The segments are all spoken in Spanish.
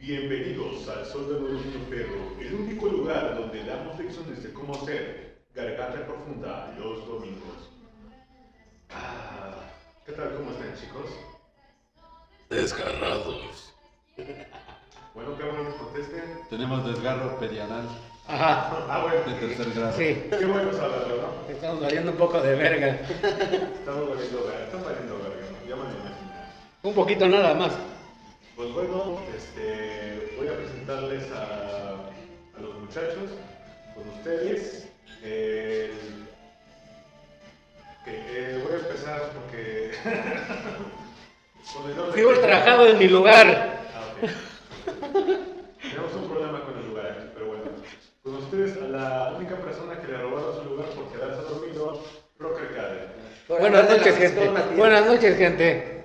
Bienvenidos al Sol de Rodolfo Ferro, el único lugar donde damos lecciones de cómo hacer garganta profunda los domingos. Ah, ¿Qué tal? ¿Cómo están, chicos? Desgarrados. Bueno, qué bueno que contesten. Tenemos desgarro perianal Ajá, Ah, bueno. de tercer grado. sí. Qué bueno es hablarlo, ¿no? Estamos valiendo un poco de verga. Estamos valiendo verga, estamos valiendo verga, ¿no? Ya me lo imaginaba. Un poquito nada más. Pues bueno, este, voy a presentarles a, a los muchachos con ustedes. El- que, eh, voy a empezar porque. con el orden Fui que- ultrajado en mi lugar. Ah, ok. Tenemos un problema con el lugar aquí, pero bueno. Con ustedes, a la única persona que le robaron su lugar por quedarse dormido, Rocker Caden. Buenas noches, gente. Buenas noches, gente.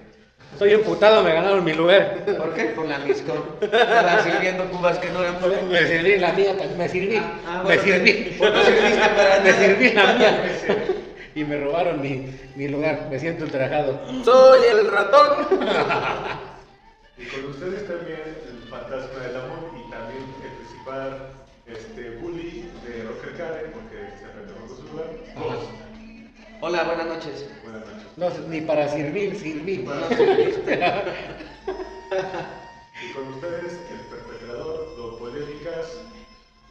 Soy emputado, me ganaron mi lugar. ¿Por qué? Por la miscón. Estaba sirviendo cubas que no eran para Me sirví la mía, me sirví. Ah, ah, Me bueno, sirví. pues no sirviste para Me nada. sirví la mía. Y me robaron mi, mi lugar. Me siento ultrajado. Soy el ratón. Y con ustedes también el fantasma del amor y también el principal este, bully de Rocker Caden, porque se aprendió con su lugar. Dos. Hola, buenas noches. Buenas noches. No, ni para servir, sirví. Y con ustedes el perpetrador, Don Polémicas,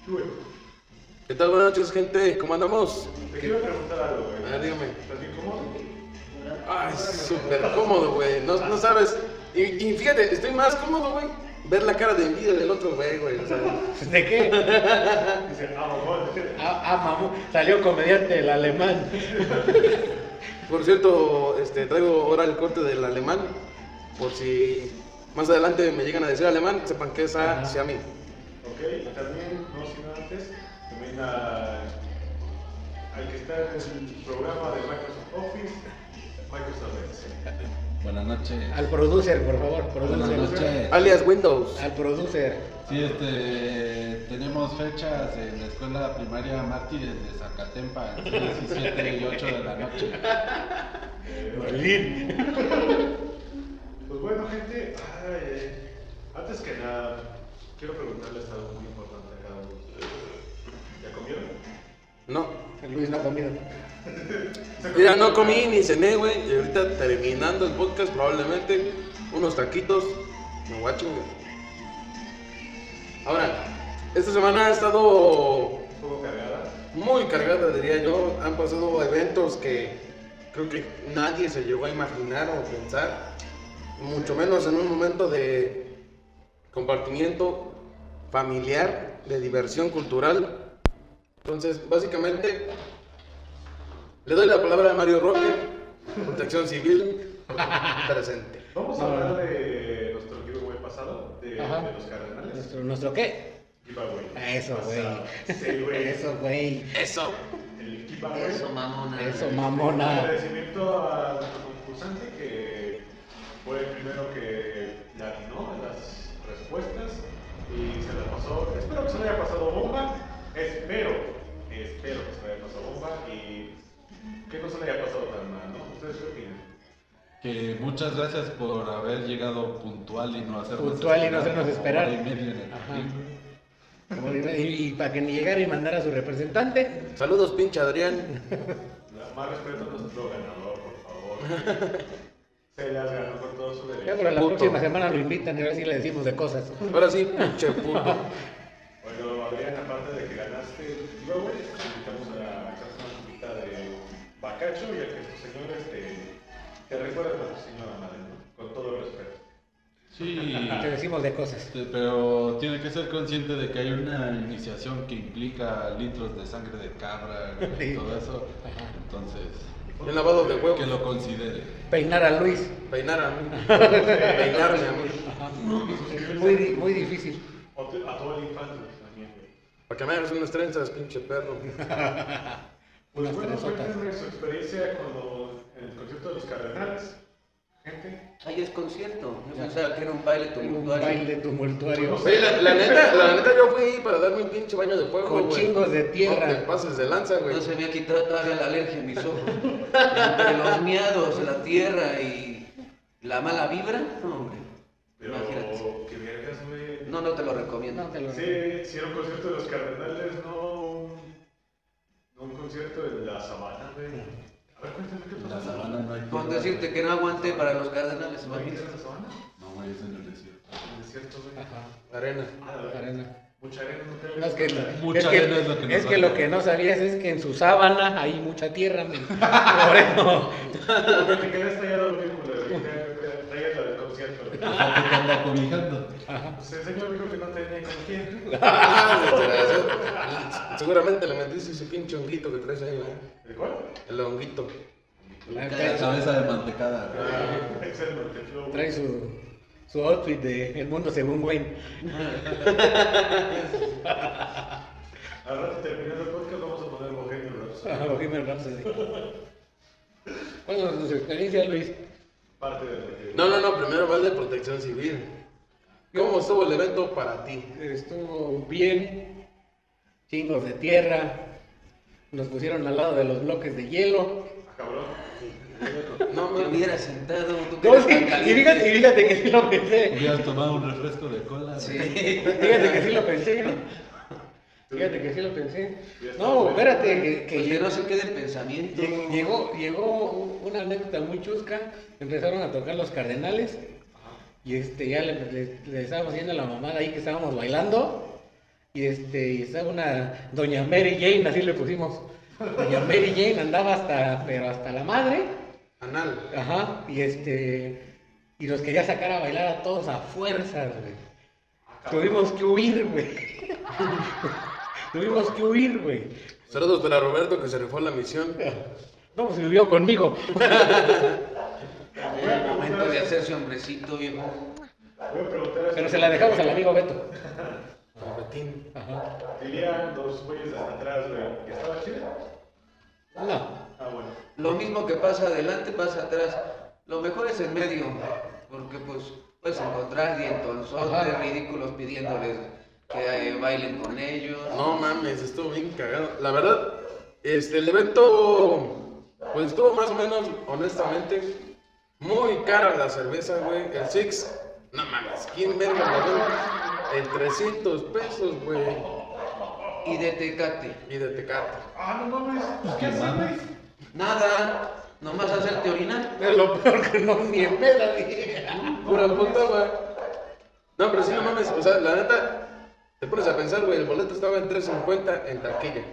Yue. ¿Qué tal? Buenas noches, gente. ¿Cómo andamos? Te quiero preguntar algo, güey. Ah, dígame. ¿Estás bien cómodo? Ay, súper cómodo, güey. No, no sabes. Y, y fíjate, estoy más cómodo, güey. Ver la cara de envidia del otro güey, güey. o sea, ¿De qué? Dice, ah, mamón. Ah, ah, mamú. Salió comediante el alemán. por cierto, este, traigo ahora el corte del alemán. Por si más adelante me llegan a decir alemán, sepan que es a, sea a mí. Ok, y también, no sin antes, también a- al que está en el programa de Microsoft Office, Microsoft Excel. Buenas noches. Al producer, por favor. Buenas Producer. noches. Alias Windows. Al producer. Sí, este, tenemos fechas en la escuela primaria Mártires de Zacatempa, el 17 y 8 de la noche. Pues bueno, gente, ay, eh, antes que nada, quiero preguntarles algo muy importante a cada uno. de ustedes. ¿Ya comieron? No. Luis no ha comido. Mira, no comí ni cené, güey. Y ahorita terminando el podcast, probablemente unos taquitos. Me voy a chingar. Ahora, esta semana ha estado ¿Un poco cargada? muy cargada, diría yo. Han pasado eventos que creo que nadie se llegó a imaginar o pensar, mucho menos en un momento de compartimiento familiar, de diversión cultural. Entonces, básicamente, le doy la palabra a Mario Roque, Protección Civil, presente. Vamos a No, no, no. hablar de nuestro giveaway pasado, de, Ajá. de los cardenales. ¿Nuestro, nuestro qué? Giveaway. Eso, güey. Pasado. Sí, güey. Eso, güey. Eso. El giveaway. Eso, mamona. Eso, Un mamona. agradecimiento a nuestro concursante que fue el primero que le atinó a las respuestas y se la pasó. Espero que se le haya pasado bomba. Espero, espero que se le haya pasado bomba y que no se le haya pasado tan mal, ¿no? ¿Ustedes qué opinan? Que muchas gracias por haber llegado puntual y no hacernos Puntual y no hacernos como esperar. hora y media en el Ajá. tráfico. Como dice, Y, y para que ni llegara y mandara a su representante. Saludos, pinche Adrián. La- Más respeto a nuestro ganador, por favor. que se las ganó con todo su Ya derecho. para la Puto. próxima semana lo invitan y a ver si le decimos de cosas. Ahora sí, pinche puto. Bueno, Adrián, aparte de que ganaste el giveaway, te invitamos a echarte una copita de bacacho, ya que este estos señores te, te recuerdan a tu señora madre, ¿no? Con todo respeto. Te Sí, decimos de cosas. este, pero tiene que ser consciente de que hay una iniciación que implica litros de sangre de cabra y Sí. todo eso. Entonces, Un lavado de huevo. que lo considere. Peinar a Luis. Peinar a mí. Peinarme a mí. Muy, di- muy difícil. O te- a todo el infante también, güey. Para que me hagas unas trenzas, pinche perro. Pues Unas bueno, tresotas. cuéntenme su experiencia con los- el concierto de los cardenales. Gente, Ahí es concierto. Yo pensaba que era un baile Un tumultuario. baile tumultuario. Sí, la, la neta, la neta yo fui para darme un pinche baño de fuego, Con güey. chingos de tierra. No te pases de lanza, güey. No se me ha quitado todavía la alergia en mis ojos. Entre los miados, la tierra y la mala vibra. No, hombre. pero Imagínate. que vergas, güey. No, no te lo recomiendo. No te lo Sí, hicieron concierto de los Cardenales, no un, no un concierto de la Sabana, güey. A ver, cuéntame qué En pasó. la sabana no hay. Con tierra. decirte que no aguante para los cardenales, ¿No hay imagínate. en la Sabana? No, güey, es en el desierto. En el desierto, güey. Ajá, Arena. Ah, la verdad. arena. Mucha arena, no te No, es que, Mucha es que, arena es lo que nos es que falta. lo que no sabías es que en su sábana hay mucha tierra, men. Por eso. Porque te quedas tallado lo mismo, güey. Traigas la del concierto, güey. O sea, que te anda cobijando. Pues el señor dijo que no tenía con quién. Ah, desgraciado. Seguramente le metiste ese pinche honguito que traes ahí, ¿verdad? ¿El cuál? El honguito. La- Cállate. Cabeza de mantecada, güey. Ah, Excelente, flow. Trae su, su outfit de El Mundo Según Wayne. Al rato terminando el podcast vamos a poner Bohemian Rhapsody. Bohemian Rhapsody. ¿Cuál es tu experiencia, Luis? Parte del No, no, no, primero va el de protección civil. ¿Cómo estuvo el evento para ti? Estuvo bien, chingos de tierra, nos pusieron al lado de los bloques de hielo. Ah, cabrón. No, Me me hubiera sentado, tú que No, eres sí, tan y caliente. fíjate, y fíjate que sí lo pensé. Hubieras tomado un refresco de cola. güey. Sí. Fíjate que sí lo pensé. Fíjate que sí lo pensé. No, espérate, que, que Que yo llegó, no sé qué de pensamiento. lle- llegó, llegó una anécdota muy chusca. Empezaron a tocar los cardenales. Y este, ya le, le- le estábamos haciendo la mamada ahí que estábamos bailando. Y este, y estaba una doña Mary Jane, así le pusimos. Doña Mary Jane andaba hasta, pero hasta la madre. Anal. Ajá. Y este, y los quería sacar a bailar a todos a fuerzas, güey. Tuvimos que huir, güey. Tuvimos que huir, güey. Saludos para Roberto que se rifó la misión. No, pues vivió conmigo. Era el momento de hacerse hombrecito, viejo. Voy a preguntar a Pero se la dejamos al amigo Beto. Robertín. Ajá. Dirían los güeyes hasta atrás, güey. ¿Que estaba chida? No. Ah, bueno. Lo mismo que pasa adelante, pasa atrás. Lo mejor es en medio, porque pues puedes encontrar dientonzotes Ajá. ridículos pidiéndoles que eh, bailen con ellos. No mames, estuvo bien cagado. La verdad, este, el evento, pues estuvo más o menos, honestamente, muy cara la cerveza, güey. El Six, no mames, ¿quién verga la dio? En 300 pesos, güey. Y de tecate. Y de tecate. Ah, no mames. ¿Qué qué haces, güey? mames. Nada, nomás hacerte orinar. Es lo peor que no, ni en peda, dije. Pura puta, güey. No, pero sí, no mames, o sea, la neta, te pones a pensar, güey, el boleto estaba en 3.50 en taquilla.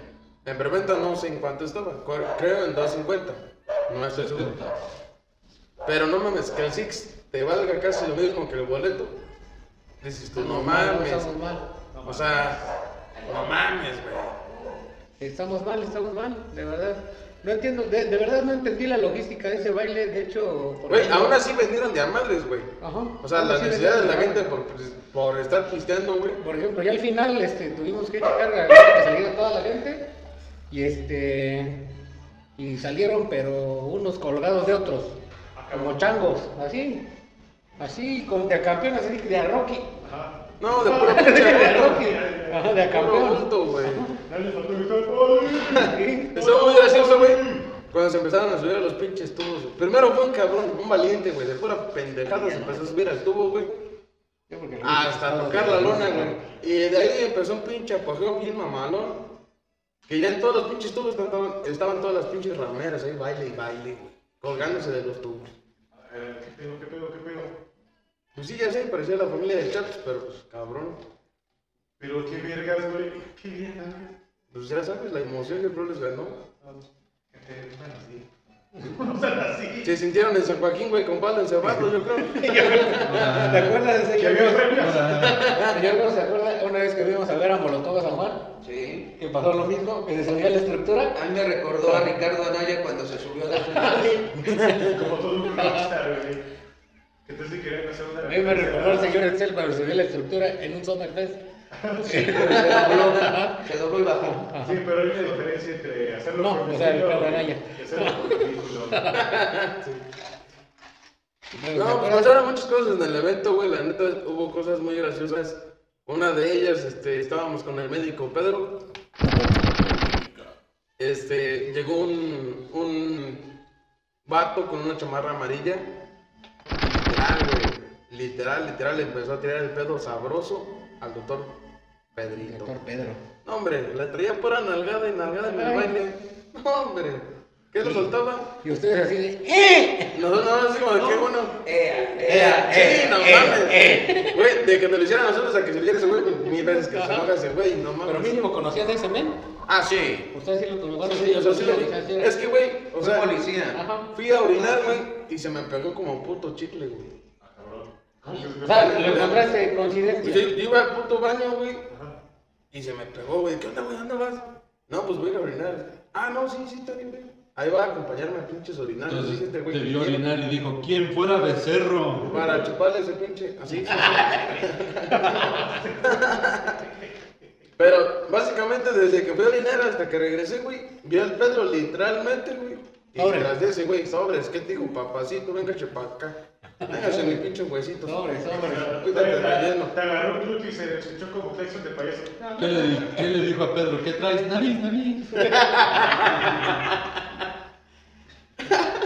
En preventa no sé en cuánto estaba, cu- creo en 2.50. No estoy seguro. Pero no mames, que el Six te valga casi lo mismo que el boleto. Dices tú, no mames. Estamos mal. O sea, no mames, güey. Estamos mal, estamos mal, de verdad. No entiendo, de, de verdad no entendí la logística de ese baile. De hecho, por Güey, ejemplo- aún así vendieron de a madres, güey. Ajá. O sea, la Sí, necesidad de la verdad. gente por, por estar pisteando, güey. Por ejemplo, ya al final este, tuvimos que checar a que saliera toda la gente y este y salieron pero unos colgados de otros, como changos, así, así como de a campeón, así de a Rocky, Ajá. No, de puro pinche de a bulto. Rocky, ajá, de a Puro campeón. bulto, güey. Dale, faltó gritar. ¡Ay! Sí. Estuvo muy gracioso, güey. Cuando se empezaron a subir a los pinches tubos. güey. Primero fue un cabrón, un valiente, güey. De pura pendejada se empezó a subir al tubo, güey. Sí, porque lo Hasta mismo. tocar la lona, güey. Y de ahí empezó un pinche apogeo bien mamalón. Que ya en todos los pinches tubos estaban, estaban todas las pinches rameras ahí, baile y baile, güey. Colgándose de los tubos. Eh, ¿Qué pedo, qué pedo, qué pedo? Pues sí, ya sé, parecía la familia de Chaps, pero pues cabrón. Pero qué vergas, güey. Qué vergas. Pues ya sabes, la emoción que el Pro les ganó. Que te usan así. Usan así. Se sintieron en San Joaquín, güey, con palo encerrado, yo creo. ¿Te acuerdas de ese Que que había vimos? premios. Yo creo que se acuerda una vez que vimos a ver a Molotov a San Juan, Sí. que pasó lo mismo, que se salía la estructura. A mí me recordó a Ricardo Anaya cuando se subió a la final. Como todo un rockstar, güey. Que te querían hacer una. A mí me recordó el señor Excel cuando subió la estructura en un Summerfest. Se dobló y bajó. Sí, pero hay una diferencia entre hacerlo No, por o sea, el estilo Pedro Anaya. y hacerlo por ridículo. No, pues pasaron muchas cosas en el evento, güey. La neta hubo cosas muy graciosas. Una de ellas, este, estábamos con el médico Pedro. Este, llegó un, un vato con una chamarra amarilla. Literal, güey. literal, literal, le empezó a tirar el pedo sabroso al doctor El Pedrito. doctor Pedro. No, hombre, le traía pura nalgada y nalgada en el Ay. baile. No, hombre, ¿qué lo soltaba? Y ustedes así de, ¡eh! Nosotros nada más así como de qué bueno. ¡Ea, Sí, no mames. eh, Güey, de que nos lo hicieran a nosotros a que se lo hiciera ese güey, pues, mil veces que se lo haga ese güey, no mames. Pero mínimo conocías a ese men. Ah, sí. Ustedes sí lo conocían. Sí, o sea, sí lo vi. Es que, güey, o Fue sea, policía. Ajá. fui a orinar, güey, y se me pegó como puto chicle, güey. Ah, cabrón. O sea, lo encontraste Pues yo, coincidencia. yo iba al puto baño, güey, Ajá. y se me pegó, güey. ¿Qué onda, güey? ¿Dónde vas? No, pues voy a ir a orinar. Ah, no, sí, sí, está bien, güey. Ahí va a acompañarme a pinches orinarios. Entonces dice este güey te que vio quiere- orinar y dijo, ¿quién fuera becerro? Para chuparle ese pinche. Así. Pero básicamente desde que fui a orinar hasta que regresé, güey, vi al Pedro literalmente, güey. Y Sobre. tras de ese, güey, sobres, ¿qué te digo, papacito? Venga, chepa acá. Véngase mi pinche huesito. Sobre, sobre. Cuídate Te- de lleno. Te agarró un glute y se escuchó como flexión de payaso. ¿Qué le, di- qué le dijo a Pedro? ¿Qué traes? Nariz, nariz.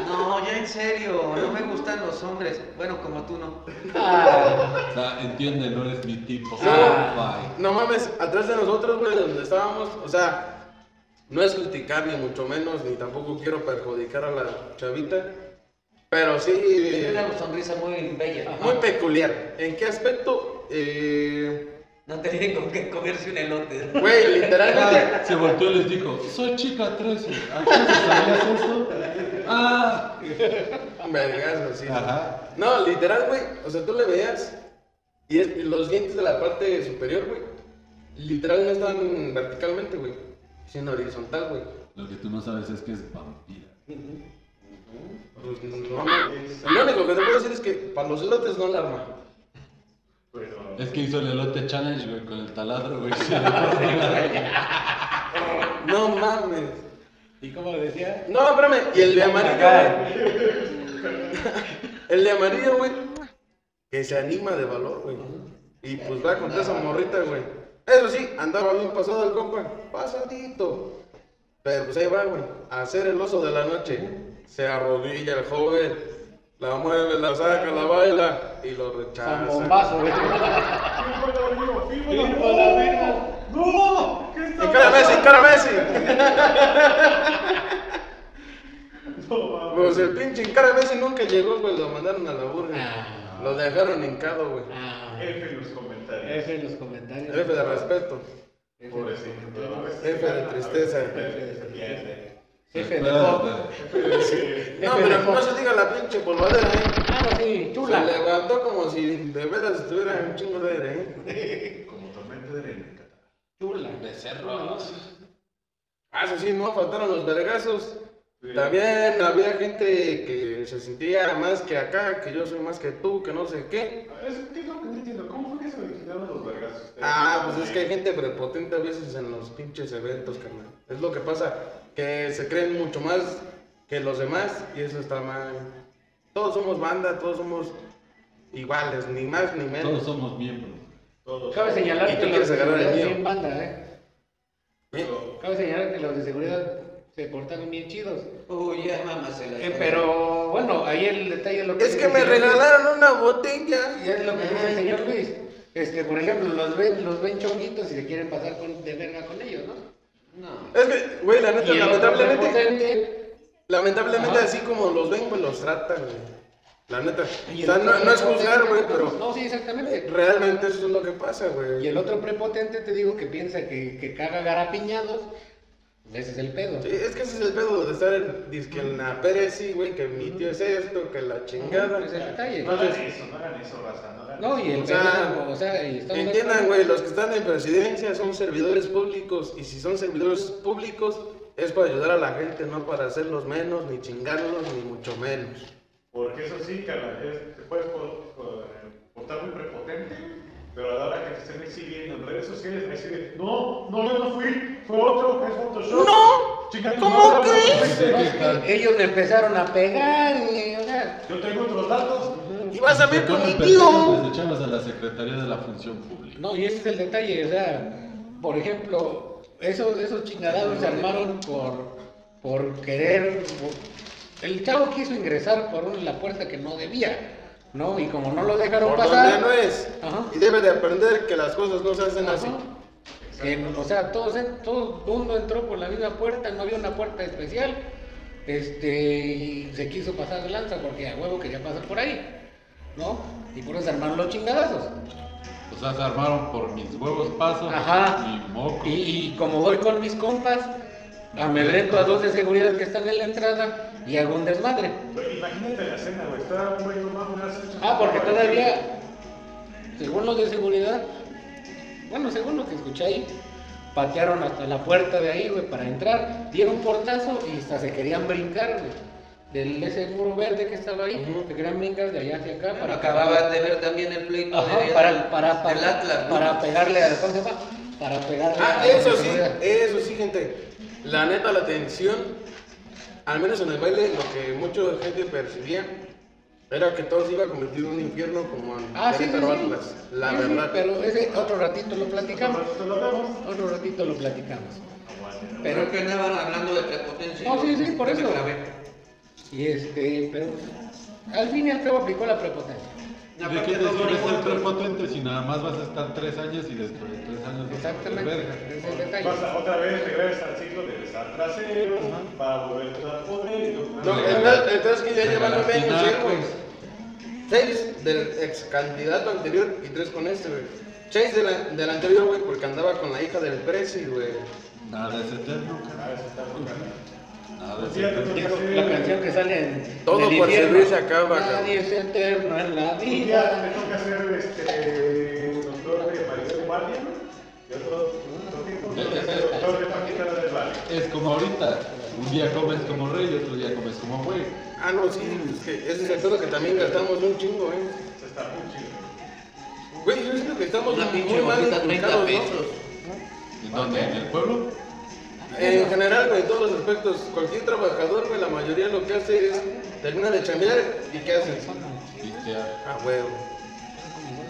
No, ya en serio, no me gustan los hombres. Bueno, como tú no. Ah, O sea, entiende, no eres mi tipo. Ah. Bye. No mames, atrás de nosotros, güey, donde estábamos, o sea, no es criticar ni mucho menos, ni tampoco quiero perjudicar a la chavita, pero sí... Tiene una sonrisa muy bella. Muy peculiar. ¿En qué aspecto? Eh, No tenían con qué comerse un elote. güey, literalmente. Se volteó y les dijo, soy chica 13. ¿Acaso sabías eso? Ah. Vergazo, sí. Ajá. No, literal, güey. O sea, tú le veías. Y es- y los dientes de la parte superior, güey. Literal no están verticalmente, güey. Sino horizontal, güey. Lo que tú no sabes es que es vampira. Pues, no, no. Lo único que te puedo decir es que para los elotes no la arma. Bueno, Es que hizo el elote challenge, güey, con el taladro, güey. No mames. ¿Y cómo lo decía? No, espérame. Y el de amarillo, Acá. güey. El de amarillo, güey. Que se anima de valor, güey. Y pues va contra esa morrita, güey. Eso sí, andaba bien pasado el compa. Pasadito. Pero pues ahí va, güey. A hacer el oso de la noche. Se arrodilla el joven. La mueve, la saca, la baila. Y lo San rechaza. bombazo, güey. Ah, fírmalo, amigo, fírmalo. Fírmalo, amigo. ¡No! ¿Qué está ¡Encara a Messi, encara a Messi! No, mames. Pues el pinche encara a Messi nunca llegó, güey. Lo mandaron a la burga. Ah. Lo dejaron hincado, güey. Ah, F en los comentarios. F en los comentarios. F de respeto. F en los Pobrecito. comentarios. este F de tristeza. F de todo. No, pero no se diga la pinche polvadera, eh. Claro, sí, Se chula. levantó como si de veras estuviera un chingo de aire, ¿eh? Como tormenta de arena en Qatar. Chula. Ah, eso sí, no faltaron los vergazos. También había gente que se sentía más que acá, que yo soy más que tú, que no sé qué. Es que es lo que no entiendo. ¿Cómo fue que se originaron los vergazos? ustedes? Ah, pues es que hay gente prepotente a veces en los pinches eventos, carnal. Es lo que pasa, que se creen mucho más que los demás y eso está mal. Todos somos banda, todos somos iguales, ni más ni Todos menos. somos miembros. Todos. Cabe ¿Y señalar tú que los quieres de agarrar el seguridad mío? bien banda, eh. Pero- Cabe señalar que los de seguridad se portaron bien chidos. Uy, ya mamasela. Eh, pero bueno, ahí el detalle es lo que Es dice que el me señor Luis. regalaron una botella. Y es lo que dice el señor Luis. Este, por ejemplo, los ven, los ven chonguitos y se quieren pasar con, de verga con ellos, ¿no? No. Es que, güey, la neta, Y el otro lamentablemente, prepotente, lamentablemente Ajá. así como los ven, pues los tratan, güey. La neta. y O el sea, no, otro no es juzgar, güey, prepotente, pero No, sí, exactamente. realmente eso es lo que pasa, Y güey. el otro prepotente te digo que piensa que, que caga garapiñados. Ese es el pedo. Sí, es que ese es el pedo de estar en, dizque en la Pérez, sí, güey, que mi tío es esto, que la chingada. Ese es el detalle. No hagan eso, no hagan eso, raza. No hagan No, eso. y el O sea, pedo, o sea, y estamos de Entiendan, acuerdo. güey, los que están en presidencia son servidores públicos y si son servidores públicos es para ayudar a la gente, no para hacerlos menos, ni chingarlos, ni mucho menos. Porque eso sí, carnal, es- te puedes po- po- portar muy prepotente, pero a la hora que te estén exhibiendo en redes sociales, ahí sí de, no, no, yo no fui, fue otro, es Photoshop. ¡No! Chinga tu ¿Cómo madre, crees? no, No, es que ellos le empezaron a pegar y, o sea, Yo tengo otros datos. Y vas a ver con mi Recuerden, tío. Les echamos a la Secretaría de la Función Pública. No, y ese es el detalle, o sea, por ejemplo, esos, esos chingadados se armaron por, por querer. por- el chavo quiso ingresar por un- la puerta que no debía. No, y como no lo dejaron Por pasar. donde no es. Ajá. Y debe de aprender que las cosas no se hacen así. Ajá. Que, o sea, todos, en- todo el mundo entró por la misma puerta, no había una puerta especial. Este, y se quiso pasar de lanza porque a huevo quería pasar por ahí, ¿no? Y por eso armaron los chingadazos. O sea, se armaron por mis huevos pasos Ajá. y moco. Y, y como voy con mis compas, amedrento a dos de seguridad que están en la entrada y hago un desmadre. Güey, Imagínate la cena, güey. Está un güey tomando una salsa. Ah, porque todavía, según los de seguridad, bueno, según lo que escuché ahí, patearon hasta la puerta de ahí, güey, para entrar, dieron portazo y hasta se querían brincar, güey, del ese muro verde que estaba ahí, se querían brincar de allá hacia acá para Acababan de ver también el pleito Ajá, de- para, para, del para, Atlas. ¿no? para pegarle al ¿cómo se llama? Para pegarle Ah, a- eso sí, Eh, eso sí, gente. La neta, la tensión, al menos en el baile, lo que mucha gente percibía era que todo se iba a convertir en un infierno como en Ah, sí, sí, Querétaro sí. Atlas. La Sí, sí, verdad. pero ese otro ratito lo platicamos. Nosotros lo vemos. Otro ratito lo platicamos. Pero Pero que andaban hablando de prepotencia. No, sí, sí, por Yo me eso. clavé. y este, pero al fin y al cabo aplicó la prepotencia. ¿De qué Aparte, te no, sirve no, ser no, prepotente si nada más vas a estar tres años y después de tres años vas a valer Exactamente. verga? Ese es el detalle. Vas a- otra vez regresas al ciclo de besar traseros para volver a poder. No, entonces, entonces que ya llevan nueve años, ¿sí, güey. Seis del ex candidato anterior y tres con este, güey. Seis de la- del anterior, güey, porque andaba con la hija del presi, güey. Nada es eterno, A veces está muy caro. cara. Nada es Sí, ya te eterno. toca Dijo hacer- la canción que sale en Todo en el por infierno. servir se acaba, Nadie es eterno en la Un día vida. me toca ser este, doctor de Marisol Guardia y otro otro tiempo me toca ser doctor de Paquita del Valle. Es como ahorita. Un día comes como rey y otro día comes como güey. Ah, no, sí, es que ese es el pedo que también gastamos un chingo, eh. Se está muy chido. Güey, yo creo que estamos Una pinche muy mal bolsita, 30 inculcados, ¿no? pesos. ¿En dónde? ¿En el pueblo? En general, güey, en todos los aspectos, cualquier trabajador, güey, la mayoría lo que hace es termina de chambear y ¿qué hace? Pistear. Ah, güey.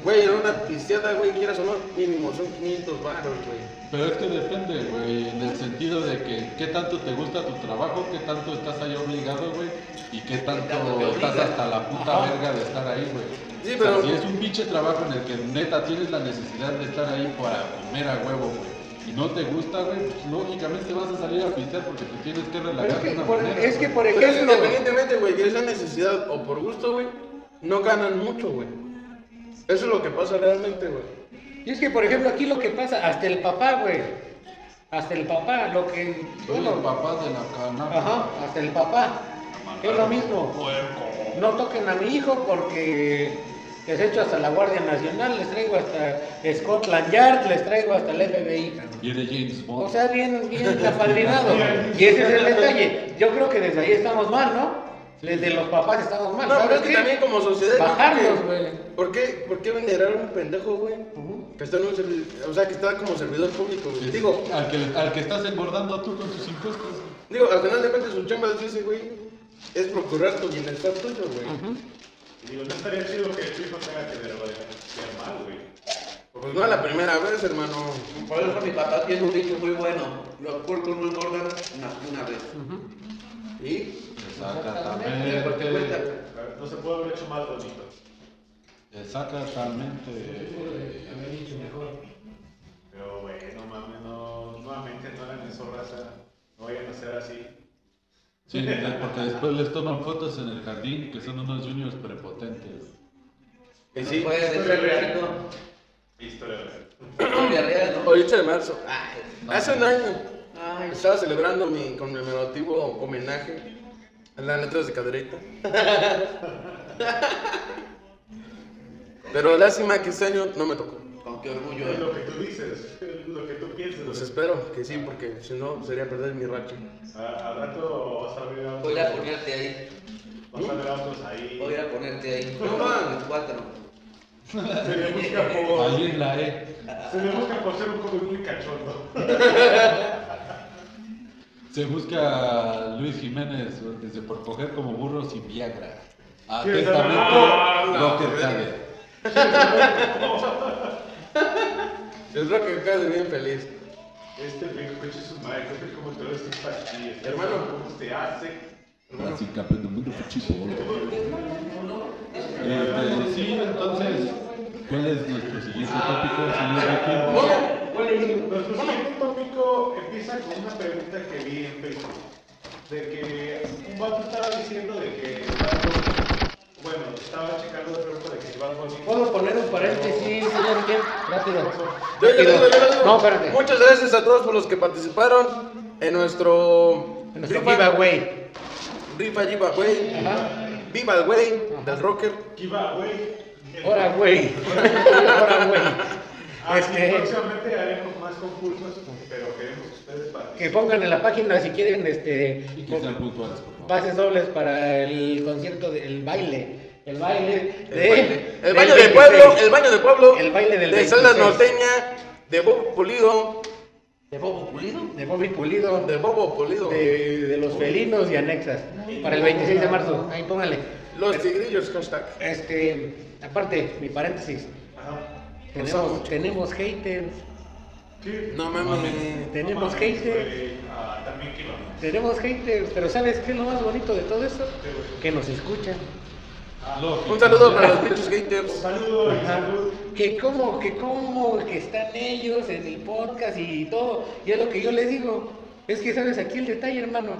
Güey, en una pisteada, güey, quieras o no, mínimo son 500 baros, güey. Pero es que depende, güey, en el sentido de que qué tanto te gusta tu trabajo, qué tanto estás ahí obligado, güey, y qué tanto te tanto estás obligan. hasta la puta verga de estar ahí, güey. Sí, O sea, pero- si es un pinche trabajo en el que neta tienes la necesidad de estar ahí para comer a huevo, güey. Y no te gusta, güey, pues, lógicamente vas a salir a pistear porque tú tienes que Pero relajarte. es que, de una por, manera, es que, güey. por Pero ejemplo, independientemente, güey, que es la necesidad o por gusto, güey, no ganan mucho, güey. Eso es lo que pasa realmente, güey. y es que por ejemplo aquí lo que pasa, hasta el papá, güey, hasta el papá, lo que, Soy bueno, el papá de la cana. Ajá, hasta el papá. Es lo mismo. No toquen a mi hijo porque les echo hasta la Guardia Nacional, les traigo hasta Scotland Yard, les traigo hasta el FBI. cabrón. Viene James Bond. O sea, bien, bien apadrinado. Y ese es el detalle. Yo creo que desde ahí estamos mal, ¿no? Desde los papás estamos mal. No, pero ¿Sabes es que qué? también como sociedad. yo creo Bajarlos, que- güey. ¿Por qué, ¿Por qué venerar a un pendejo, güey? Ujú. Que está en un servidor, o sea, que está como servidor público, güey. Sí, Digo, al que, al que estás engordando tú con tus impuestos. Digo, al final de cuentas su chamba es ese, güey. Es procurar tu bienestar tuyo, güey. Y digo, no estaría chido que el chico tenga que ser mal, güey. Pues no a la primera vez, hermano. Por eso mi papá tiene un dicho muy bueno. Los puercos no engordan más que una vez. Y Porque Exactamente. cuentan. No se puede haber hecho más bonito. Exactamente. Pero, güey, no mames, no, nuevamente no hagan eso, raza. No vayan a ser así. Sí, porque después les toman fotos en el jardín que son unos juniors prepotentes. que sí. Puede esto ser es real. chico, Historia real. historia real, ¿no? 8 de marzo. Ay, hace un año Ay, estaba celebrando mi conmemorativo homenaje a las letras de caderita. Pero lástima que este año no me tocó. con qué orgullo. Es ¿eh? lo que tú dices, es lo que tú piensas. Pues espero que sí, porque si no sería perder mi racha. A- Al rato vas a ver a Voy otros, a ponerte ahí. vas a ver a otros ahí. Voy a ponerte ahí. No, man. cuatro. Se le busca Ahí por, en la E. se le busca por ser un joven muy cachondo. Se busca a Luis Jiménez desde por coger como burros y Viagra. Ah, Atentamente, no, lo que güey. sabe. Es lo que acá de bien feliz. Este pendejo coche su madre, creo que como todas estas pastillas. Hermano. ¿cómo se hace? Así que aprendo muy muchísimo. Este, sí, entonces, ¿cuál es nuestro siguiente tópico, señor Ricky? Nuestro siguiente tópico empieza con una pregunta que vi en Facebook. De que un vato estaba diciendo de que el barco, bueno, estaba checando la pregunta de que el barco ¿Puedo poner un paréntesis, señor Ken? Rápido. Yo, yo, yo, yo, yo, yo. No, espérate. Muchas gracias a todos por los que participaron en nuestro, En nuestro giveaway. Rifa Giveaway. Ajá. Viva el güey del rocker. Kiva, güey. Ahora, güey. Ahora, güey. Ah, sí, Este, próximamente haremos más concursos, pero queremos que ustedes que participen. pongan en la página si quieren este, Y que sean puntuales, por favor. pases dobles para el concierto del baile. El baile El de. baile. El del baño de 26. pueblo. El baño de pueblo. El baile del De Zelda 26. Norteña. De Bobo Pulido. De Bobo Pulido. De Bobby Pulido. De De, Bobo Pulido. de los felinos y anexas. Para el 26 de marzo. Ahí póngale. Los tigrillos, hashtag. Este, aparte, mi paréntesis. Ajá. Tenemos, tenemos haters. Sí. No mames. Tenemos Mamá, haters. güey, ah, también Kiva. Tenemos haters. Pero ¿sabes qué es lo más bonito de todo esto? Que nos escuchan. Un saludo para los pinches haters. Saludos y salud. que cómo, que cómo, que están ellos en el podcast y todo. Y es lo que yo les digo. Es que sabes aquí el detalle, hermano.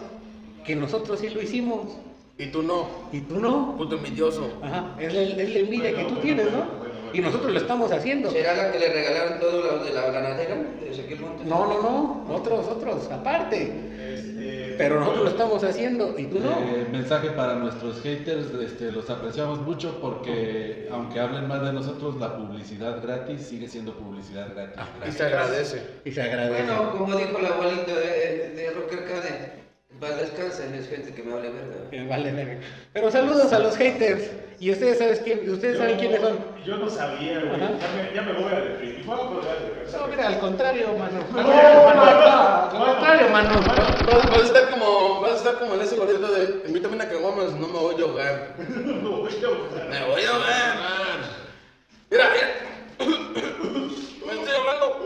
Que nosotros sí lo hicimos. Y tú no. Y tú no. Puto envidioso. Ajá. Es la, es la envidia Bueno, que tú bueno, tienes, ¿no? bueno, bueno, bueno. Y nosotros lo estamos haciendo. ¿Será la que le regalaron todo lo de la ganadera de Ezequiel Montes? No, no, no. Otros, otros, aparte. Este, Pero nosotros lo bueno, estamos haciendo. Y tú no. Eh, mensaje para nuestros haters, este, los apreciamos mucho porque aunque hablen más de nosotros, la publicidad gratis sigue siendo publicidad gratis. Y se agradece. Ah, Y se agradece. Bueno, como dijo la abuelita de, de Rocker Caden, para descansen, es gente que me hable verga. Eh, Vale, verga. Pero saludos a los haters. Y ustedes saben quién, ustedes yo- saben quiénes son. Yo no sabía, güey. Ajá. Ya me, ya me voy a deprimir. Voy a colgar de verdad. No, mira, al contrario, mano. Al no, contrario, mano. no, no. Al contrario, mano. Vas, vas a estar como, vas a estar como en ese gordito de invítame una caguama, si no me voy a ahogar. No voy a colgar. Me voy a ahogar. Mira, mira. Me estoy ahogando.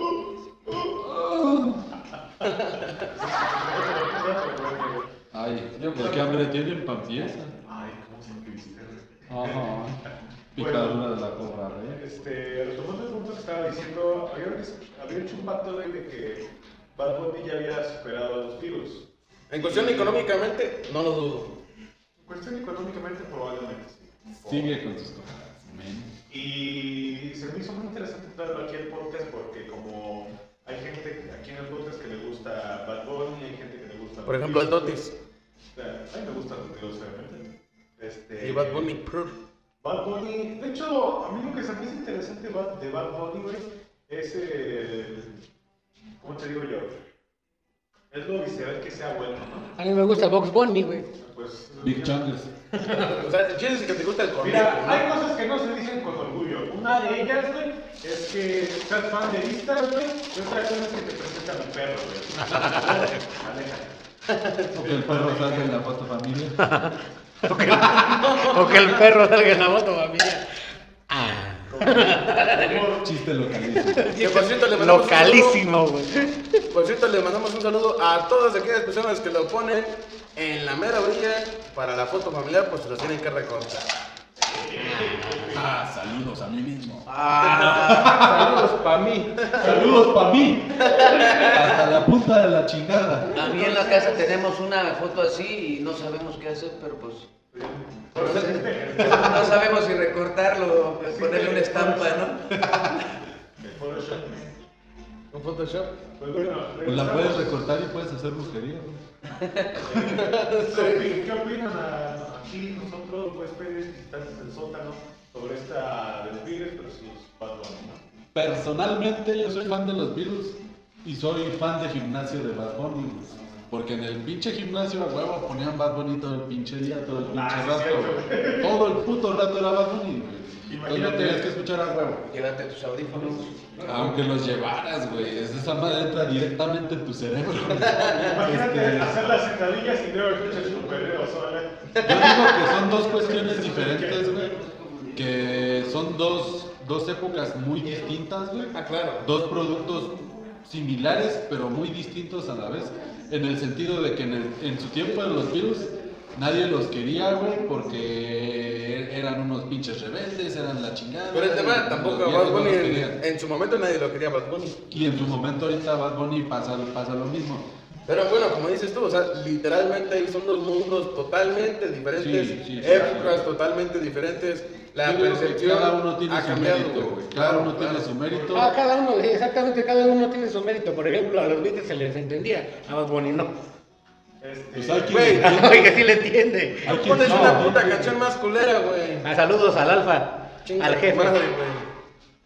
Ay, ¿por qué hambre tienen para fiesta? Ay, ¿cómo se escribiste? Ajá. Picadura de la cobra, ¿eh? Este, retomando el punto que estaba diciendo, había, había hecho un pacto güey, de que Bad Bunny ya había superado a los Beatles. En cuestión económicamente, no lo dudo. Cuestión económicamente, probablemente sí. Sigue con sus cosas. men. Y se me hizo muy interesante traerlo aquí al podcast porque como hay gente aquí en el podcast que le gusta Bad Bunny, hay gente que le gusta... Por ejemplo, el Beatles, Dotis güey. A mí me gusta los Beatles, obviamente. Este, y Bad Bunny. prr. Bad Bunny, de hecho, a mí lo que se me hace interesante de Bad- de Bad Bunny, güey, es el... ¿Cómo te digo yo? Es lo visceral que sea bueno, ¿no? A mí me gusta Box Bunny, güey. Pues... Big Chungus. O sea, el chiste es que te gusta el cornejo. Mira, ¿no? hay cosas que no se dicen con orgullo. Una de ellas, güey, es que seas fan de Vista, güey, y otra cosa es que te presentan un perro, güey. Aléjate. O que el perro salga en la foto familia. O que el perro salga en la moto, familia. Ah. Como- Chiste localísimo. Que por cierto, le mandamos un Localísimo, güey. saludo- Por cierto, le mandamos un saludo a todas aquellas personas que lo ponen en la mera orilla para la foto familiar, pues se los tienen que recortar. Ah, saludos a mí mismo. Saludos pa' mí. Saludos para mí. Hasta la punta de la chingada. A mí en la casa tenemos una foto así y no sabemos qué hacer, pero pues como- no sabemos si recortarlo o ponerle una estampa, ¿no? Photoshop. ¿Con Photoshop? Pues bueno, Pues la puedes regresamos. recortar y puedes hacer brujería. ¿no? ¿Qué qué opinan a- aquí nosotros, pues, Pérez, que estás en el sótano, sobre esta de los Beatles versus Bad Bunny, ¿no? Personalmente yo soy fan de los virus y soy fan de gimnasio de Bad Bunny. güey. Porque en el pinche gimnasio a huevo ponían Bad Bunny todo el pinche día, todo el pinche Ah, sí, rato. cierto. Todo el puto rato era Bad Bunny. güey. Entonces no Imagínate. tenías que escuchar a huevo. Llévate tus audífonos. Aunque los llevaras, güey. es- Esa madre entra directamente en tu cerebro. Imagínate Este, hacer las sentadillas y luego escuchas un perreo sola. Yo digo que son dos cuestiones diferentes, güey. Que son dos, dos épocas muy distintas, güey. Ah, claro. Dos productos similares, pero muy distintos a la vez. En el sentido de que en, el- en su tiempo de los virus Nadie los quería, güey, porque eran unos pinches rebeldes, eran la chingada. Pero el tema eran- tampoco a los Bad viejos no Bunny los en, querían. en su momento nadie lo quería Bad Bunny. Y en su momento ahorita Bad Bunny pasa, pasa lo mismo. Pero bueno, como dices tú, o sea, literalmente ahí son dos mundos totalmente diferentes, Sí, sí, sí, épocas claro. totalmente diferentes, la Yo digo que percepción cada uno tiene ha su cambiado, mérito, güey. güey. Cada uno Claro. tiene su mérito. Ah, cada uno, sí, exactamente, cada uno tiene su mérito. Por ejemplo, a los Beatles se les entendía, a Bad Bunny no. Este, Pues hay quien Güey, le entiende, Oiga, sí le entiende. hay quien Pones no, una güey. puta canción más culera, güey. Ah, saludos al Alfa, Chinga al tu jefe. madre, güey.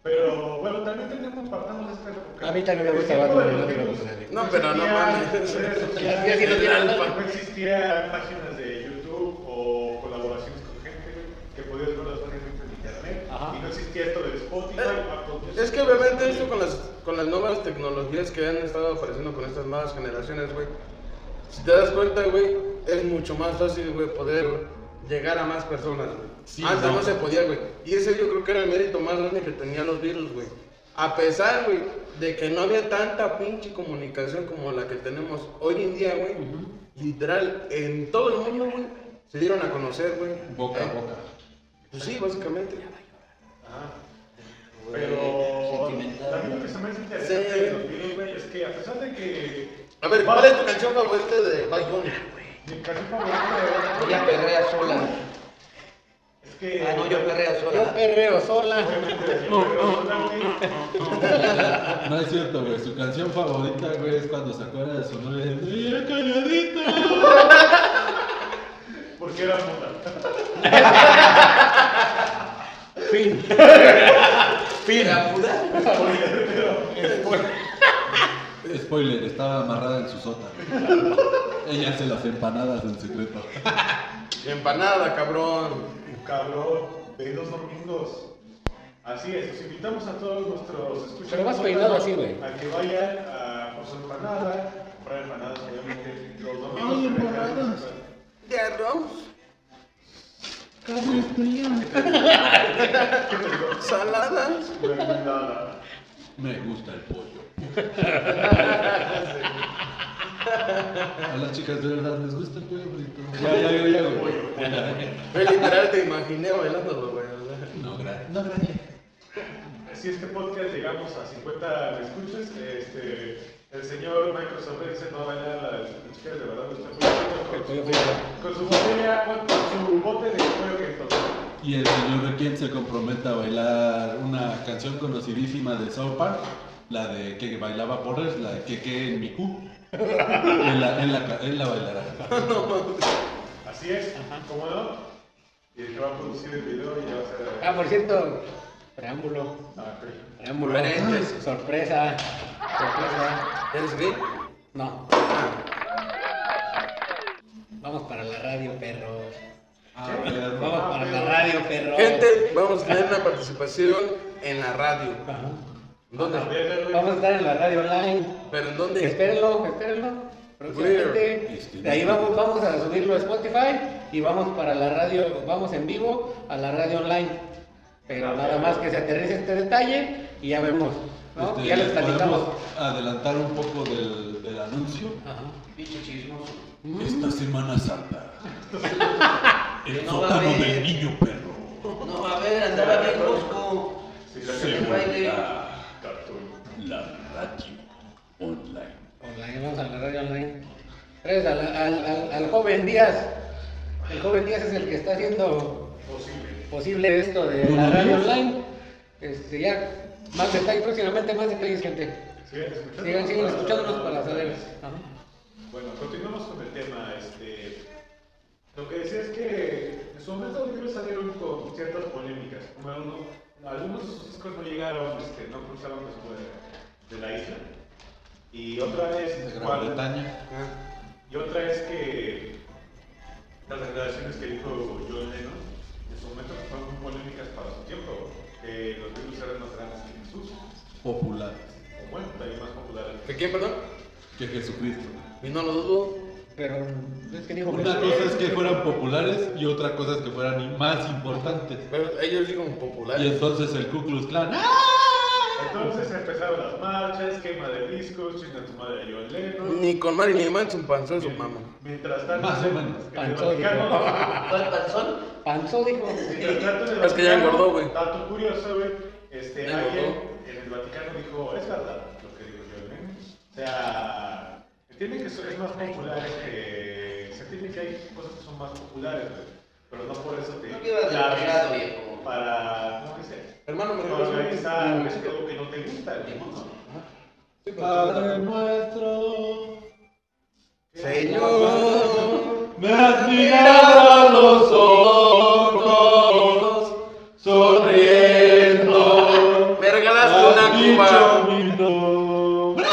Pero bueno, también tenemos partamos esta época. Pues, A mí también me gusta El tiempo Batman, de los no digo Beatles. que no. No, pero no existían mames. redes sociales, Ya, ya, sí, no el tiene alfa. alfa. No existían páginas de YouTube o colaboraciones con gente que podías ver las fácilmente en internet. Ajá. Y no existía esto de Spotify. Apple Music. Eh, Es que obviamente esto con las, con las nuevas tecnologías que han estado apareciendo con estas nuevas generaciones, güey. Si te das cuenta, güey, es mucho más fácil, güey, poder llegar a más personas, güey. Sí, Antes no. no. se podía, güey. Y ese yo creo que era el mérito más grande que tenían los virus, güey. A pesar, güey, de que no había tanta pinche comunicación como la que tenemos hoy en día, güey. Literal, en todo el mundo, güey, se dieron a conocer, güey. Boca a Eh, boca. Pues sí, básicamente. Ajá. Pero también lo que se me hace interesante Sí. de los Beatles, güey, es que a pesar de que A ver, ¿cuál es tu canción favorita de Bad Bunny? mi canción favorita de Bad Bunny Ella perrea sola. es que Ah, no, yo perrea Yo sola. perreo sola. obviamente, desde luego, solamente- No es cierto, güey. Su canción favorita, güey, es cuando se acuerda de su novia. y dice, "Mira, calladita". porque era puta. Fin. fin. ¿Era muda? Spoiler, estaba amarrada en su sótano. Ella hace las empanadas en secreto. Empanada, cabrón. Cabrón, de los domingos. Así es, los invitamos a todos nuestros escuchas. Pero vas peinado así, güey. A que vayan a por su empanada, comprar empanadas, obviamente, los domingos. Ay, se dejan- empanadas. De arroz, Carne fría. saladas. Mermelada. Me gusta el pollo. A las chicas de verdad les gusta el pollo frito. Ya, ya, ya, ya, güey. Güey, literal te imaginé bailándolo, güey. o sea. No, gracias. No, gracias. Si este podcast llegamos a 50 escuchas, este, el señor Microsoft dice no vaya a las chicas de verdad, está muy pollo chido con, frito. su- con su botella, con su bote de pollo que entonces. Y el señor de quien se compromete a bailar una canción conocidísima de South Park, la de que bailaba Porres, la de que que en mi cu. Él la, él la, él la bailará. Así es, ¿cómo no? Y el que va a producir el video y ya va a ser. Ah, por cierto, preámbulo. Ah, ok. Preámbulo. Paréntesis. Sorpresa. Sorpresa. ¿Eres gay? No. Vamos para la radio, perros. Ah, perro. Vamos para la radio, perros. Gente, vamos a tener una participación en la radio. Ajá. ¿Dónde? Vamos a estar en la radio online. ¿Pero en dónde? Espérenlo, espérenlo. Próximamente. De ahí vamos, vamos a subirlo a Spotify y vamos para la radio, vamos en vivo a la radio online. Pero nada más que se aterrice este detalle y ya vemos. ¿no? Este, ya les platicamos. podemos adelantar un poco del, del anuncio. Ajá. Pinche chismoso. Esta Semana Santa. El No va a sótano haber. del niño perro. pues, No, a ver, andaba bien brusco. Sí, la Se que- baile. volverá Cartoon. la radio online. Online, Pues vamos a la radio online. Tres, al, al- al- al joven Díaz. El joven Díaz es el que está haciendo Posible. posible esto de la radio online. Este, ya, más detalles, próximamente más detalles, gente. Sigan escuchándonos. Sigan, sigan escuchándonos para saber. Ajá. Bueno, continuamos con el tema. Este, lo que decía es que en su momento los libros salieron con ciertas polémicas. Bueno, no- algunos de sus discos no llegaron, este, no cruzaron después de, de la isla. Y otra vez, De Gran cuando- Bretaña. Ah, Y otra es que las declaraciones que dijo John Lennon en su momento fueron muy polémicas para su tiempo, que los virus eran más grandes que Jesús, o Popular. bueno, también más populares. ¿Que quién, perdón? Que Jesucristo. Y no lo dudo. Pero es que pues, dijo Una cosa es que fueran populares y otra cosa es que fueran más importantes. Pero ellos digan popular. Y entonces el Ku Klux Klan. ¡ah! Entonces empezaron las marchas, quema de discos, chinga tu madre a John Lennon. Ni con Marilyn Manson panzó su mamá. Mientras tanto, Más o menos. en el Panzón. Vaticano- ¿Cuál panzón? Panzó, dijo. Mientras tanto, en el Es que ya Vaticano, engordó, güey. Dato curioso, güey. Este, Ya alguien engordó. en el Vaticano dijo, es verdad lo que digo yo, ¿eh? O sea, entienden que son- es más popular que... Se entiende que hay cosas que son más populares, güey. Pero no por eso te... No te ibas de claves pegado, viejo. Para... ¿Cómo dice? Hermano, me Para organizar es algo que no te gusta, güey, ¿no? Padre nuestro, Señor. me has mirado a los ojos, sonriendo. Me Has regalaste una dicho cuba. mi nombre.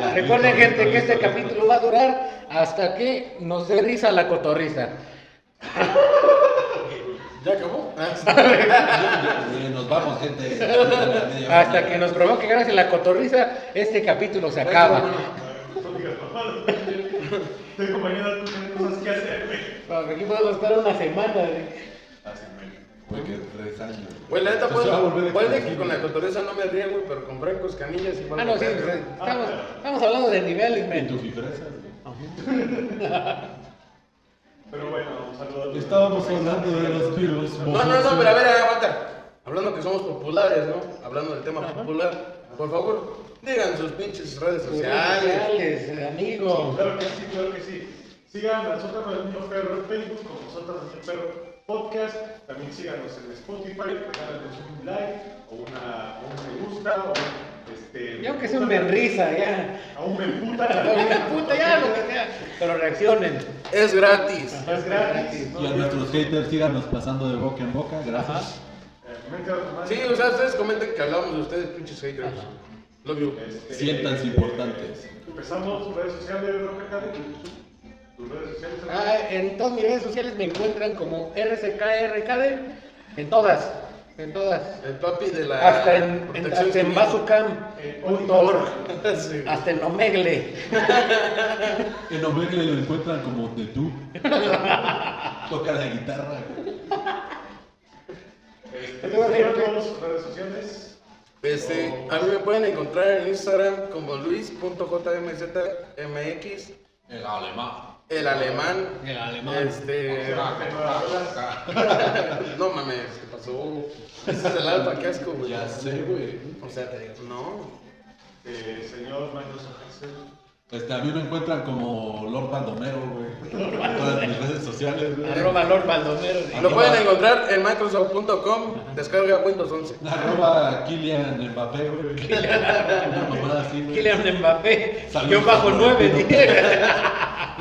Ya, Recuerden, listo, gente, que listo, este listo. capítulo va a durar hasta que nos dé risa la cotorriza. ¿Ya acabó? Ya, Nos vamos, gente. Hasta que nos provoque gracias la cotorriza, este capítulo se acaba. No digas mamadas, güey. Tengo mañana cosas que hacer, güey. Porque aquí podemos estar una semana. ¿eh? güey. Así, güey. Güey, que tres años. Güey, la neta, Pues se va a puede, volver a puede que confundir. con la cotorriza no me ría, güey, pero con Franco Escamilla sí Ah, no, sí, güey. sí, estamos, estamos hablando de niveles, En tu men. fifresa. Pero bueno, un saludo. a- Estábamos hablando de los piros. No, no, no, pero a ver, aguanta. Hablando que somos populares, ¿no? Hablando del tema popular, por favor, digan sus pinches redes sociales. Sociales, amigo. Claro que sí, claro que sí. Sigan a Sótano del Niño Perro en Facebook como Sótano del Niño Perro Podcast. También síganos en Spotify, regálanos un like o una, o un me gusta o un, este. Y aunque sea un berriza, ya. A un me puta. Una puta, ya, lo que sea. Pero reaccionen. Es gratis. Es gratis. ¿no? Y a nuestros haters síganos pasando de boca en boca. Gracias. Eh, mente a tu madre. Sí, o sea, ustedes comenten que hablamos de ustedes, pinches haters. Love you. Este, Siéntanse importantes. Empezamos sus redes sociales, Roque Cari. Tus redes sociales. Ah, en todas mis redes sociales me encuentran como RCKRKD. En todas. En todas. El papi de la Hasta en, en, protección hasta en civil. eh, bazucam.org. Sí. Hasta en Omegle. En Omegle lo encuentran como de tú. Toca la guitarra. Este, síganos en sus redes sociales. Este, a mí me pueden encontrar en Instagram como luis.jmzmx, El alemán. el alemán. El alemán. Este, Síganos en nuevas olas. no mames, ¿qué pasó? Ese es el alfa, qué asco, güey. Ya sé, güey. O sea, no. Eh, señor Microsoft Excel. Este, a mí me encuentran como Lord Baldomero, güey. En todas mis redes sociales, güey. Este, Arroba Lord Baldomero. Lo pueden encontrar en microsoft.com, descarga Windows 11. Arroba Kylian Mbappé, güey. Una mamada así, güey. Kylian Mbappé. Saludos. Yo bajo nueve, tío.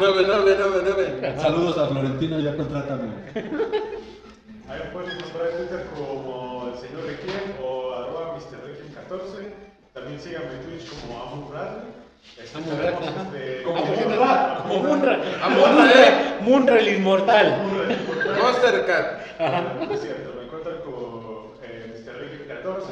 9999. Saludos a Florentino, ya contrátame. Ahí me pueden encontrar en Twitter como el señor Requiem o arroba Mr. Requiem 14. También síganme en Twitch como Amun Bradley. Amun Bradley, ajá. Como Como Munra. Amor, eh. Munra, Munra el inmortal. Monstercat. Es cierto, me encuentran con eh, Mr. Requiem 14.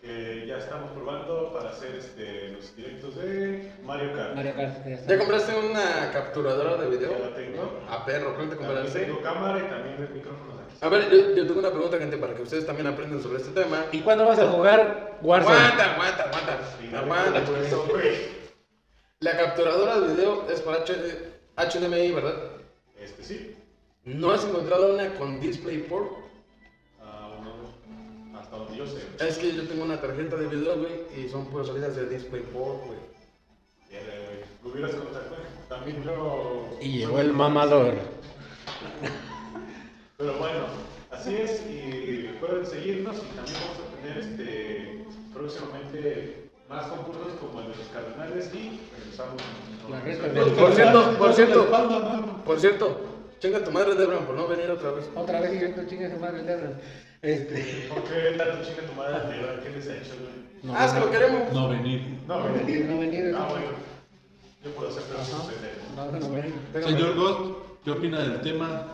Que ya estamos probando para hacer este, los directos de Mario Kart. Mario Kart. ya está. ¿Ya compraste una capturadora de Ya video? la tengo. A perro, ¿cuánto También compraste? tengo cámara y también los micrófonos aquí. A ver, yo, yo tengo una pregunta, gente, para que ustedes también aprendan sobre este tema. ¿Y cuándo vas a jugar Warzone? Aguanta, aguanta, aguanta. Y Aguanta, por pues, eso, güey. La capturadora de video es para HD HDMI, ¿verdad? Este sí. ¿No has encontrado una con DisplayPort? Ah, no, hasta donde yo sé. pues, Es que yo tengo una tarjeta de video, güey, y son puras salidas de DisplayPort, güey. Eh, Lo hubieras contactado. También yo. Y llegó el mamador. Pero bueno, así es. Y recuerden seguirnos y también vamos a tener este, próximamente más concursos como el de los cardenales y regresamos. La reta Nos- del- Por cierto, por cierto, Espalda, mano. por cierto, chinga tu madre, Debran, por no venir otra vez. Otra vez y esto chinga su madre el Debran. Este. ¿Por qué tanto chinga tu madre? de verdad? ¿Qué les ha hecho? güey? No, ah, es que lo queremos. No venir. No, No güey. venir, no venir. Ah, bueno. Yo puedo hacer pero Ajá. no sucede. No, no venir. Déjame. Señor Ghost, ¿qué opina del tema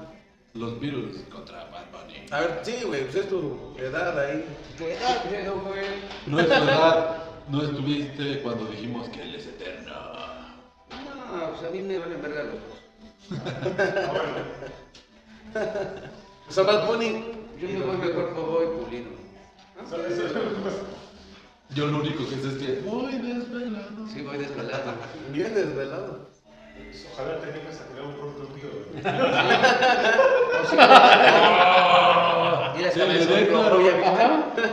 los virus contra Bad Bunny? A ver, sí, güey, pues es tu edad ahí. Ah, No es verdad, no estuviste cuando dijimos que él es eterno. No, pues a mí me valen verga los dos. Ah, bueno. O sea, Bad Bunny. Ah, Yo me voy mejor como voy pulido. Solo eso. Yo lo único que sé es que voy desvelado. Sí, voy desvelado. Bien desvelado. Ojalá te vengas a tirar un pronto mío. Mira, Sí, hasta me le doy subí con claro. rubia, ¿viste?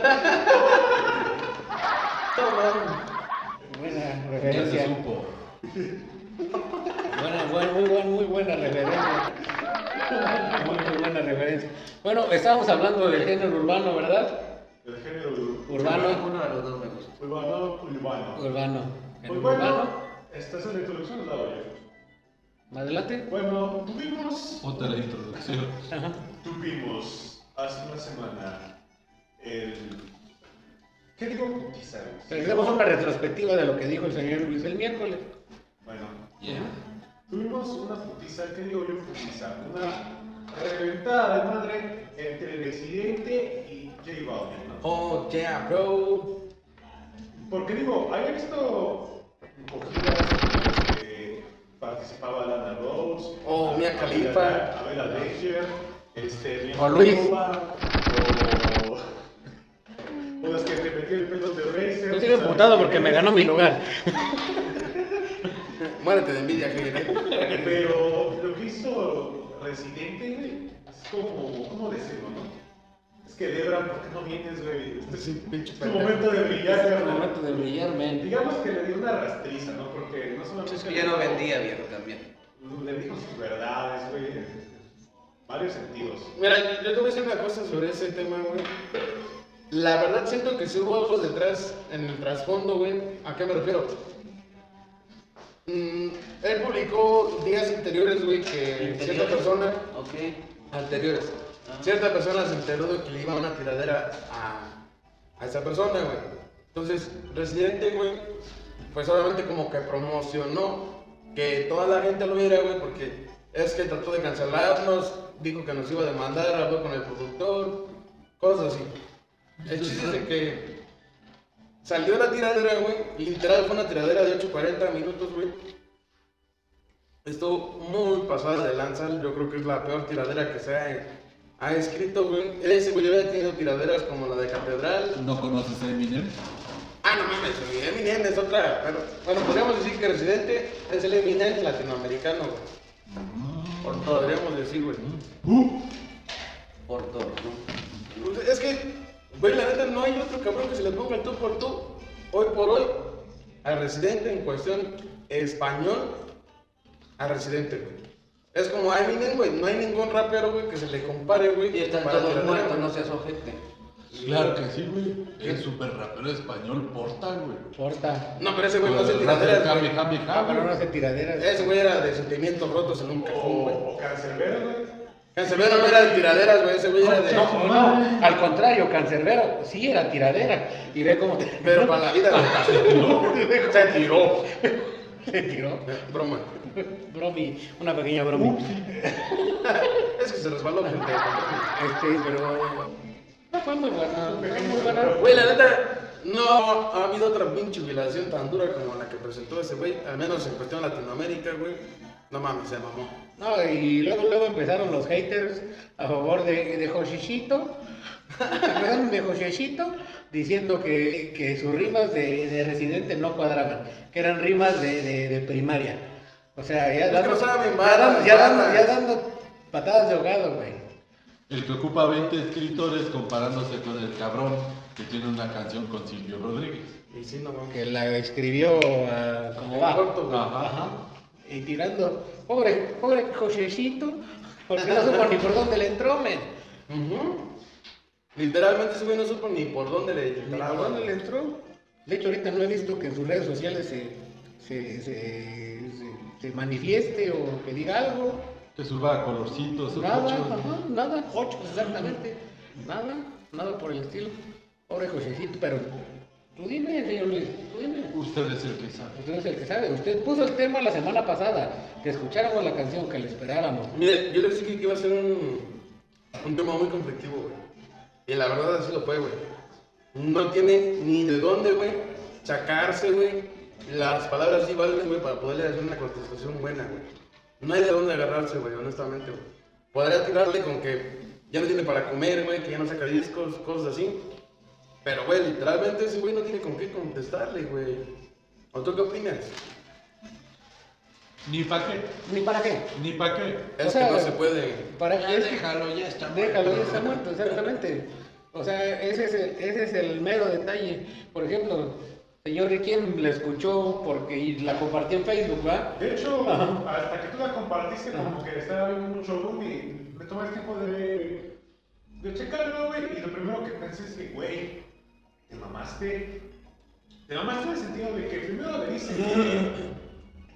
Buena Ya se referencia. supo. Buena, buena, muy, buena, muy buena referencia. Muy, muy buena referencia. Bueno, estábamos hablando del género urbano, ¿verdad? El género ur- Urbano. Ninguno de los dos me gusta. urbano, urbano. Urbano. Pues Género bueno, urbano. esta es la introducción, la doy. Más adelante. Bueno, tuvimos, Otra la introducción. Ajá. tuvimos hace una semana el. ¿Qué digo putiza, güey? Hacemos una retrospectiva de lo que dijo el señor Luis el miércoles. Bueno, Yeah. tuvimos una putiza, ¿qué digo yo putiza? Una reventada de madre entre el presidente y J Balvin, ¿no? Oh, yeah, bro. Porque digo, había visto poquitas que participaba Lana Rose, Oh, Mia Abela- Khalifa. Abela Danger, este, Mia O Luis. Khalifa, o, o las que te metían el pelo de Razer. Yo estoy emputado porque me ganó mi lugar. Muérete de envidia, Javier. ¿eh? Pero lo que hizo Residente, güey, es como, ¿cómo decirlo, no? Es que Debra, ¿por qué no vienes, güey? Este es, es tu momento de brillar, Este es el carnal. momento de brillar, men. Digamos que le dio una rastriza, ¿no? Porque no solamente... Es que ya no vendía, viejo, también. Le dijo sus verdades, güey. en Varios sentidos. Mira, yo te voy a decir una cosa sobre ese tema, güey. La verdad siento que si hubo algo detrás, en el trasfondo, güey. ¿A qué me refiero? Mm, él publicó días anteriores, güey, que cierta persona, Ok. anteriores, cierta persona se enteró de que le iba una tiradera a, a esa persona, güey. Entonces, Residente, güey, pues obviamente como que promocionó que toda la gente lo viera, güey, porque es que trató de cancelarnos, dijo que nos iba a demandar, habló con el productor, cosas así. El chiste es de que salió la tiradera, güey, literal fue una tiradera de 8, 40 minutos, güey. Estuvo muy pasada de lanza, yo creo que es la peor tiradera que se ha, ha escrito, güey. Ese güey había tenido tiraderas como la de Catedral, ¿No conoces a Eminem? Ah, no mames, el Eminem es otra. Bueno, bueno, podríamos decir que Residente es el Eminem latinoamericano, güey. Por todo, podríamos decir, güey. Uh, Por todo. Pues Es que, güey, la neta no hay otro cabrón que se le ponga el tú por tú. Hoy por hoy, a Residente en cuestión español, a Residente, güey. Es como a Eminem, güey. No hay ningún rapero, güey, que se le compare, güey. Y están para todos tiradera, muertos, güey. no seas ojete. claro que sí, güey. El super rapero español porta, güey. Porta. No, pero ese güey no hace El tiraderas, rapero güey. Jame, Jame, Ah, Jame. pero no hace tiraderas. Ese güey era de sentimientos rotos en un Oh. cajón, güey. O, o Cancerbero, güey. Cancelero no era de tiraderas, güey, ese güey era de... No. No, no, al contrario, Cancerbero sí era tiradera. Y ve cómo te- Pero para la vida, güey. Se tiró. se tiró. Broma. Bromi, una pequeña bromi. Es que se resbaló gente. Este, pero. No fue muy buena. Fue muy buena. Güey, la neta, no ha habido otra pinche violación tan dura como la que presentó ese güey, al menos en cuestión Latinoamérica, güey. No mames, se mamó. No, y luego, luego empezaron los haters a favor de, de Joshichito. Empezaron de Joshichito diciendo que, que sus rimas de, de residente no cuadraban, que eran rimas de, de- de primaria. O sea, ya Es que dando, no saben, ya barras, dando- ya dando- ya barras. dando patadas de ahogado, güey. El que ocupa 20 escritores comparándose con el cabrón que tiene una canción con Silvio Rodríguez. Y sí, no mames. Que la escribió ah, como va. Corto, güey. Ajá. Y tirando, pobre, pobre Josecito, porque no supo ni por dónde le entró, men. Ujú. Literalmente ese güey no supo ni por dónde le Ni por dónde le entró. De hecho, ahorita no he visto que en sus redes sociales se, se, se, se- se manifieste o que diga algo. Que suba colorcitos, Nada, ocho. Ah, ajá, nada, ocho exactamente. Nada, nada por el estilo. Pobre Josecito, pero tú dime, señor Luis, tú dime. Usted es el que sabe. Usted es el que sabe. Usted puso el tema la semana pasada, que escucháramos la canción, que la esperáramos. Mire, yo le dije que iba a ser un, un tema muy conflictivo, güey. Y la verdad así lo fue, güey. No tiene ni de dónde, güey, sacarse, güey, las palabras así valen, güey, para poderle hacer una contestación buena, güey. No hay de dónde agarrarse, güey, honestamente, güey. Podría tirarle con que ya no tiene para comer, güey, que ya no saca discos, cosas así. Pero, güey, literalmente ese güey no tiene con qué contestarle, güey. ¿O tú qué opinas? Ni pa' qué, ¿Ni para qué? ni pa' qué. Es O sea, que no se puede. ¿Para Ya qué? déjalo, ya está. Déjalo, ya está muerto, exactamente. O sea, ese es, el, ese es el mero detalle. Por ejemplo, señor de quién la escuchó porque y la compartió en Facebook, ¿va? De hecho, hasta que tú la compartiste, como que estaba viendo mucho boom y me tomé el tiempo de, de checarlo, güey. Y lo primero que pensé es que, güey, te mamaste. Te mamaste en el sentido de que primero le dices que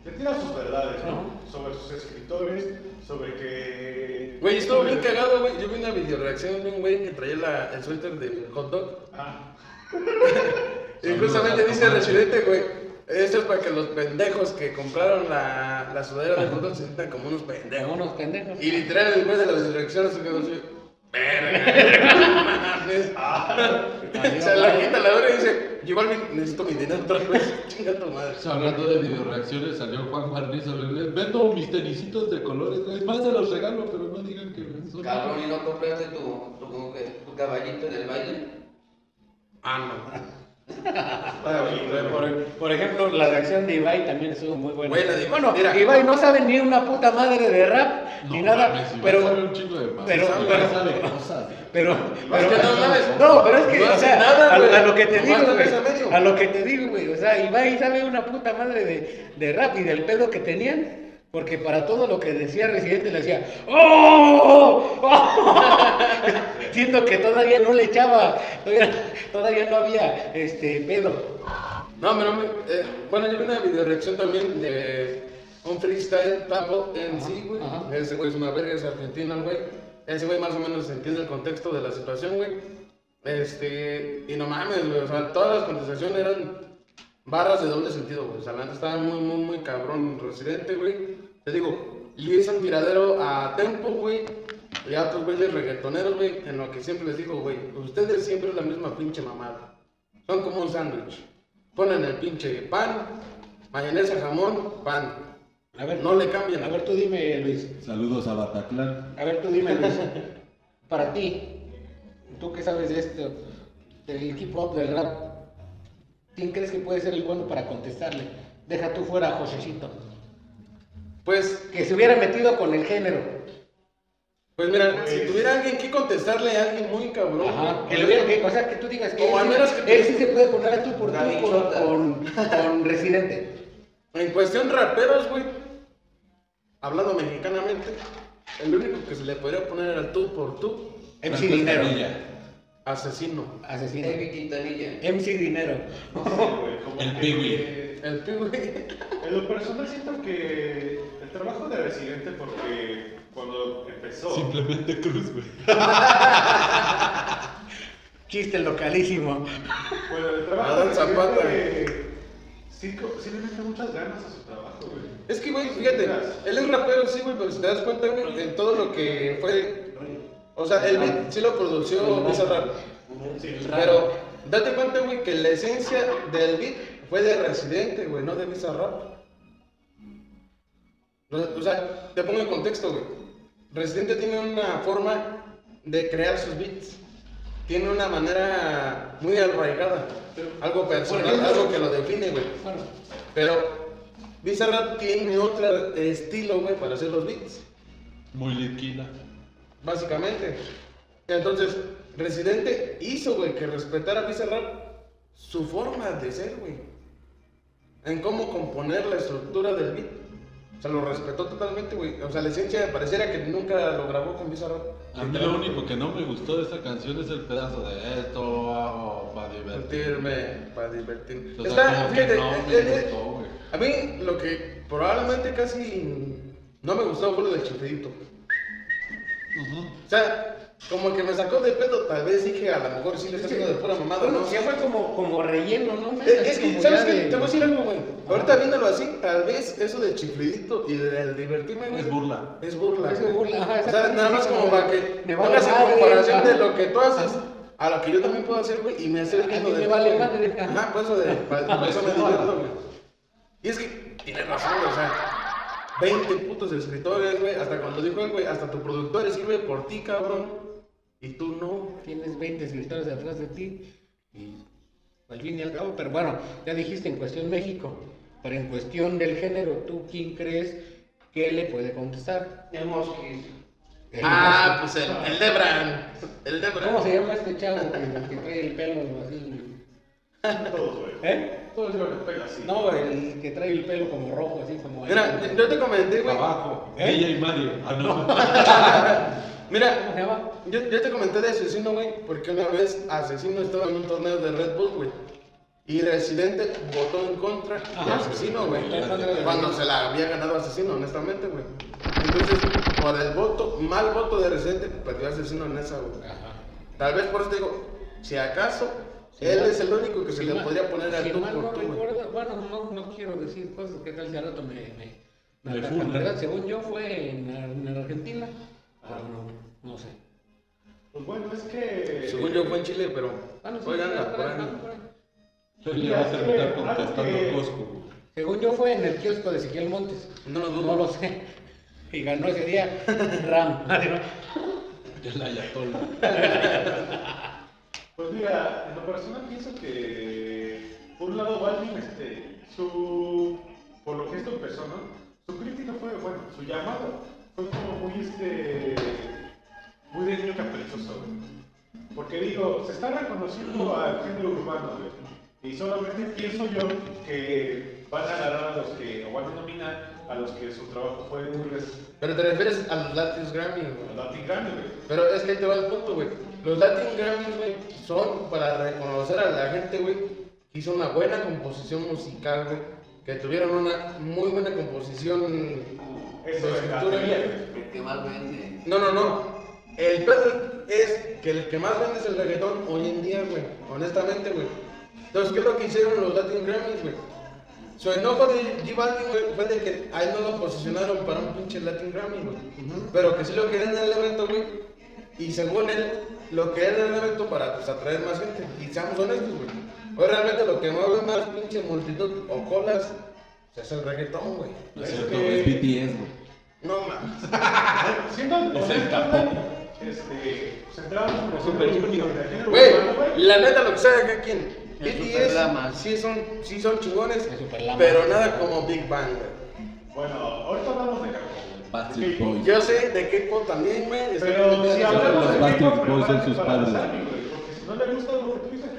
te tira sus verdades, ¿no? Ajá. Sobre sus escritores, sobre que. Güey, estuvo bien cagado, güey. Yo vi una video reacción de un güey que traía la- el suéter del hot dog. Ah, Y justamente dice el residente, güey. Esto es para que los pendejos que compraron la, la sudadera del hot dog se sientan como unos De pendejos. unos pendejos. Y literal, el güey de las direcciones se quedó así. Verga. no mames. Se la quita la hora y dice: Yo igual me- necesito mi dinero otra vez. Chinga tu madre. Hablando de videoreacciones, salió Juan Guarniz sobre Vendo mis tenisitos de colores. Es más, se los regalo, pero no digan que son. Cabrón, ¿y no compraste tu, tu, como que, tu caballito en el baile? Ah, está bien, güey. Por, por ejemplo, la reacción de Ibai también estuvo muy buena. Güey, la de- bueno, mira. Ibai no sabe ni una puta madre de rap No ni nada, mames, Iván pero, sabe un chingo de más. pero- Iván pero- sabe cosas. güey. pero, Es pero- que no sabes. no, pero es que, No o hace sea, nada, a, güey. a lo que te Nomás digo, lo ves güey, a medio. a lo que te digo, güey, o sea, Ibai sabe una puta madre de, de rap y del pedo que tenían. Porque para todo lo que decía Residente le decía, ¡Oh! ¡Oh! Siento que todavía no le echaba, todavía, todavía no había este pedo. No, pero me- eh, bueno, yo vi una video reacción también de un freestyle Pablo en sí, güey. ajá. Ese güey es una verga, es argentino, güey. Ese güey más o menos entiende el contexto de la situación, güey. Este, y no mames, güey. O sea, todas las contestaciones eran barras de doble sentido, güey. O sea, la neta estaba muy, muy, muy cabrón residente, güey. Te digo, le hizo un tiradero a Tempo, güey. Y a otros güeyes reggaetoneros, güey. En lo que siempre les digo, güey, ustedes siempre es la misma pinche mamada. Son como un sándwich. Ponen el pinche pan, mayonesa, jamón, pan. A ver, No le cambian. A ver, tú dime, Luis. Saludos a Bataclan. A ver, tú dime, Luis. Para ti, tú que sabes de esto, del hip hop, del rap, ¿quién crees que puede ser el bueno para contestarle? Deja tú fuera a Josecito. Pues, Que se hubiera metido con el género. pues mira, Pues- si tuviera alguien que contestarle a alguien muy cabrón, Ajá. güey, Que le hubiera, que- o sea, que tú digas que, O él, al sí- menos que- él sí se puede poner a tú por tú La bichota. con, con, con Residente. en cuestión raperos, güey, hablando mexicanamente, el único que se le podría poner era tú por tú, MC Franco Dinero. Escamilla. asesino. Asesino. David Quintanilla. MC Dinero. No sé, güey, como El que- Piwi. El pi, güey. En lo personal siento que el trabajo de residente, porque cuando empezó, Simplemente Cruz, güey. Chiste localísimo. bueno, el trabajo Adán de Zapata. residente, sí, co- sí le mete muchas ganas a su trabajo, güey. Es que, güey, fíjate, él es rapero, sí, güey, pero si te das cuenta, güey, en todo lo que fue. O sea, él güey, sí lo produció Bizarrap. Pero date cuenta, güey, que la esencia del beat fue de Residente, güey, no de Bizarrap. O o sea, te pongo en contexto, güey. Residente tiene una forma de crear sus beats. Tiene una manera muy arraigada. Algo personal, algo que lo define, güey. Bueno, Pero Bizarrap tiene otro estilo, güey, para hacer los beats, Muy litquina. básicamente. Entonces, Residente hizo, güey, que respetara Bizarrap su forma de ser, güey. En cómo componer la estructura del beat. O sea, lo respetó totalmente, güey. O sea, la esencia pareciera que nunca lo grabó con Bizarrap. A mí lo único que no me gustó de esa canción es el pedazo de esto hago para divertirme. Divertirme, para divertirme. O sea, Está, como que fíjate, no me eh, eh, gustó, güey. A mí lo que probablemente casi no me gustó fue lo del chiflidito. Ujú. O sea, como que me sacó de pedo, tal vez dije, a lo mejor sí le está haciendo de pura mamada, bueno, ¿no? ya fue como, como relleno, ¿no? Es, es que, Como ¿sabes ya qué? de- Te voy a decir algo, güey. Ahorita viéndolo así, tal vez eso de chiflidito y del divertirme, güey. Es burla. Es burla. Es güey. burla, ajá, O sea, nada más como para que Me vale pongas en madre, comparación ajá. de lo que tú haces a lo que yo también puedo hacer, güey, y me hace el A hijo mí de me puta, vale güey. madre, ajá. Ajá, por eso, de, pa- por eso me divierto, güey. Y es que tienes razón, güey, o sea, 20 putos escritores, güey, hasta cuando dijo el güey, hasta tu productor escribe por ti, cabrón, y tú no. Tienes 20 escritores atrás de ti Y al fin y al cabo, pero bueno, ya dijiste en cuestión México, pero en cuestión del género, ¿tú quién crees que le puede contestar? El mosquis. Ah, pues el, el Debran. El Debran. ¿Cómo se llama este chavo que, que trae el pelo así? Todos, güey. ¿Eh? Todos llevan el pelo así. No, el que trae el pelo como rojo, así como... Mira, yo te comenté, güey. Abajo. ¿Eh? Ella y Mario. Ah, no. ¿Cómo Mira, se llama? yo, yo te comenté de Asesino, güey, porque una vez Asesino estaba en un torneo de Red Bull, güey. Y Residente votó en contra de Ajá. Asesino, güey. Votó en contra de- Cuando se la había ganado Asesino, honestamente, güey. Entonces, por el voto, mal voto de Residente, perdió Asesino en esa, güey. Ajá. Tal vez por eso te digo, si acaso, Sí, él ma- es el único que Pues se Si le mal- podría poner si al tú mal por no tú, güey. recuerdo- bueno, no, no quiero decir cosas que tal si al rato me... me, me Me atacan, funan. ¿verdad? Según yo fue en, en Argentina, pero no, no sé. Pues bueno, es que. Según yo fue en Chile, pero Bueno, sí, hoy por anda, ahí, por ahí por ahí, anda. por ahí. Entonces le vas a terminar ah, contestando Cosco. güey. Según yo fue en el kiosco de Ezequiel Montes. No lo dudo. No lo sé. Y ganó ese día Ram. Es la Ayatollah. Pues mira, en lo personal pienso que por un lado Balvin, este, su por lo que esto empezó, ¿no? Su crítica fue, bueno, su llamado fue como muy este muy de niño caprichoso, güey. Porque digo, se está reconociendo al género urbano, güey. Y solamente pienso yo que van a ganar a los que, o van a nominar a los que su trabajo fue muy res- Pero te refieres a los Latinos Grammy, güey. Latin Grammy, güey. Pero es que ahí te va el punto, güey. Los Latin Grammys, güey, son para reconocer a la gente, güey, que hizo una buena composición musical, güey. Que tuvieron una muy buena composición. Eso es la Escritura. teoría, güey. El que más vende. No, no, no. El pedo es que el que más vende es el reggaetón hoy en día, güey. Honestamente, güey. Entonces, ¿qué es lo que hicieron los Latin Grammys, güey? Su enojo de G Balvin, güey, fue de que a él no lo posicionaron para un pinche Latin Grammy, güey. Pero que sí lo querían en el evento, güey. Y según él, lo querían en el evento para pues, atraer más gente. Y seamos honestos, güey. Hoy realmente lo que mueve más pinche multitud o colas pues, es el reggaetón, güey. No es Es cierto, que- es BTS, güey. No mames. Siendo Es el capo. Este, centrado en el Super género Junior. urbano, género Güey, urbano, güey. la neta lo que sabe acá quien. El Superlama. BTS sí son, sí son chingones, El Superlama. pero nada como Big Bang, güey. Bueno, ahorita hablamos de Cancún. Backstreet Boys. Yo sé de K-pop también, güey. estoy Pero metido si en el- hablamos Los de Backstreet K-pop, Boys son prepárate sus para padres. Sammy, güey, porque si no le gusta lo que dice, ¿A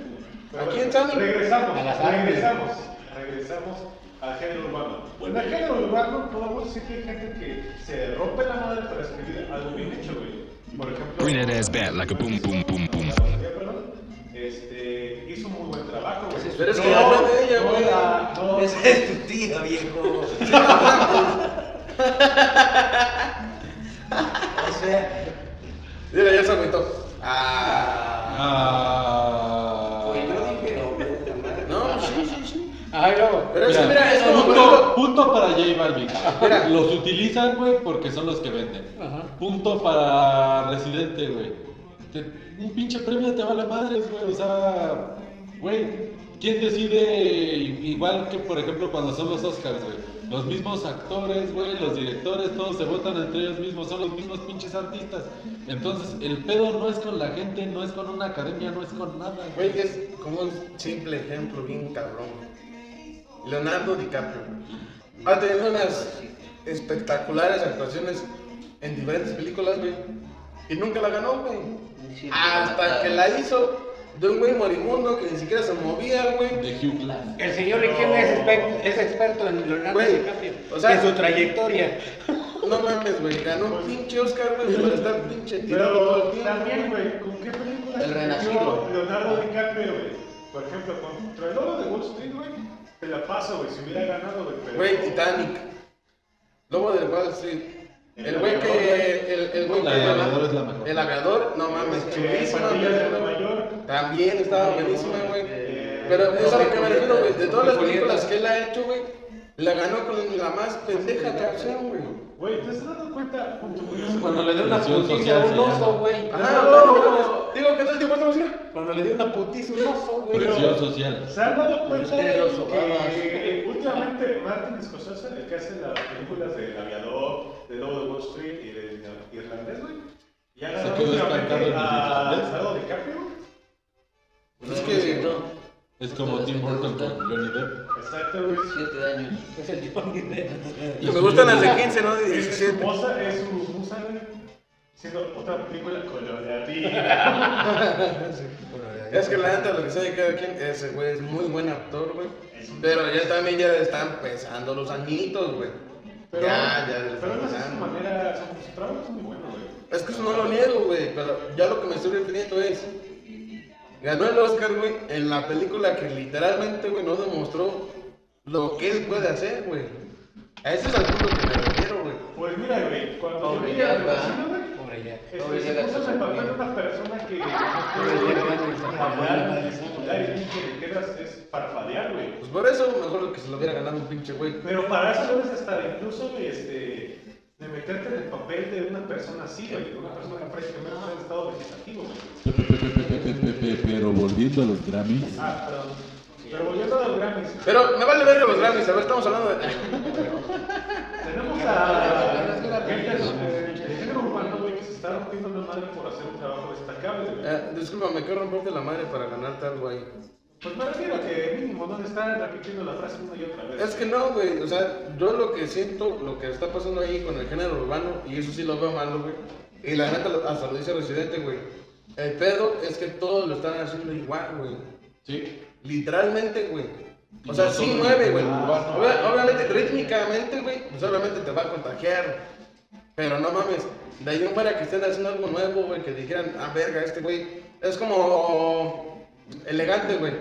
pero quién, bueno, Sammy? A la Regresamos, Sammy. regresamos, regresamos al género urbano. Bueno, en el género urbano podemos decir que hay gente que se rompe la madre para escribir algo bien hecho, güey. Por ejemplo, Bring that ass back like a boom, boom, boom, boom. La batería, perdón, Este, hizo muy buen trabajo, güey. Pues, Pero es que habla de ella, güey. la- no, Esa es tu tía, viejo. o sea, Mira, ya se agüitó. Ah. Ah. pues yo dije, no, vete a la madre. No, sí, sí, sí. Ay, no. Pero es que, Mira, mira, es como. por punto, ejemplo, punto para J Balvin. Mira. Los utilizan, güey, porque son los que venden. Ajá. Punto para Residente, güey. Te- Un pinche premio te vale madres, güey. O sea, güey, ¿quién decide? Igual que, por ejemplo, cuando son los Oscars, güey. Los mismos actores, güey, los directores, todos se votan entre ellos mismos, son los mismos pinches artistas. Entonces, el pedo no es con la gente, no es con una academia, no es con nada, güey. Güey, es como un simple ejemplo bien cabrón. güey. Leonardo DiCaprio. güey. Ha tenido unas espectaculares actuaciones en diferentes películas, güey. Y nunca la ganó, güey. Siempre Hasta matado. que la hizo de un güey moribundo que ni siquiera se movía, güey. De Hugh Glass. El señor Riquelme es, exper- es experto en Leonardo Güey, DiCaprio. o sea- en su trayectoria. No mames, güey. Ganó un pinche Oscar, güey, por estar pinche tirando todo Pero el tiempo, también, güey, ¿con qué película El se Renacido. metió Leonardo DiCaprio, güey? Por ejemplo, contra el lobo de Wall Street, güey, te la paso, güey, si hubiera ganado, güey. pero- Güey, Titanic. Lobo de Wall Street. El güey que. El, el güey El que. aviador es la mejor. El aviador, no mames, Eh, chulísima, Pandillas de Nueva güey. York. También estaba buenísima, güey. Eh, Pero eso es a lo que me refiero, güey. De todas las Julieta. películas que él ha hecho, güey, la ganó con la más pendeja canción, güey. Güey, ¿te estás dando cuenta? Punto curioso. Cuando le dio una Presión putiza a social un se llama. oso, güey. Ajá, no, no, Digo que todo el tiempo estamos así. Cuando le dio una putiza a un oso, güey. Presión social. ¿Se han dado cuenta Ustedes los que últimamente Martin Scorsese, el que hace las películas de El Aviador, de Lobo de Wall Street y de Irlandés, güey? Y ha Se ganado quedó últimamente estancado en a Irlandés. Leonardo DiCaprio. Es que- Es como Tim Burton con Johnny Depp. Exacto, güey. Siete años. Es el Johnny Depp. Y Me gustan su- las de 15, no de Es es su 17. musa, es su musa, güey. Siendo otra película coloreativa. Es que la neta, lo que sea de cada quien, ese güey es muy buen actor, güey. Pero ya también ya están pesando los añitos, güey. Pero, ya, ya. le pero están no es su pesando. manera, su, su trabajo es muy bueno, güey. Es que eso no lo niego, güey, pero ya lo que me estoy refiriendo es. Ganó el Oscar, güey, en la película que literalmente, güey, no demostró lo que él puede hacer, güey. A ese es al punto que me refiero, güey. Pues mira, güey, cuando Pobre yo vi a Yerba. Regina, güey, Pobre ya. este, Pobre se Yerba, puso en su el papel de familia. una persona que Pobre Yerba. hablar, gesticular y que le quedas es parpadear, güey. Pues por eso, mejor que se lo hubiera ganado un pinche güey. Pero para eso debes estar incluso, güey, este, de meterte en el papel de una persona así, güey, de una persona que prácticamente está en estado vegetativo, güey. Pe- pe- pe- pe- pe- pe- pe- pe- Pero volviendo a los Grammys. Ah, perdón. Pero volviendo a los Grammys, Pero me vale ver los Grammys, a ver, estamos hablando de. tenemos a gente eh, de género urbano, güey, que se está rompiendo la madre por hacer un trabajo destacable, güey. Eh, discúlpame, quiero romperte la madre para ganarte algo ahí. Pues me refiero a que mínimo no le están repitiendo la frase una y otra vez. Es que no, güey, o sea, yo lo que siento, lo que está pasando ahí con el género urbano, y eso sí lo veo malo, güey. Y la neta, lo- hasta lo dice Residente, güey. El pedo es que todos lo están haciendo igual, güey. Sí. Literalmente, güey. O Y sea, no sí solo mueve, el güey. género urbano. Obvia- Obviamente, rítmicamente, güey, pues obviamente te va a contagiar. Pero no mames, de ahí para que estén haciendo algo nuevo, güey, que dijeran, ah, verga, este güey. Es como elegante, güey.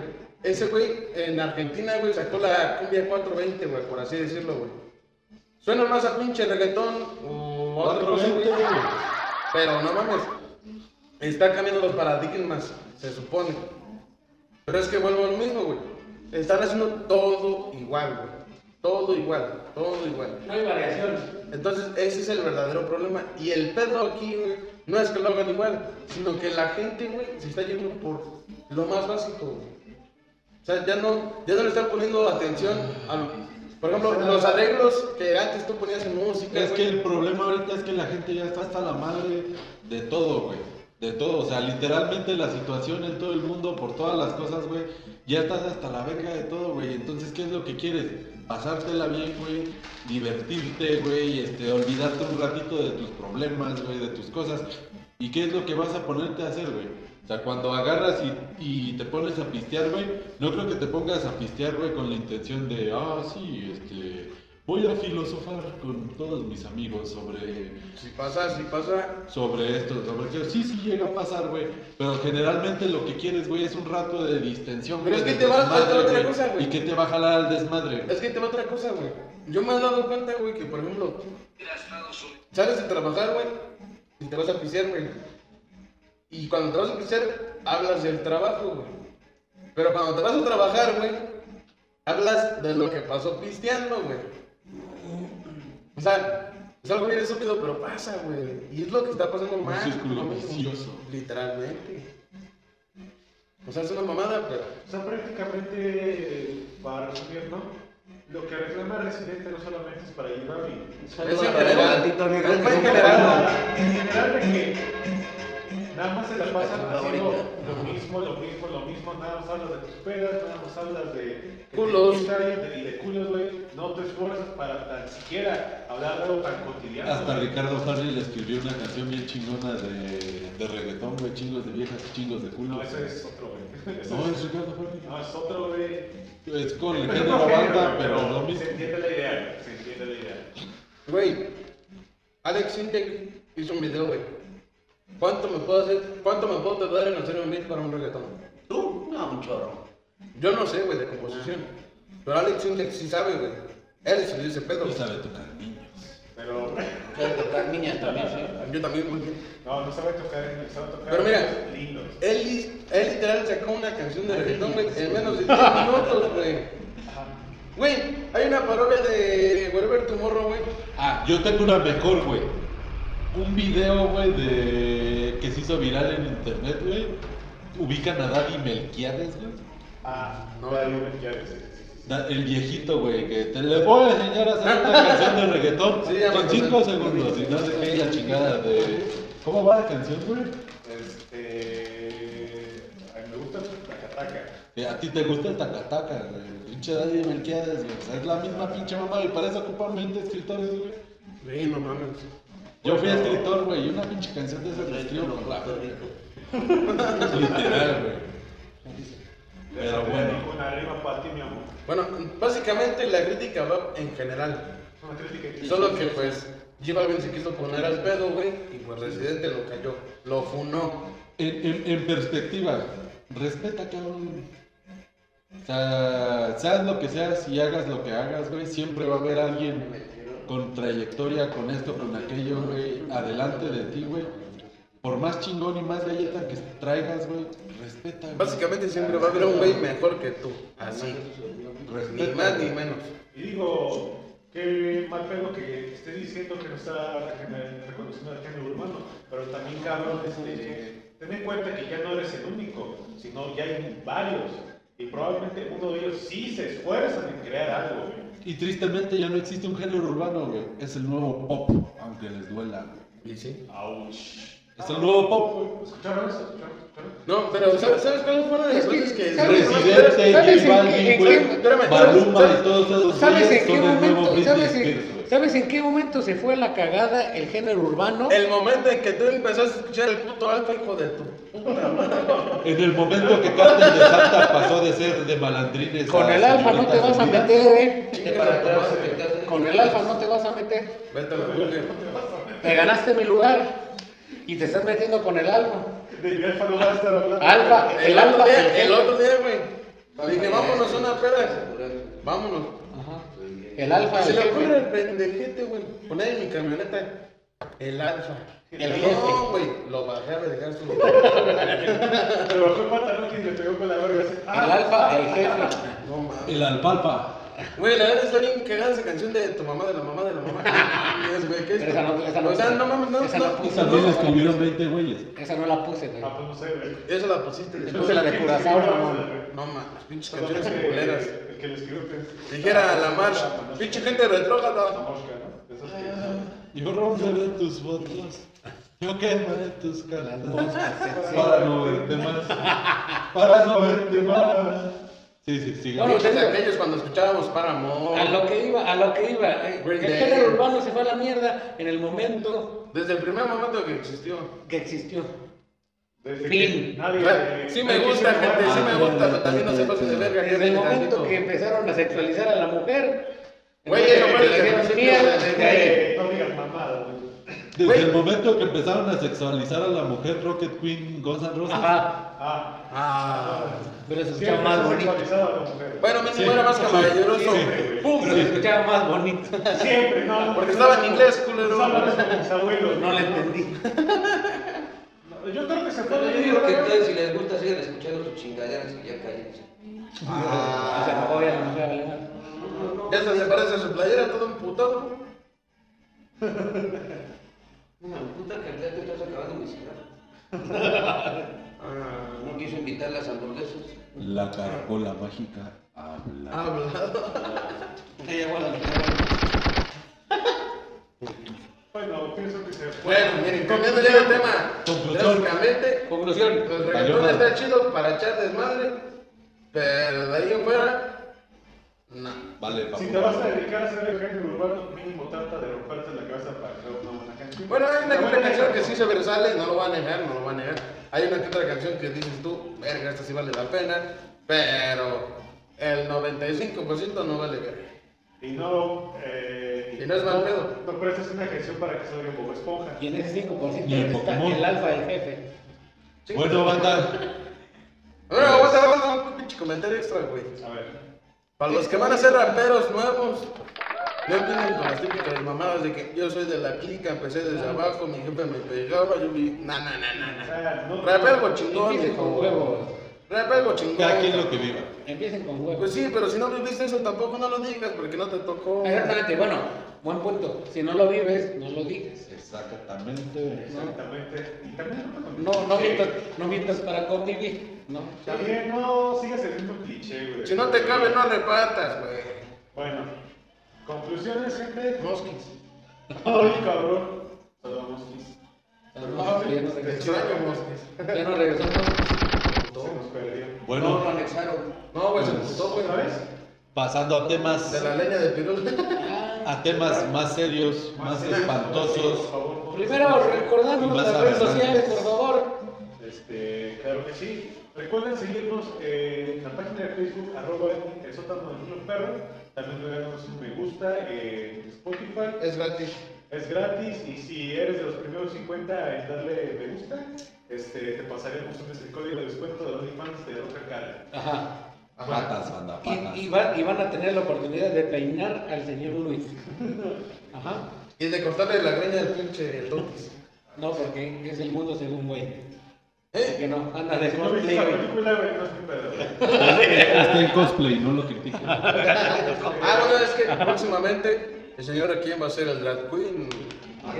Ese güey en Argentina, güey, sacó la cumbia 420, güey, por así decirlo, güey. Suena más a pinche reggaetón o otra cosa, güey. 420, güey. Pero no mames, está cambiando los paradigmas, se supone. Pero es que vuelvo a lo mismo, güey. Están haciendo todo igual, güey. Todo igual, todo igual. No hay variación. Entonces, ese es el verdadero problema. Y el pedo aquí, güey, no es que lo hagan igual, sino que la gente, güey, se está yendo por lo más básico, güey. O sea, ya no, ya no le están poniendo atención a lo- Por ejemplo, los arreglos que antes tú ponías en música, Es que güey. el problema ahorita es que la gente ya está hasta la madre de todo, güey. De todo, o sea, literalmente la situación en todo el mundo, por todas las cosas, güey, ya estás hasta la verga de todo, güey. Entonces, ¿qué es lo que quieres? Pasártela bien, güey, divertirte, güey, este, olvidarte un ratito de tus problemas, güey, de tus cosas. ¿Y qué es lo que vas a ponerte a hacer, güey? O sea, cuando agarras y, y te pones a pistear, güey, no creo que te pongas a pistear, güey, con la intención de, ah, sí, este, voy a filosofar con todos mis amigos sobre, Si pasa, si pasa. sobre esto, sobre que sí, sí llega a pasar, güey, pero generalmente lo que quieres, güey, es un rato de distensión. Pero güey, es que de te va a faltar desmadre, otra cosa, güey. Y que te va a jalar al desmadre, güey. Es que te va otra cosa, güey. Yo me he dado cuenta, güey, que por ejemplo, sales de trabajar, güey, y te vas a pisear, güey. Y cuando te vas a pisear, hablas del trabajo, güey. Pero cuando te vas a trabajar, güey, hablas de lo que pasó pisteando, güey. O sea, es algo bien estúpido, pero pasa, güey. Y es lo que está pasando más. círculo no mames, vicioso. Literalmente. O sea, es una mamada, pero. O sea, prácticamente, eh, para resumir, ¿no? Lo que reclama Residente no solamente es para J Balvin. Es en general. Fue en general. En general, de que nada más se la pasan Ahorita. haciendo lo mismo, lo mismo, lo mismo. Nada más hablas de tus pedas, nada más hablas de. de Culos. fiesta Y de, y de culos, güey. No te esfuerzas para tan siquiera hablar de algo tan cotidiano. Hasta güey. Ricardo Farley le escribió una canción bien chingona de, de reggaetón, güey, chingos de viejas, chingos de culo. No, ese es otro, güey. Ese No, es- es Ricardo Farley. No, es otro, güey. Es con el Pues género otro género, banda, güey, pero lo mismo. Se entiende la idea, se entiende la idea. Güey, Alex Sintek hizo un video, güey. ¿Cuánto me puedo hacer, cuánto me puedo tardar en hacer un beat para un reggaetón? ¿Tú? No, un chorro. Yo no sé, güey, de composición. Pero Alex Sintek sí sabe, güey. Él se dice pedo. No güey. sabe tocar niños. Pero. Sabes tocar niñas también, sí. Yo también, güey. No, no sabe tocar, no sabe tocar. Pero mira. Lindo. Él, li- él literal sacó una canción de reggaetón, güey, en menos de 10 minutos, güey. Güey, hay una parodia de Wherever Tomorrow, güey. Ah, yo tengo una mejor, güey. Un video, güey, de... que se hizo viral en internet, güey. Ubican a Daddy Melquiades, güey. Ah, no, la digo ya ves. Da- El viejito, güey, que te le voy a enseñar a hacer una canción de reggaetón Sí, ya me con 5 acordé. segundos y no sé qué la chingada de... ¿Cómo va la canción, güey? Este. ay, Me gusta la Eh, a ti te gusta el tacataca, güey. El Pinche Daddy Melquiades, güey. O sea, es la misma pinche mamá, y para eso ocupan 20 escritores, güey. Güey, no mames. Yo fui escritor, güey, y una pinche canción de esas la escribo con la verga, güey. Literal, güey. Pero bueno. Una rima para ti, mi amor. Bueno, básicamente la crítica va en general. Es una crítica que- Solo que pues J Balvin se quiso poner al pedo, güey, y pues Residente lo cayó, lo funó. En, en- en perspectiva, respeta, cabrón. O sea, seas lo que seas y hagas lo que hagas, güey, siempre va a haber alguien con trayectoria, con esto, con aquello, güey, adelante de ti, güey. Por más chingón y más galleta que traigas, güey, respeta. güey. Básicamente siempre va a haber un güey mejor que tú, así. Ni Respeta, más ni güey. menos. Y digo, qué mal pedo que esté diciendo que no está regener- reconociendo el género urbano, pero también, cabrón, este, ten en cuenta que ya no eres el único, sino ya hay varios, y probablemente uno de ellos sí se esfuerzan en crear algo, güey. Y tristemente ya no existe un género urbano, güey. Es el nuevo pop, aunque les duela, güey. Y sí. Auch. Es el nuevo pop, güey. ¿Escucharon eso? ¿Escucharon? ¿Escucharon? No, pero ¿sabes, ¿sabes cuáles fueron las Es que- cosas que... ¿sabes? Residente, ¿Sabes J en qué- Balvin, en güey, qué- espérame, Maluma ¿sabes- y todos esos ¿Sabes güeyes en qué son el nuevo momento? Britney ¿sabes Spears, en, güey. ¿Sabes en qué momento se fue a la cagada el género urbano? El momento en que tú empezaste a escuchar el puto alfa, hijo de tu... En el momento que Cartel de Santa pasó de ser de malandrines Con a el alfa no te señoritas vas a unidas, meter, eh. Vete para atrás, vete. Con el alfa no te vas a meter. Vete a la verga. Te ganaste mi lugar y te estás metiendo con el alfa. De mi alfa no va a estar hablando. Alfa, el, El alfa. otro el día, el género- otro día, güey. Dije, vámonos a una peda. Vámonos. Ajá. El alfa. Se el le jefe. ocurre al pendejete, güey, poner en mi camioneta el alfa. El jefe. No, güey, lo bajé a vergar su... Me bajó el pantalón y le pegó con la verga. así, El Ah, alfa, el jefe. No, mames. El alfalfa. Güey, la verdad está bien cagada esa canción de tu mamá, de la mamá, de la mamá. Es, güey, ¿qué es? Pero esa no- esa no- o sea, no mames, no, esa no. no puse. Esa vez la escribieron 20 güeyes. Esa no la puse, güey. ah, pues no sé, güey. Eso la pusiste después. Puse la de Curazao, mamón. No mames, pinches canciones Solamente culeras. El que le escribió que- Dijera la marcha, pinche gente La retrógrada. mosca, ¿no? Esas que- Yo romperé tus botas. Yo quemaré tus Las calabazas. moscas, sí. Para no verte más. Para no verte más. Sí, sí, sí. Bueno, Pinches de aquellos cuando escuchábamos Paramore. A lo que iba, a lo que iba. eh, El Green Day. género urbano se fue a la mierda en el momento Desde el primer momento que existió. que existió. Desde Fin. que nadie- Claro, sí me nadie gusta, quiso gente, sí grabar. me gusta, pero también no se pasen de verga. Desde el gente, momento tantito. que empezaron a sexualizar a la mujer. Güey, entonces, eso fue le desde el dieron principio, mierda, desde desde ahí. Eh, No digas mamada, güey. Desde Güey. el momento que empezaron a sexualizar a la mujer Rocket Queen Guns N' Roses. Ajá. Ah, Ah. Pero se escuchaba siempre más se ha bonito. sexualizado a la mujer. Bueno, mi era más caballeroso. Pum, pero se escuchaba más bonito. Siempre, no. Porque estaba en inglés, culero. Estaba hablando con mis abuelos. No la entendí. No, Yo creo que se fue Bueno, de yo digo que ustedes, si les gusta, sigan escuchando sus chingaderas y ya cállense. O sea, no voy a la mujer a bailar. Ya Ah, se parece a su playera, todo emputado. Una puta cantidad que estás acabando mi cigarro. Ah, No quiso invitar las hamburguesas. La caracola mágica Ah, habla. Hablado. Ya llegó la mujer. Bueno, pienso que se fue. Bueno, miren, cambiando ya el tema. Conclusión. Básicamente, Conclusión. el reggaetón está chido para echar desmadre, pero de ahí en fuera, no. Vale, Si te vas a dedicar a hacer el género urbano, mínimo trata de romperte la cabeza para crear una buena canción. Bueno, hay una que otra buena canción que sí se sobresale, no lo va a negar, no lo va a negar. Hay una que otra canción que dices tú, verga, esta sí vale la pena, pero el 95% no vale verga. Y no. Eh, Y no es mal pedo. No prestas una canción para que salga Bob Esponja. Y en ese 5% Y el está Pokémon. el alfa, el jefe. Bueno, banda. A ver, aguanta, aguanta, un pinche comentario extra, güey. A ver. Para los que van a ser raperos nuevos, no empiecen con las típicas mamadas de que yo soy de la clica, empecé desde abajo, mi jefe me pegaba, yo vi, na, na, na, na, O na. sea, no. Rap algo chingón, Empiecen con hijo. huevos. Rap algo chingón. Cada quien lo que viva. Empiecen con huevos. Pues sí, pero si no viviste eso tampoco no lo digas porque no te tocó. Exactamente, bueno, buen punto. Si no lo vives, no lo digas. Exactamente. Exactamente. Y también No, no mientas, no mientas para convivir, ¿no? También no sigas el mismo cliché, güey. Si no te cabe, no repartas, güey. Bueno, conclusiones, gente. Mosquis. Ay, cabrón. Saludos, Mosquis. Ya no Te regresó. extraño, mosquis. Ya no regresó. ¿no? ocultó. Se nos perdió. No Bueno, lo anexaron. No, güey, se Pues, ocultó, güey. ¿Sabes? pasando a De temas, la leña de pirul. Ah. a temas más serios, más Por espantosos. favor. Primero, Y recordándonos más las redes aberrantes. sociales, por favor. Este, claro que sí. Recuerden seguirnos eh, en la página de Facebook, arroba el sótano del niño perro. También regálanos un me gusta eh, en Spotify. Es gratis. Es gratis y si eres de los primeros 50 en darle me gusta, este, te pasaremos el código de descuento de OnlyFans de otra cara. Ajá. Patas, banda, patas. Y, y van, y van a tener la oportunidad de peinar al señor Luis. Ajá. Y de cortarle la greña del pinche Totis. No, porque es el mundo según güey. ¿Eh? Que no, anda de Si no viste corte, la güey. película, güey, no es mi pedo. Está en cosplay, no lo critiquen. Ah, bueno, es que próximamente el señor aquí va a ser el drag queen. Ah,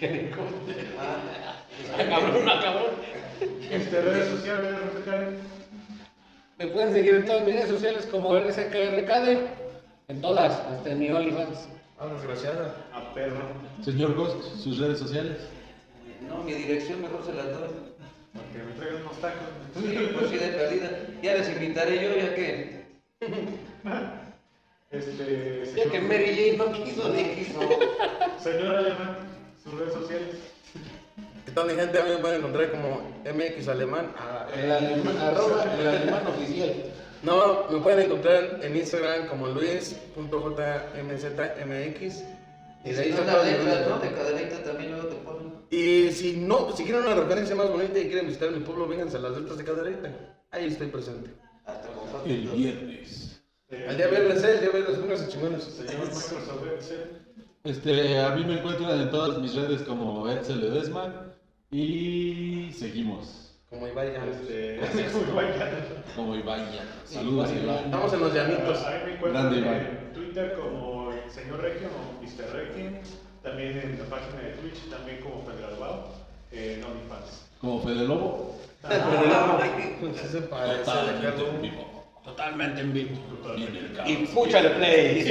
Que de corte. Ah, cabrón, ah, cabrón. Este, redes sociales, redes sociales. Me pueden seguir en todas mis redes sociales como RSKRKD. En todas, hasta en mi OnlyFans. Ah, desgraciada. A perro. Señor Ghost, sus redes sociales. No, mi dirección mejor se la doy. Porque me traigan unos tacos. Sí, pues sí, de perdida. Ya les invitaré yo, ya que. Este, Ya que señor- Mary Jane no quiso Hizo ni de quiso. Señor Alemán, sus redes sociales. ¿Qué tal mi gente? A mí me pueden encontrar como MX Alemán. Ah, El alemán, arroba el alemán oficial. No, me pueden encontrar en Instagram como luis.jmzmx. Y Y de si ahí no son la todos mis letra, videos. ¿no? De cada letra también luego te ponen. Y si no, si quieren una referencia más bonita y quieren visitar mi pueblo, vénganse a las letras de Cadereyta. Ahí estoy presente. Hasta con fotos. El viernes. Eh, El día viernes, eh, el día viernes, pónganse chingones. Señor Microsoft Excel. Este, a mí me encuentran en todas mis redes como Edsel Ledesma. Y seguimos. Como Ibai ya. Este, es muy guayado. Como Iván ya. Saludos, Iván. Estamos en los llanitos. Ahí me encuentran Grande, en Twitter como el señor Requiem o Mr. Requiem. También en la página de Twitch, también como Pedralbao, en OnlyFans. Como Fede Lobo. Sí se parece, Totalmente en Ricardo. vivo. Totalmente en vivo. Viene el Y caos. escúchale play.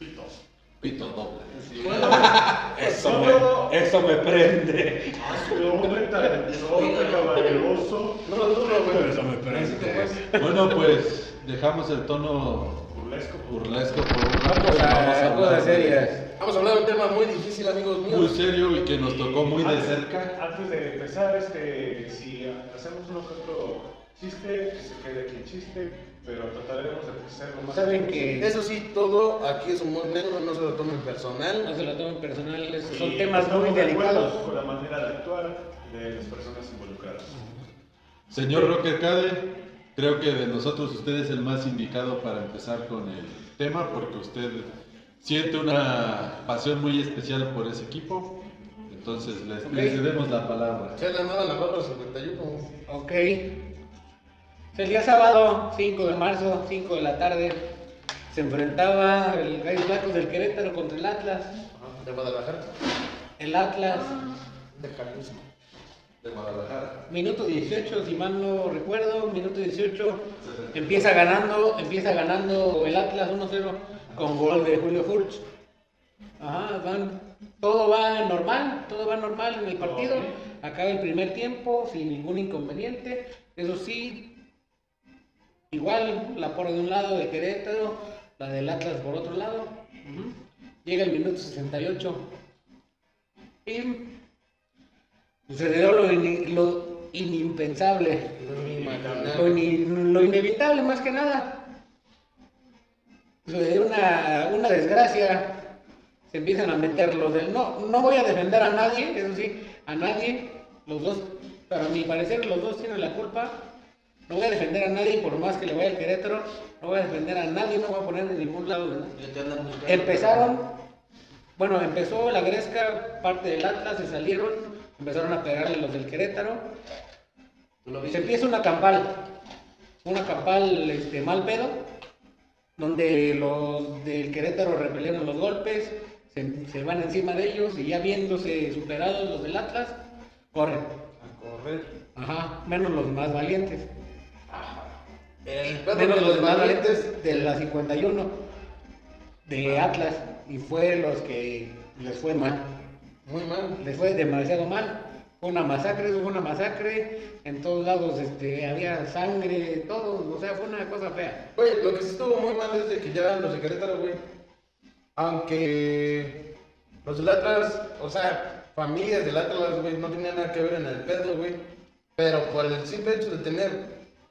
Pito. Pito doble. Eso me- eso me prende. Hombre talentoso, caballeroso, No lo dudo, güey. me Bueno, pues dejamos el tono burlesco. burlesco por un rato. y Vamos vamos a hablar cosas de- serias. Vamos a hablar de un tema muy difícil, amigos Muy míos. serio y que nos tocó muy de Antes- cerca. Antes de empezar, este, si hacemos uno que otro chiste, que se quede aquí el chiste, pero trataremos de hacerlo más. Saben que Eso sí, todo aquí es humor negro, no se lo tomen no personal. Ah, se lo tomen personal, es- Y son temas muy estamos de acuerdo delicados. Con la manera de actuar de las personas involucradas. Señor Rocker Cade, creo que de nosotros usted es el más indicado para empezar con el tema porque usted siente una pasión muy especial por ese equipo. Entonces le Ok. le cedemos la palabra. Se la nada la barra 51. Ok. El día sábado, 5 de marzo, 5 de la tarde, se enfrentaba el Gallos Blancos del Querétaro contra el Atlas. De Guadalajara. El Atlas, De Jalisco. De Guadalajara. minuto 18, si mal no recuerdo, minuto 18, empieza ganando, empieza ganando el Atlas 1-0 con gol de Julio Furch. Ajá, van, todo va normal, todo va normal en el partido. Acaba el primer tiempo sin ningún inconveniente. Eso sí, igual la por de un lado de Querétaro, la del Atlas por otro lado. Ujú. Llega el minuto 68. Y Sucedió lo, ini- lo inimpensable, lo, ini- lo inevitable más que nada. Sucedió una, una desgracia. Se empiezan a meter los del... No, no voy a defender a nadie, eso sí, a nadie. Los dos, para mi parecer, los dos tienen la culpa. No voy a defender a nadie, por más que le vaya al Querétaro. No voy a defender a nadie, no voy a poner de ningún lado de nadie. Ya te andan buscando. Empezaron, bueno, empezó la Gresca, parte del Atlas, se salieron, empezaron a pegarle los del Querétaro. ¿Tú lo Se viste? empieza una campal, una campal este, mal pedo, donde los del Querétaro repelieron los golpes, se, se van encima de ellos y ya viéndose superados los del Atlas, corren. A correr. Ajá, menos los más valientes. El Menos los más valientes de la 51 de Atlas y fue los que les fue mal. Muy mal. les fue demasiado mal. Fue una masacre, hubo una masacre, en todos lados este, había sangre, todo, o sea, fue una cosa fea. Güey, lo que sí estuvo muy mal es de que ya los de Querétaro, güey. Aunque los del Atlas, o sea, familias del Atlas, güey, no tenían nada que ver en el pedo, güey. Pero por el simple hecho de tener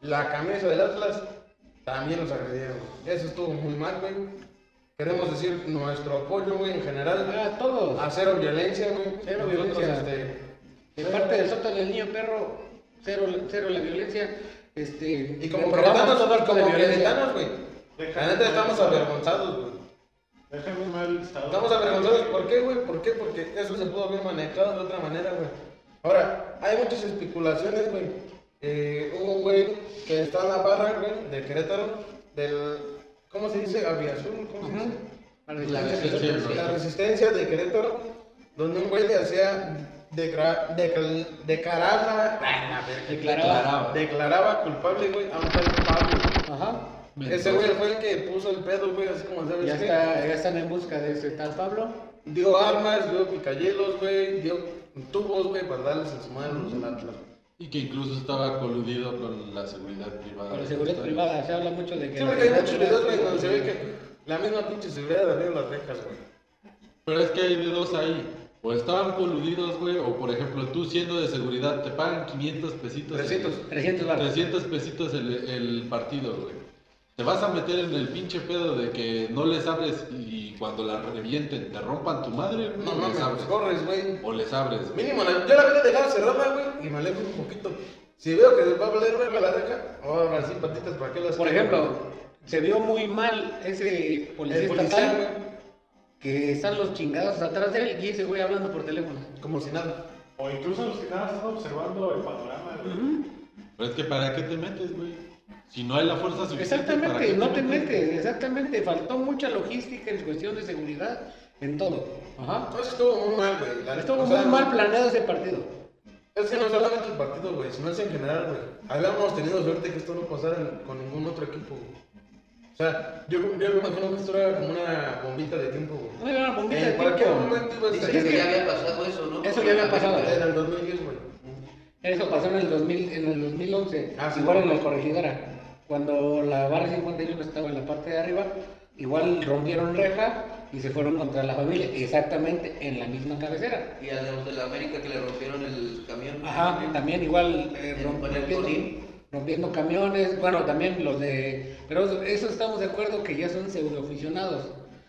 la camisa del Atlas, también los agredieron. Eso estuvo muy mal, güey. Queremos decir nuestro apoyo, güey, en general. Ah, todos. A cero violencia, güey. Cero Nosotros, violencia. este, De parte del sótano del niño perro, cero, cero la violencia. Este, Y como reprobamos queretanos, todo acto de como violencia. queretanos, güey. La neta estamos avergonzados, güey. Déjame mal estado. Estamos avergonzados, ¿por qué, güey? ¿Por qué? Porque eso se pudo haber manejado de otra manera, güey. Ahora, hay muchas especulaciones, güey. Eh, hubo un güey que está en la barra, güey, de Querétaro, del. ¿Cómo se dice? Aviazul, ¿cómo se dice? Para La decirles que- resistencia, la resistencia de Querétaro, donde un güey le hacía decra- decl- declaraba, Declaraba. declaraba culpable, güey, a un tal Pablo. Ajá. Ese güey fue el que puso el pedo, güey, así como sabes Ya, qué? está, ya están en busca de ese tal Pablo. Dio armas, dio picayelos, güey, dio tubos, güey, para darles en su madre a los del Atlas. Y que incluso estaba coludido con la seguridad privada. Con la seguridad privada, se habla mucho de que. Sí, la porque hay muchos seguridad videos, güey, privada- donde se ve que la misma pinche seguridad le abrieron las rejas, güey. Pero es que hay de dos ahí. O estaban coludidos, güey, o por ejemplo, tú siendo de seguridad te pagan 500 pesitos. 300. 300 barras. 300 pesitos el, el partido, güey. Te vas a meter en el pinche pedo de que no les abres y cuando la revienten te rompan tu madre, güey, No o mames, les pues abres. corres, güey. O les abres. güey. Mínimo, la- yo la había dejado cerrada, güey, y me alejo un poquito. Si veo que se va a valer verga la reja, ahora sí, patitas, ¿para qué las Por quiero, ejemplo, güey? se vio muy mal ese policía el policía, estatal güey, que están los chingados atrás de él y ese güey hablando por teléfono. como si nada. O incluso los que nada más están observando el panorama. güey. Pero es que ¿para qué te metes, güey? Si no hay la fuerza suficiente. ¿para qué Exactamente, no te metes, exactamente. Faltó mucha logística en cuestión de seguridad, en todo. Ajá. Entonces estuvo muy mal, güey. la- Estuvo o muy sea, mal planeado ese partido. Es que no solamente el partido, güey, sino es en general, güey. Habíamos tenido suerte que esto no pasara en- con ningún otro equipo, güey. O sea, yo, yo me imagino que esto era como una bombita de tiempo, güey. No era una bombita de En cualquier tiempo. Eh, momento iba a Dice ser. Dicen es que que- ya había pasado eso, ¿no? Eso ya había pasado. Era el 2010, güey. Eso pasó en el, 2000, en el 2011, Ah, sí. igual en la corregidora, cuando la barra 51 estaba en la parte de arriba, igual rompieron reja y se fueron contra la familia, exactamente en la misma cabecera. Y a los de la América que le rompieron el camión. Ajá, también igual eh, En- rom- con el rompiendo, Godín. rompiendo camiones, bueno, también los de... Pero eso estamos de acuerdo que ya son pseudoaficionados.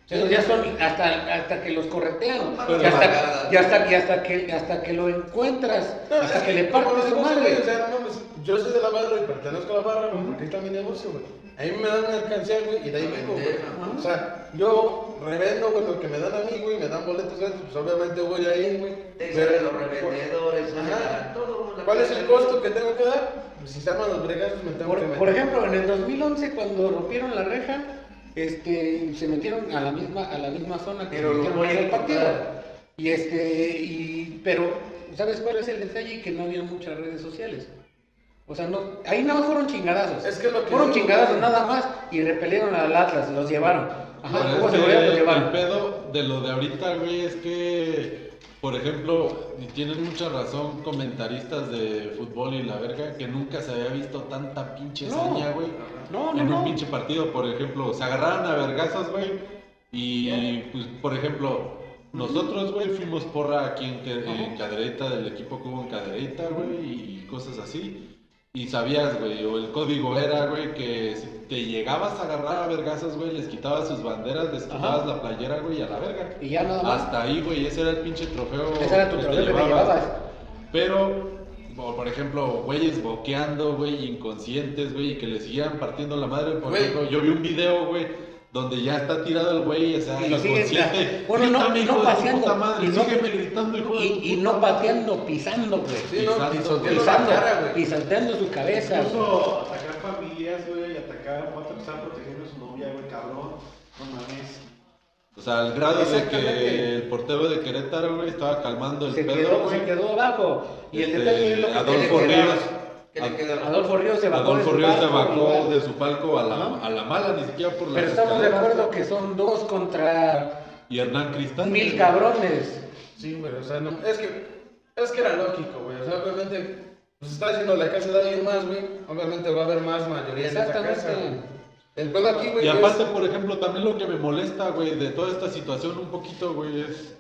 Sí. Esos ya son hasta, hasta que los corretean, Pero- y hasta, y hasta, y hasta, que, hasta que lo encuentras, hasta que le partes su madre. O sea, no, mames, yo soy de la barra y pertenezco a la barra, güey, porque ahí está mi negocio, güey. A mí me dan una alcancía, güey, y de ahí vengo, güey. Ajá. O sea, yo revendo, güey, lo que me dan a mí, güey, me dan boletos, güey, pues obviamente voy ahí, güey. Te Pero- salen los revendedores, Ajá. ajá, todo. la ¿Cuál es el cosa. costo que tengo que dar? Pues, si se arman los bregazos, me tengo Por, que meter. por ejemplo, en el 2011 cuando rompieron la reja, este, se metieron a la misma a la misma zona que Pero se lo metieron voy a en el partido. quitar. Y este y pero ¿sabes cuál es el detalle? Que no había muchas redes sociales. O sea, no, ahí nada más fueron chingadazos. Es que lo que- fueron chingadazos nada más y repelieron al Atlas, los llevaron. Pero Ajá, es este como que seguridad los El llevaron. pedo de lo de ahorita, güey, es que, por ejemplo, y tienen mucha razón comentaristas de fútbol y la verga, que nunca se había visto tanta pinche No. saña, güey. No, no, en no. un pinche partido, por ejemplo, se agarraron a vergazos, güey. Y, pues, por ejemplo, nosotros, güey, fuimos porra aquí en, Ca- en Cadereyta, del equipo que hubo en Cadereyta, güey, y cosas así. Y sabías, güey, o el código era, güey, que si te llegabas a agarrar a vergazos, güey, les quitabas sus banderas, les Ajá. quitabas la playera, güey, a la verga. Y ya nada más. Hasta ahí, güey, ese era el pinche Ah, trofeo. Ese era tu este trofeo que te llevabas. Pero, o por ejemplo, güeyes boqueando, güey, inconscientes, güey, y que le siguieran partiendo la madre. Por Güey. ejemplo, yo vi un video, güey, donde ya está tirado el güey, o sea, Y lo siguen- inconsciente. bueno, no- Grítame, no hijo de tu paseando, puta madre, y no- sígueme gritando, hijo de tu Y, y puta no madre. pateando, pisando, güey. Sí, no, Pisando, pisoteando la Pisando, cara, güey. pisoteando su cabeza. Incluso atacar familias, güey, y atacar vatos que están protegiendo a su novia, güey, cabrón. No mames. O sea, al grado de Exactamente. que el portero de Querétaro, güey, estaba calmando el se, pedo, quedó, güey. se quedó abajo. Y el Este, detalle es lo que Adolfo que le quedaba. Ríos. ¿Qué le queda? Adolfo Ríos se bajó. Adolfo de su Ríos se barco, bajó igual. de su palco a la, Ajá. a la mala, ni siquiera por la Pero estamos de escalera. acuerdo que son dos contra Y Hernán Cristán. mil cabrones. Sí, güey, o sea, no, es que Es que era lógico, güey. O sea, obviamente, pues está haciendo la casa de alguien más, güey. Obviamente va a haber más mayoría en esa Exactamente. casa. güey. El pedo aquí, güey. Y es- aparte, por ejemplo, también lo que me molesta, güey, de toda esta situación un poquito, güey, es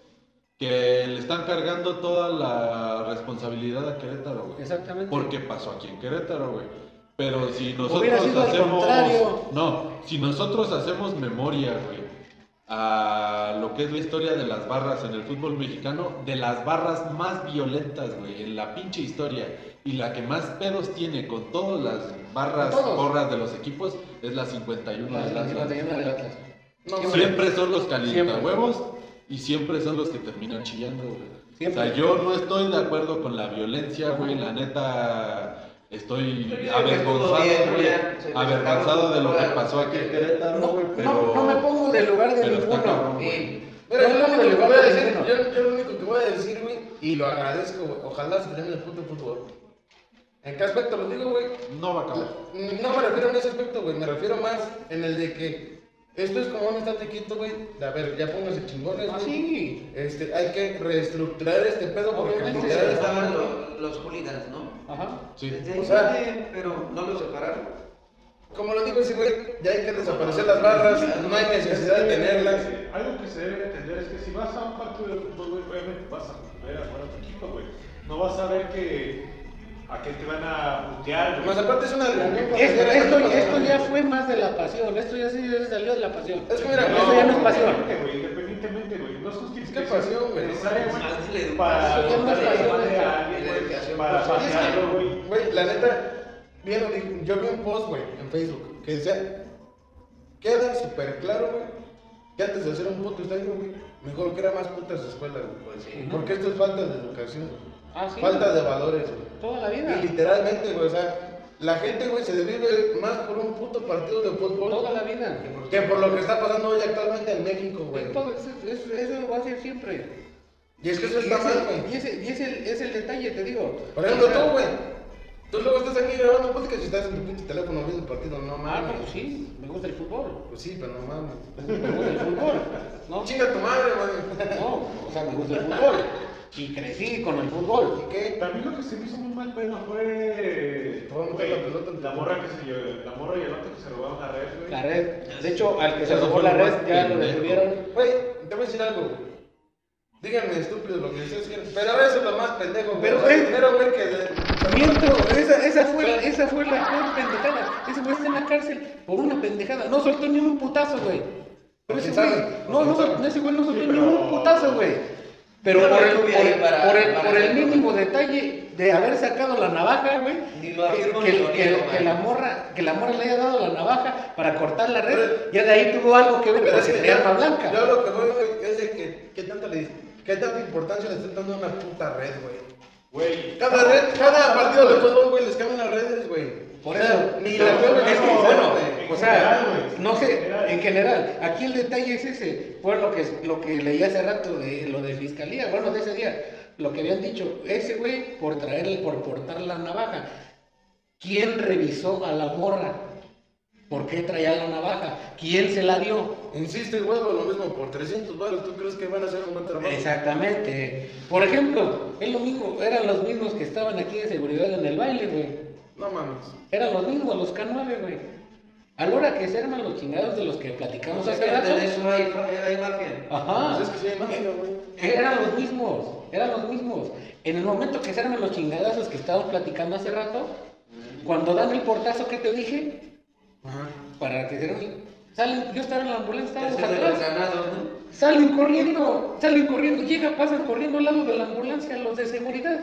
que le están cargando toda la responsabilidad a Querétaro, güey. Exactamente. Porque pasó aquí en Querétaro, güey. Pero si nosotros Hubiera sido al hacemos. contrario. No, si nosotros hacemos memoria, güey, a lo que es la historia de las barras en el fútbol mexicano, de las barras más violentas, güey, en la pinche historia, y la que más pedos tiene con todas las barras, Con todos. gorras de los equipos, es la 51 La del Atlas. leyenda del Atlas. No, Siempre son los Siempre. calientahuevos y siempre son los que terminan chillando, güey. Siempre. O sea, yo no estoy de acuerdo con la violencia, güey. La neta, estoy Pero yo avergonzado, creo que estuvo güey. bien, ya, se les Avergonzado de lo que acabó. pasó aquí en Querétaro, No, güey. no- Pero... no me pongo del lugar de pero está ninguno. Eh, cabrón, güey. Sí. Mira, yo lo único que voy a decir, Ninguno. yo, yo lo único que voy a decir, güey, y lo agradezco, güey. Ojalá se termine el puto fútbol. ¿En qué aspecto lo digo, güey? No va a acabar. No me refiero en ese aspecto, güey. Me refiero más en el de que esto es como un estate quieto, güey. de, A ver, ya póngase chingones, Ah, güey. sí. Este, hay que reestructurar este pedo porque Obviamente, literal sí, está Estaban mal, güey. los, los hooligans, ¿no? Ajá. Sí. Desde ahí O sea- viene, pero no los separaron. Como lo digo ese güey, ya hay que desaparecer las barras, no hay necesidad de tenerlas. Algo que se debe entender es que si vas a un partido de fútbol, güey, obviamente vas a ver a jugar a tu equipo, güey. No vas a ver que a qué te van a putear, Más güey. Pues aparte es una reunión para Esto, hacer- esto, esto ya fue más de la pasión. Esto ya sí ya se salió de la pasión. Es que mira, eso ya no es pasión. Independientemente, güey, independientemente, güey. No es justificación. ¿Qué pasión, güey? Necesaria, Más de la güey. educación, Para ya no es para pasión, darle es a alguien, la güey, educación. Para Y es pasearlo, güey. que, güey, la neta, bien lo dijo, yo vi un post, güey, en Facebook, que decía, queda súper claro, güey, que antes de hacer un puto estadio, güey, mejor que era más putas escuelas, güey. Pues sí. Porque esto es falta de educación, güey. Ah, sí. falta de valores, güey. Toda la vida. Y literalmente, güey, o sea, la gente, güey, se desvive más por un puto partido de Toda fútbol la vida. que por lo que está pasando hoy actualmente en México, güey. Todo eso, eso- eso va a ser siempre. Y es que eso Y está ese- mal, güey. Y ese, y ese es el- es el detalle, te digo. Por ejemplo, O sea, tú, güey. Tú luego estás aquí grabando podcast y estás en tu pinche teléfono viendo el partido, no Ah, mames. pues sí, me gusta el fútbol. Pues sí, pero no mames. Me gusta el fútbol. No, Chinga tu madre, güey. no, o sea, me gusta el fútbol. Y crecí con el fútbol. ¿Y qué? También lo que se me hizo muy mal pedo fue Te voy a meter güey, la pelota en tu- la morra que se llevó- la morra y el otro que se robaron la red, güey. La red. De hecho, al que se Eso robó fue la lo red más ya lo pendejo. detuvieron. Güey, te voy a decir algo, güey. Díganme estúpido lo que ustedes quieran. Pero eso es lo más pendejo, güey. Pero, O sea, güey. Primero, güey, que. de- Miento, esa, esa, fue, la- esa fue la peor pendejada. Ese güey está en la cárcel por una pendejada. No soltó ni un putazo, güey. Pero ese güey, no, no, sol- ese güey no soltó ni un putazo, güey. Pero Yo no por el, por, estuve ahí para- por el, para por el verlo, mínimo detalle de haber sacado la navaja, güey. Ni lo Que, arrimo, que- ni lo que- niego, que güey. la morra, que la morra le haya dado la navaja para cortar la red, ya de ahí tuvo algo que ver Pero porque es que tenía yo- arma blanca. Yo lo que voy, güey, es de que. ¿Qué tanta le ¿Qué tanta importancia le están dando a una puta red, güey? Güey. Cada red, cada partido de fútbol, güey, les cambian las redes, güey. Por O sea, eso. Ni Pero, la juegan, pero, es que, pero, bueno, bueno, güey. O sea, no sé, en general, aquí el detalle es ese, fue lo que, lo que leí hace rato de lo de fiscalía, bueno, de ese día, lo que habían dicho, ese güey por traerle, por portar la navaja, ¿quién revisó a la morra? ¿Por qué traía la navaja? ¿Quién se la dio? Insisto y vuelvo a lo mismo, por 300 baros, ¿tú crees que van a hacer un buen trabajo? Exactamente. Por ejemplo, es lo mismo, eran los mismos que estaban aquí de seguridad en el baile, güey. No mames. Eran los mismos, los K9, güey. A la hora que se arman los chingados de los que platicamos Vamos a hace hacer rato. Pues de eso hay, hay mafia. Ajá. Pues es que sí hay mafia, güey. Eran los mismos, eran los mismos. En el momento que se arman los chingadazos que estábamos platicando hace rato, cuando dan el portazo que te dije, para que se armen, salen, yo estaba en la ambulancia, estábamos Eso de los atrás, ganados, ¿no? salen corriendo, salen corriendo, llega, pasan corriendo al lado de la ambulancia los de seguridad.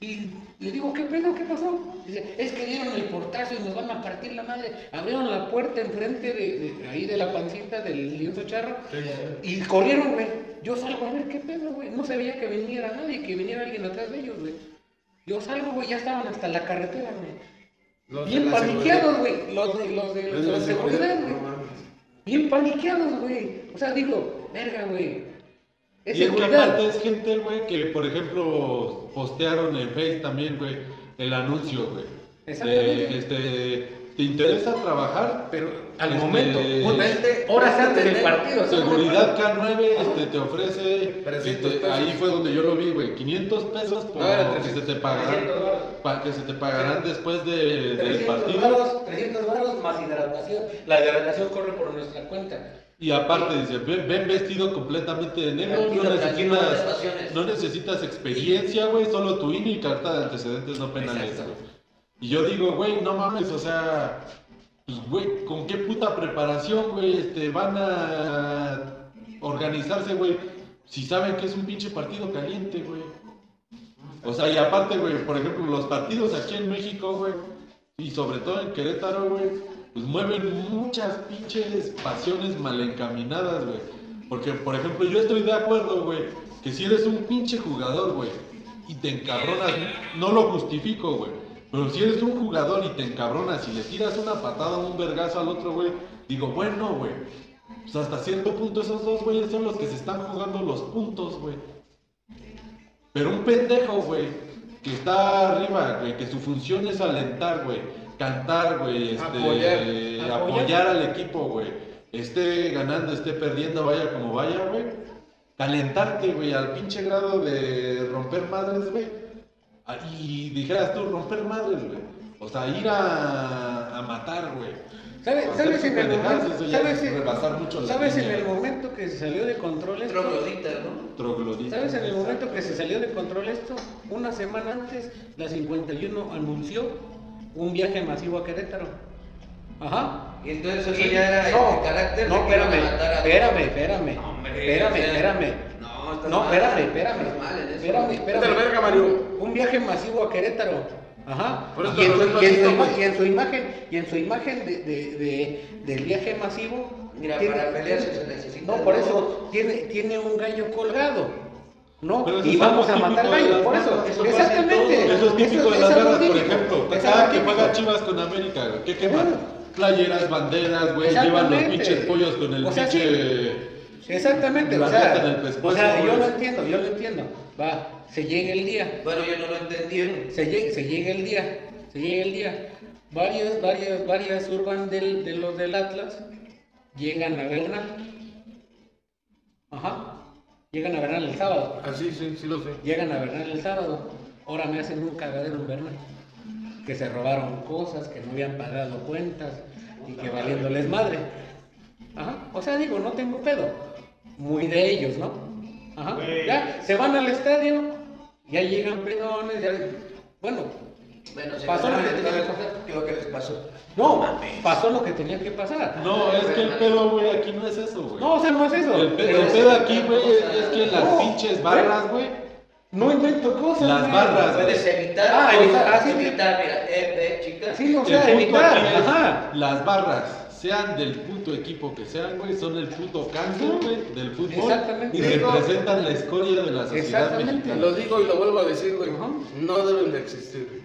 Y le digo, ¿qué pedo? ¿Qué pasó? Dice, es que dieron el portazo y nos van a partir la madre. Abrieron la puerta enfrente de, de- ahí de la pancita del lienzo charro y corrieron, güey. Yo salgo a ver qué pedo, güey. No se veía que viniera nadie, que viniera alguien atrás de ellos, güey. Yo salgo, güey, ya estaban hasta la carretera, güey. Los de Bien la paniqueados, güey. Los de, los seguridad. de, los de Los de la la seguridad, No güey. mames. Bien paniqueados, güey. O sea, digo, verga, güey. Es y es que seguridad. aparte es gente, güey, que por ejemplo postearon en Face también, güey, el anuncio, güey. de, Exactamente. este, ¿Te interesa trabajar? Pero al Este, momento, justamente horas antes del partido. ¿sí? Seguridad K9 este, te ofrece. 300 este, pesos. ahí fue donde yo lo vi, güey. 500 pesos por No, era que se 300. te pagarán. 300 varos. pa- que se te pagarán después de- del 300 partido. varos, 300 varos más hidratación. La hidratación corre por nuestra cuenta. Y aparte, dice, ven, ven vestido completamente de negro. Tranquilo, No tranquilo, no necesitas, te pasiones. no necesitas experiencia, güey. Solo tu INE y carta de antecedentes no penales, Exacto. güey. Y yo digo, güey, no mames, o sea, pues, güey, ¿con qué puta preparación, güey? Este, van a organizarse, güey, si saben que es un pinche partido caliente, güey. O sea, y aparte, güey, por ejemplo, los partidos aquí en México, güey, y sobre todo en Querétaro, güey, pues mueven muchas pinches pasiones mal encaminadas, güey. Porque, por ejemplo, yo estoy de acuerdo, güey, que si eres un pinche jugador, güey, y te encabronas, no lo justifico, güey. Pero si eres un jugador y te encabronas y le tiras una patada o un vergazo al otro, güey, digo, bueno, güey, pues hasta cierto punto esos dos güeyes son los que se están jugando los puntos, güey. Pero un pendejo, güey, que está arriba, güey, que su función es alentar, güey, cantar, güey, este, Apoyar. eh, apoyar. al equipo, güey. Esté ganando, esté perdiendo, vaya como vaya, güey. Calentarte, güey, al pinche grado de romper madres, güey. Ah, Y dijeras tú, romper madres, güey. O sea, ir a, a matar, güey. ¿Sabes, Hacer sabes en el pendejadas, momento? eso ya ¿Sabes, es rebasar mucho en, la sabes en línea. el momento que se salió de control esto? Troglodita, ¿no? Troglodita. ¿Sabes en el momento que se salió de control esto? Una semana antes, la 51 anunció un viaje masivo a Querétaro. Ajá. Y entonces eso ya era no, el carácter no, de que iban a espérame, matar a- espérame, espérame, No, hombre, espérame, o sea, espérame. No, estás No, mal, espérame, espérame, estás mal en eso. espérame, espérame. Vete a la verga, Mario. Un viaje masivo a Querétaro. Ajá. Por eso Y en, lo su, ves y en su masivo, ima- güey. y en su imagen, y en su imagen de, de- de- del viaje masivo. Mira, para pelearse se necesita No, por dos. eso tiene, tiene un gallo colgado. No, Pero eso y es vamos a algo matar típico de gallo, las por eso. barras, eso pasa en Exactamente. todo. Eso es típico de es las algo garras, por típico, ejemplo. es Cada algo que típico. juega Chivas con América, güey, ¿qué queman? Claro. Playeras, banderas, güey, llevan los Exactamente. pinches pollos con el O sea, pinche... Exactamente, o Barreta en el sea, pescuezo, o sea, yo güey. lo entiendo, yo lo entiendo. Va, se llega el día, Bueno, yo no lo entendí. se llega, se llega el día, se llega el día. Varios, varios, varias urban del, de los del Atlas llegan a Bernal. Ajá, llegan a Bernal el sábado. Así, Ah, sí, sí lo sé. Llegan a Bernal el sábado. Ahora me hacen un cagadero en Bernal. Que se robaron cosas, que no habían pagado cuentas y que valiéndoles madre. Ajá. O sea, digo, no tengo pedo. Muy de ellos, ¿no? Ajá. Güey. Ya, se van al estadio, ya llegan pedones, ya. Bueno, Bueno, se Pasó lo que Ah, quedaron tenía en que todo pasar. lo que les pasó. no, pasó lo que tenía que pasar. No, es que el pedo, güey, aquí no es eso, güey. No, o sea, no es eso. el, pe- pero el es- pedo aquí, güey, es, es que las No, ¿Eh? pinches barras, güey, No invento cosas. Las güey. barras. Puedes evitar, Ah, puedes evitar, así que- evitar, mira, eh, eh, chicas. Sí, o el sea, punto evitar. aquí es, Ajá. las barras, sean del puto equipo que sean, güey, son el puto cáncer, güey, del fútbol. Exactamente. Y Digo- representan la escoria de la sociedad Exactamente. mexicana. Lo digo y lo vuelvo a decir, güey. Ajá. No deben de existir. güey.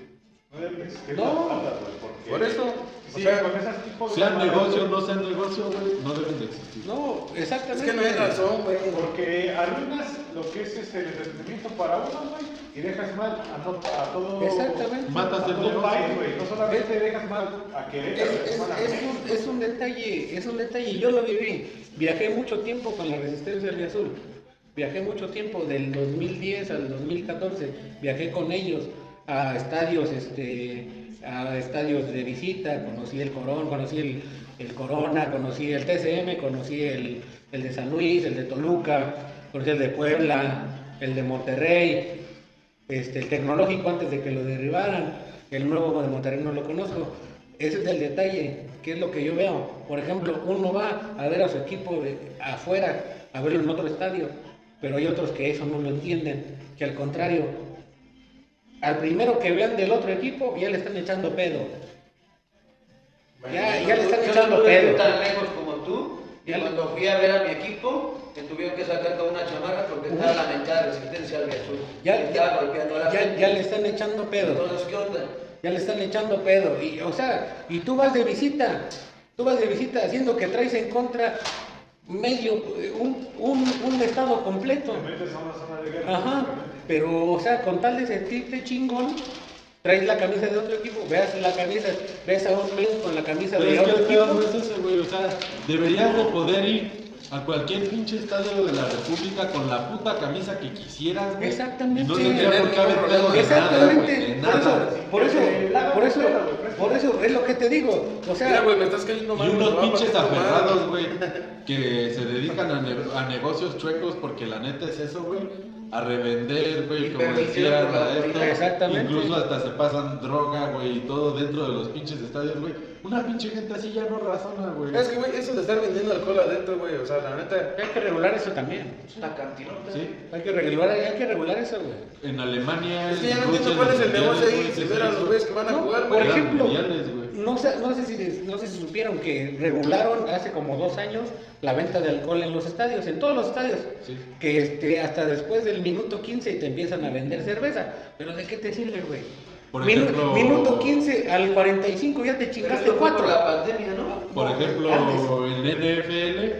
No deben existir No. las faltas, güey, porque- Por eso, O sí. sea, con esas tipos de Sean barras, negocio o no sean negocio, güey, no deben de existir. No, Es exactamente. que no hay razón, güey. Porque arruinas lo que es este, el entretenimiento para uno, güey, y dejas mal a, to- a todo. Exactamente. Matas a el todo negocio. país, güey. No solamente dejas mal a Es, Querétaro, es- dejas mal a es México. un, es un detalle, es un detalle. Yo lo viví. Viajé mucho tiempo con la resistencia del azul. Viajé mucho tiempo del 2010 al 2014. Viajé con ellos a estadios, este, a estadios de visita. Conocí el Corón, conocí el, el Corona, conocí el TCM, conocí el, el de San Luis, el de Toluca, conocí el de Puebla, el de Monterrey. este, el tecnológico antes de que lo derribaran. El nuevo de Monterrey no lo conozco. Ese es el detalle, que es lo que yo veo. Por ejemplo, uno va a ver a su equipo de- afuera, a verlo en otro estadio, pero hay otros que eso no lo entienden, que al contrario, al primero que vean del otro equipo ya le están echando pedo. Ya, ya le están Yo no echando pude ir pedo. tan lejos como tú. Y Ya le- cuando fui a ver a mi equipo, me tuvieron que sacar con una chamarra porque estaba la mentada resistencia al azul. Ya, estaba ya, golpeando a la ya- gente. ya le están echando pedo. Entonces, ¿qué onda? ya le están echando pedo. Y, o sea, y tú vas de visita, tú vas de visita haciendo que traes en contra medio, eh, un, un- un estado completo. Te metes a una zona de guerra. Ajá, pero, o sea, con tal de sentirte chingón, traes la camisa de otro equipo, veas la camisa, ves a un mes con la camisa Pero de es que otro el pedo no equipo. es ese, güey. O sea, deberías de poder ir a cualquier pinche estadio de la República con la puta camisa que quisieras, güey. Exactamente. Y No tendría por qué haber pedo de nada, güey. de Exactamente. nada. Por eso, por eso, por eso es lo que te digo. O Mira, sea, güey, me estás cayendo mal. Y me unos va a pinches partir tu madre. aferrados, güey, que se dedican a, ne- a negocios chuecos porque la neta es eso, güey. A revender, güey, como Permisión decía por la la esto. autoridad. Exactamente. Incluso hasta se pasan droga, güey, y todo dentro de los pinches estadios, güey. Una pinche gente así ya no razona, güey. Es que, güey, eso de estar vendiendo alcohol adentro, güey, o sea, la neta. hay que regular eso también. Es una cantinota. Sí. Hay que regular, hay que regular eso, güey. En Alemania. Es que ya en no Rusia, entiendo cuál es el en negocio Mundiales, ahí. Si güey, ver a los güeyes que van a No, jugar, por güey. Eran ejemplo, mundiales, güey. No sé, no sé si, no sé si supieron que regularon hace como dos años la venta de alcohol en los estadios, en todos los estadios. Sí. Que este, hasta después del minuto 15 te empiezan a vender cerveza. Pero ¿de qué te sirve, güey? Por Minu- ejemplo- minuto 15 al 45 ya te Pero chingaste esto fue por cuatro. la pandemia, ¿no? Por antes. ejemplo, en NFL,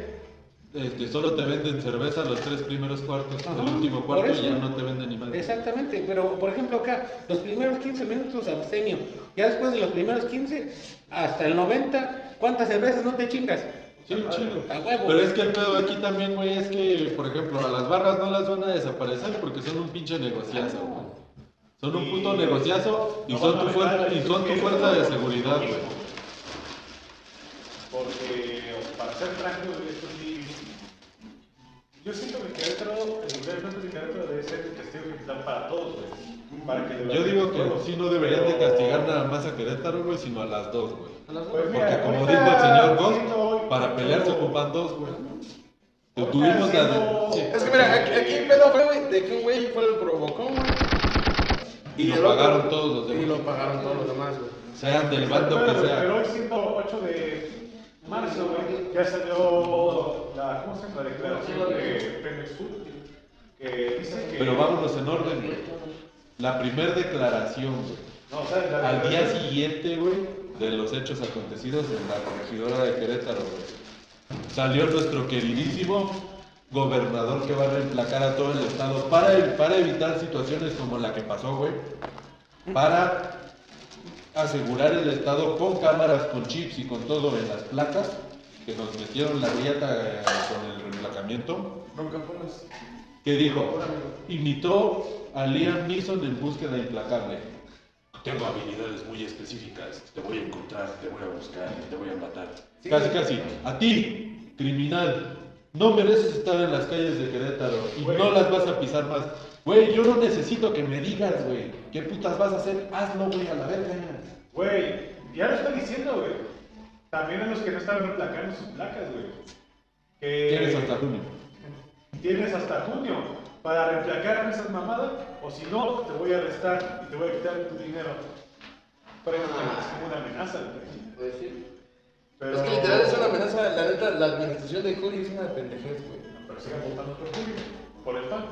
este, solo te venden cerveza los tres primeros cuartos. Ajá, el último por cuarto eso. ya no te venden ni más. Exactamente, pero por ejemplo acá, los primeros 15 minutos abstemio, ya después de los primeros 15 hasta el 90, ¿cuántas cervezas no te chingas? Sí, un chingo. A huevo. Pero es que el pedo aquí también, güey, es que, por ejemplo, a las barras no las van a desaparecer porque son un pinche negociazo, güey. Son un puto negociazo y No son van tu a fuerza, dejar y de son tu existir. fuerza de seguridad, güey. Porque, para ser francos, esto sí. Yo siento que Querétaro, el nivel de Querétaro debe ser el castigo que dan para todos, güey. Para que de verdad- Yo digo que sí no deberían de Pero- castigar nada más a Querétaro, güey, sino a las dos, güey. Pues mira, Porque como dijo el ahorita señor siendo hoy- Goss, para pelear se ocupan dos, güey. Ahorita Tuvimos la siendo- de... sí. Es que, mira, aquí, aquí el pedo fue, güey, de que un güey fue el provocó, güey. Y lo el otro- pagaron todos los demás. Y lo pagaron todos los demás, güey. Sean del bando que Pero, pero sea. hoy siendo 8 de marzo, güey, ya salió la, ¿cómo se llama? la declaración de Pemex Food, que dice que... Pero vámonos en orden, güey. La primera declaración, güey. No, o sea, la Al día declaración- siguiente, güey, de los hechos acontecidos en la corregidora de Querétaro, güey, salió nuestro queridísimo gobernador que va a reemplacar a todo el estado para, e-, para evitar situaciones como la que pasó, güey, para asegurar el estado con cámaras, con chips y con todo en las placas, que nos metieron la grieta eh, con el reemplacamiento que dijo, imitó a Liam Neeson en búsqueda implacable. Tengo habilidades muy específicas, te voy a encontrar, te voy a buscar, te voy a matar. Casi, casi, a ti, criminal, no mereces estar en las calles de Querétaro y Güey. no las vas a pisar más. Güey, yo no necesito que me digas, güey, qué putas vas a hacer, hazlo, güey, a la verga. Eh. Güey, ya lo está diciendo, güey. También a los que no están reemplacando sus placas, güey. Que- Tienes hasta junio. Tienes hasta junio para reemplacar esas mamadas, o si no, te voy a arrestar y te voy a quitar tu dinero. Pero es como una amenaza, güey. Pues sí. Pero... Es que literal es una amenaza, la neta, la administración de Curry es una pendejez, güey. Pero sigan votando por Julio, por el PAN.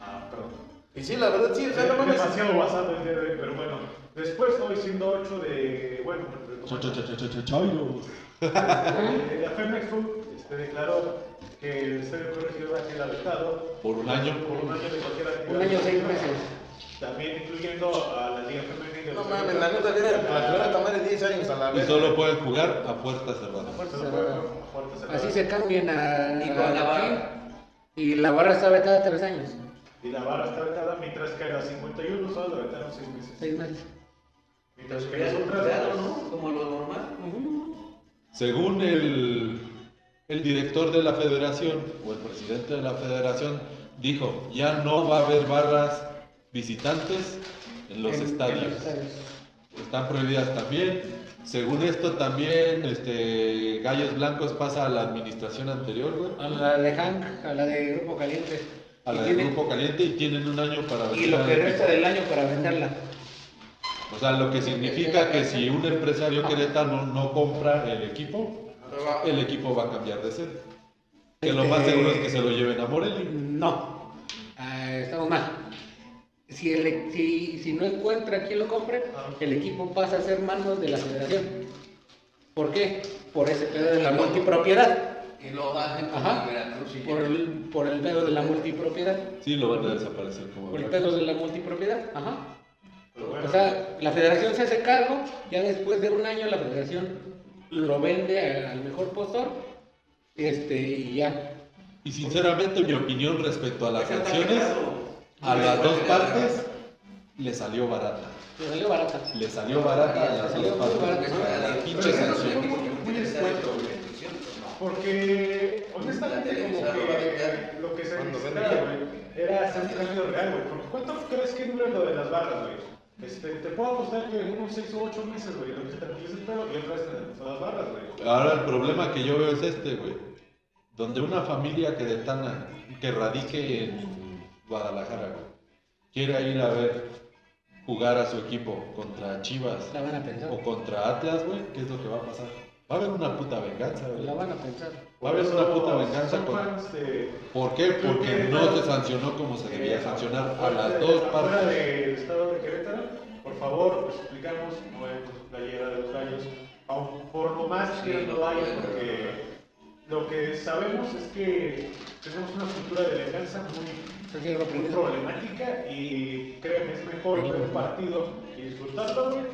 Ah, perdón. Y sí, la verdad, sí, o sea, no mames. demasiado basado el día de hoy, pero bueno. Después, hoy siendo 8 de. Bueno, Cho, cho, cho, cho, cho, cho, chairo. eh, la Femex Food este, declaró que el Ministerio Corregido va a quedar vetado Por un año. por un año de cualquier actividad. Un año, seis meses. También incluyendo a la Liga Femenina. y a No los- mames, la neta viene la que van a tomar de 10 años a la Y vez. solo pueden jugar a puerta cerrada. Puerta cerrada, puerta cerrada. Así se cambian a, Y con la barra. Y la barra sabe cada tres años, Y la barra está vetada mientras que a las 51 solo la vetaron 6 meses. seis meses. Mientras que las Pero otras. claro, ¿no? Como lo normal. Según el, el director de la federación o el presidente de la federación, dijo, ya no va a haber barras visitantes en los En- en estadios. los estadios. Están prohibidas también. Según esto también, este, Gallos Blancos pasa a la administración anterior, güey, A la de Hank, a la de Grupo Caliente. a Y la del tienen- Grupo Caliente y tienen un año para Y vender lo al que equipo. resta del año para venderla. O sea, lo que significa que si un empresario querétano no compra el equipo, el equipo va a cambiar de sede. Que lo más seguro es que se lo lleven a Morelia. No, Ah, estamos mal. Si, el- e- si, si no encuentra quien lo compre, el equipo pasa a ser manos de la federación. ¿Por qué? Por ese pedo de la multipropiedad. Y lo hacen con Ajá. Veracruz y Por el, por el pedo de la multipropiedad. Sí, lo van a desaparecer como Por el Veracruz. pedo de la multipropiedad. Ajá. Pero Pues bueno, O sea, la federación se hace cargo, ya después de un año la federación lo vende a- al mejor postor, este, y ya. Y sinceramente mi opinión respecto a las Ese Pues está sanciones, pegado. a las dos Ese está partes, le salió barata. Le salió barata. Le salió barata a las dos Salió muy partes. barata. La pinche sanción. muy descuento, Porque, honestamente, como que lo que se Cuando necesitaba, güey, era hacer un cambio real, güey. Porque ¿cuánto crees que dura lo de las barras, güey? Este, te puedo apostar que unos 6 o 8 meses, güey, lo que se tranquiliza el pedo y otra vez te- las barras, güey. Ahora el problema que yo veo es este, güey. Donde una familia que detana, que radique en Guadalajara, güey, quiera ir a ver jugar a su equipo contra Chivas La van a pensar. o contra Atlas, güey, ¿qué es lo que va a pasar? Va a haber una puta venganza, güey. La van a pensar. Va a haber Por una eso, puta venganza son con... fans de- ¿Por qué? Porque no se sancionó como se debía sancionar a las dos Fuera partes. del estado de Querétaro, por favor, nos explicamos, no vemos playera de los gallos, aun por lo más que Sí, no no hay, puede. porque lo que sabemos es que tenemos una cultura de venganza muy, Eso sí es lo muy primero. problemática y créeme, es mejor ver un partido y disfrutarlo güey,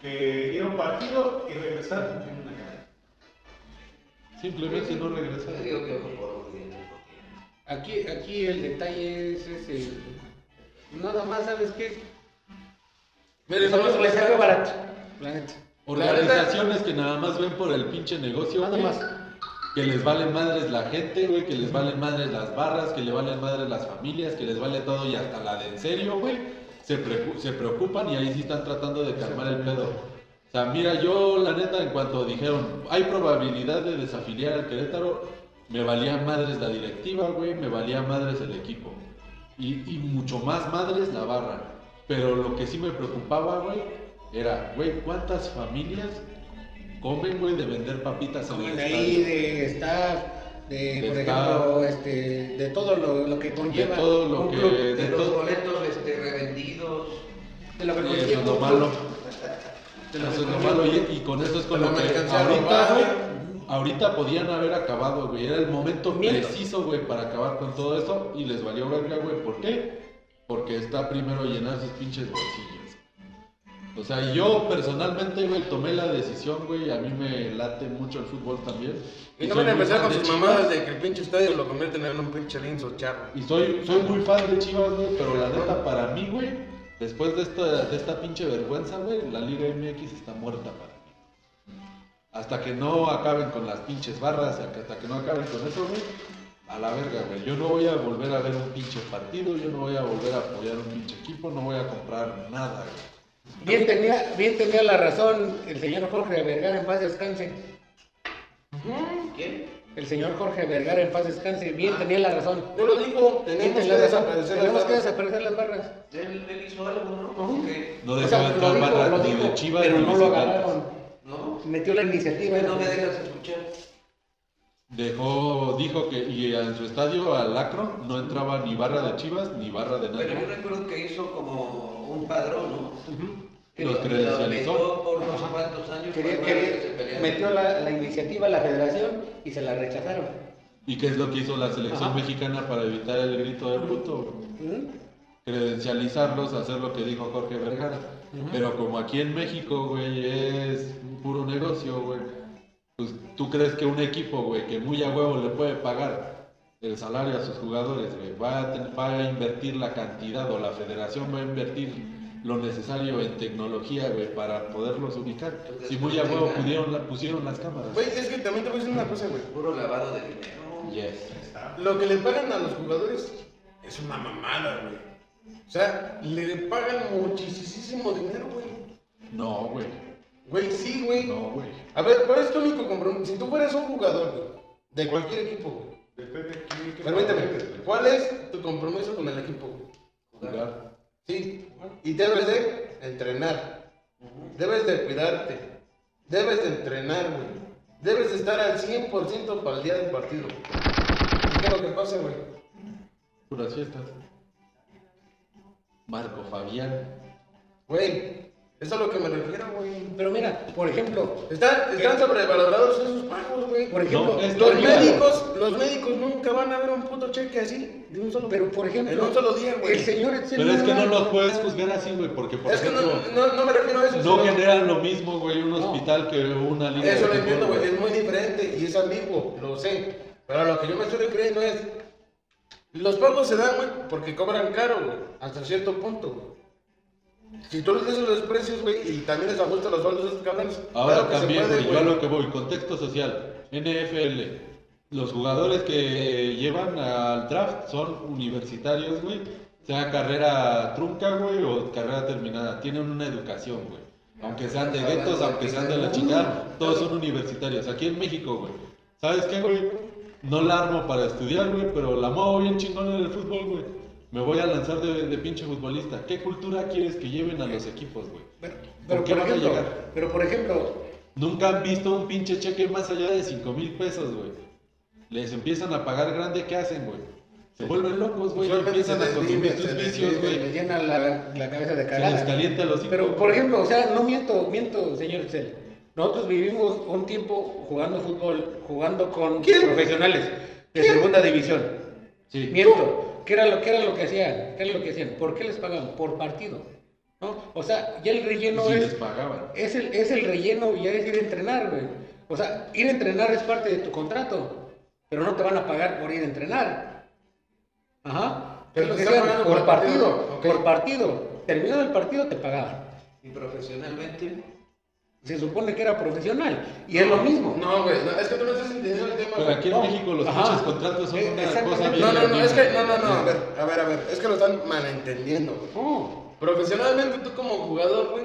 que ir a un partido y regresar en una cara. Simplemente no regresó. Yo digo que por favor, bien, porque- Aquí, aquí el detalle es ese. Nada más, ¿sabes qué? Mire, Solo se le salió barato. La neta. Organizaciones que nada más ven por el pinche negocio, Nada güey, más. que les valen madres la gente, güey, que les valen madres las barras, que le valen madres las familias, que les vale todo y hasta la de en serio, güey, se, preocu- se preocupan y ahí sí están tratando de calmar el pedo. O sea, mira, yo la neta, en cuanto dijeron, hay probabilidad de desafiliar al Querétaro, me valía madres la directiva, güey, me valía madres el equipo. Y, y mucho más madres la barra. Pero lo que sí me preocupaba, güey, era, güey, ¿cuántas familias comen, güey, de vender papitas en el De estadio? ahí, de staff, de, De por staff. ejemplo, este, de todo lo, lo que de conlleva. todo lo un que club, Eh, de De los todo boletos este, revendidos. de lo que eso conlleva es lo un malo club. eso es lo malo y, y con eso es con Pero lo me que alcancé a ahorita robar. güey, ahorita podían haber acabado güey era el momento Miento. preciso güey para acabar con todo eso y les valió verga güey por qué porque está primero llenar sus pinches bolsillos o sea, yo personalmente, güey, tomé la decisión, güey, a mí me late mucho el fútbol también. Y no van a soy muy empezar fan con de sus Chivas. mamadas de que el pinche estadio lo convierten en un pinche linzo charro. Y soy, soy muy fan de Chivas, güey, pero la neta para mí, güey, después de esta, de esta pinche vergüenza, güey, la Liga MX está muerta para mí. Hasta que no acaben con las pinches barras, hasta que no acaben con eso, güey, a la verga, güey. Yo no voy a volver a ver un pinche partido, yo no voy a volver a apoyar un pinche equipo, no voy a comprar nada, güey. Bien tenía, bien tenía la razón el señor Jorge Vergara en paz descanse. ¿Quién? El señor Jorge Vergara en paz descanse. Bien tenía la razón. Ah. Yo lo digo, Bien tenemos que tenía la razón. desaparecer las Tenemos que barras. desaparecer las barras. Él, él hizo algo, ¿no? Porque No O sea, dejaban lo todas dijo, barras lo ni de dijo, Chivas pero ni no de lo Zacatecas. agarraron. no, Metió la iniciativa. no me dejas escuchar. Dejó, dijo que y en su estadio, al Acro, no entraba ni barra de Chivas ni barra de nadie. Pero yo recuerdo que hizo como un padrón, ¿no? Que Los lo- credencializó. lo vetó por unos cuantos años. Quería- por quería- que se pelearon. metió la, la iniciativa a la federación y se la rechazaron. ¿Y qué es lo que hizo la selección mexicana para evitar el grito de puto? ¿Mm? Credencializarlos, hacer lo que dijo Jorge Vergara. Pero como aquí en México, güey, es un puro negocio, güey. Pues tú crees que un equipo, güey, que muy a huevo le puede pagar el salario a sus jugadores, güey, va a, ten- va a invertir la cantidad o la federación va a invertir lo necesario en tecnología, güey, para poderlos ubicar. Si muy a huevo pudieron la- pusieron las cámaras. Güey, es que también te voy a decir una cosa, güey. Puro lavado de dinero. Yes. Lo que le pagan a los jugadores es una mamada, güey. O sea, le pagan muchísimo dinero, güey. No, güey. Güey, sí, güey. No, güey. A ver, ¿cuál es tu único compromiso? Si tú fueras un jugador, güey, de cualquier equipo, güey, Depende de quién- quién- permíteme, ¿cuál es tu compromiso con el equipo? güey? Jugar. Sí, y debes de entrenar, debes de cuidarte, debes de entrenar, güey, debes de estar al 100% para el día del partido. ¿Y qué es lo que pasa, güey? Puras fiestas. Marco Fabián. Güey, Eso es a lo que me refiero, güey. Pero mira, por ejemplo, Están, están sobrevalorados esos pagos, güey. por ejemplo, No, es- Los Mira. médicos, los médicos nunca van a ver un puto cheque así, de un solo pero por en ejemplo, un solo día, güey. el señor Etzel Pero es que no Murga- los puedes juzgar así, güey, porque por Es que no, ejemplo, no, no me refiero a eso. no, sino- generan lo mismo, güey, un No. hospital que una línea. Eso lo de entiendo, fútbol, güey. Es muy diferente y es ambiguo, lo sé. Pero a lo que yo me estoy refiriendo es. Los pagos se dan, güey, porque cobran caro, güey. Hasta cierto punto, güey. Si tú les das los precios, güey, y también les ajustas los sueldos a esos cabrones. Ahora claro que se también, puede, güey, yo a lo que voy, contexto social, NFL, los jugadores que llevan al draft son universitarios, güey, sea carrera trunca, güey, o carrera terminada, tienen una educación, güey. Aunque sean de guetos, aunque sean de la chingada, Uh, todos son universitarios. Aquí en México, güey. ¿Sabes qué, güey? No la armo para estudiar, güey, pero la muevo bien chingón en el fútbol, güey. Me voy a lanzar de, de pinche futbolista. ¿Qué cultura quieres que lleven a los equipos, güey? Pero, ¿Con pero qué por van a ejemplo, llegar? pero por ejemplo, Nunca han visto un pinche cheque más allá de 5 mil pesos, güey. Les empiezan a pagar grande, ¿qué hacen, güey? Se vuelven locos, güey. Solamente Empiezan se a les consumir vive, sus se les vicios, vive, güey. me llena la, la cabeza de Se cagada. les calienta los Pero, por ejemplo, o sea, no miento, miento, señor Excel. Nosotros vivimos un tiempo jugando fútbol, jugando con ¿Quién? profesionales de segunda división. Sí. Miento. ¿Qué era, lo, ¿Qué era lo que hacían? ¿Qué era lo que hacían? ¿Por qué les pagaban? Por partido. ¿no? O sea, ya el relleno si les es, pagaban. es, el, es el relleno y ya es ir a entrenar, güey. O sea, ir a entrenar es parte de tu contrato, pero no te van a pagar por ir a entrenar. Ajá. Pero Es lo te que están sea, pagando por por partido, partido, ok. por partido. Terminado el partido te pagaban. Y profesionalmente. Se supone que era profesional y es lo mismo. No, güey, no, es que tú no estás entendiendo el tema, Pero güey. aquí en no. México los Ajá. pinches contratos son Eh, una exactamente. cosa bien. No, no, no, horrible. es que, no, no, no, a ver, a ver, a ver, es que lo están malentendiendo, güey. No, Profesionalmente tú como jugador, güey,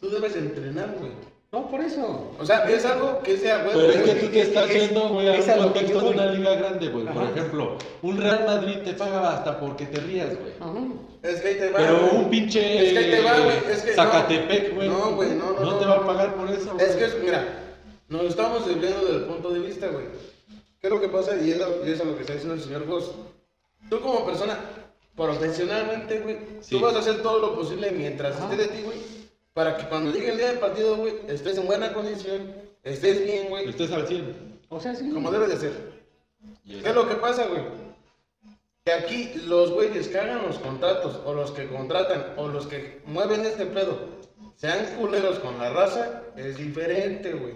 tú debes entrenar, güey. no por eso. O sea, es algo que sea, güey. Pero es que es- tú te estás es- yendo, güey, a es a un lo que contexto yo de voy. una liga grande, güey. Por Ajá. ejemplo, un Real Madrid te paga hasta porque te rías, güey. Ajá. Es que ahí te va. Pero güey. un pinche Es que ahí te va, güey. Es que. no. Zacatepec, güey. No, güey, no, no. No te va a pagar por eso, güey. Es que, es, mira, nos estamos desviando del punto de vista, güey. ¿Qué es lo que pasa? Y es lo, y es a lo que está diciendo el señor Goss. Tú, como persona, profesionalmente, güey, Sí. tú vas a hacer todo lo posible mientras Ajá. esté de ti, güey, para que cuando llegue el día del partido, güey, estés en buena condición, estés bien, güey, Estés al 100. O sea, sí. como debe de ser. Y ¿Qué es lo que pasa, güey? Que aquí los güeyes que hagan los contratos, o los que contratan, o los que mueven este pedo, sean culeros con la raza, es diferente, güey.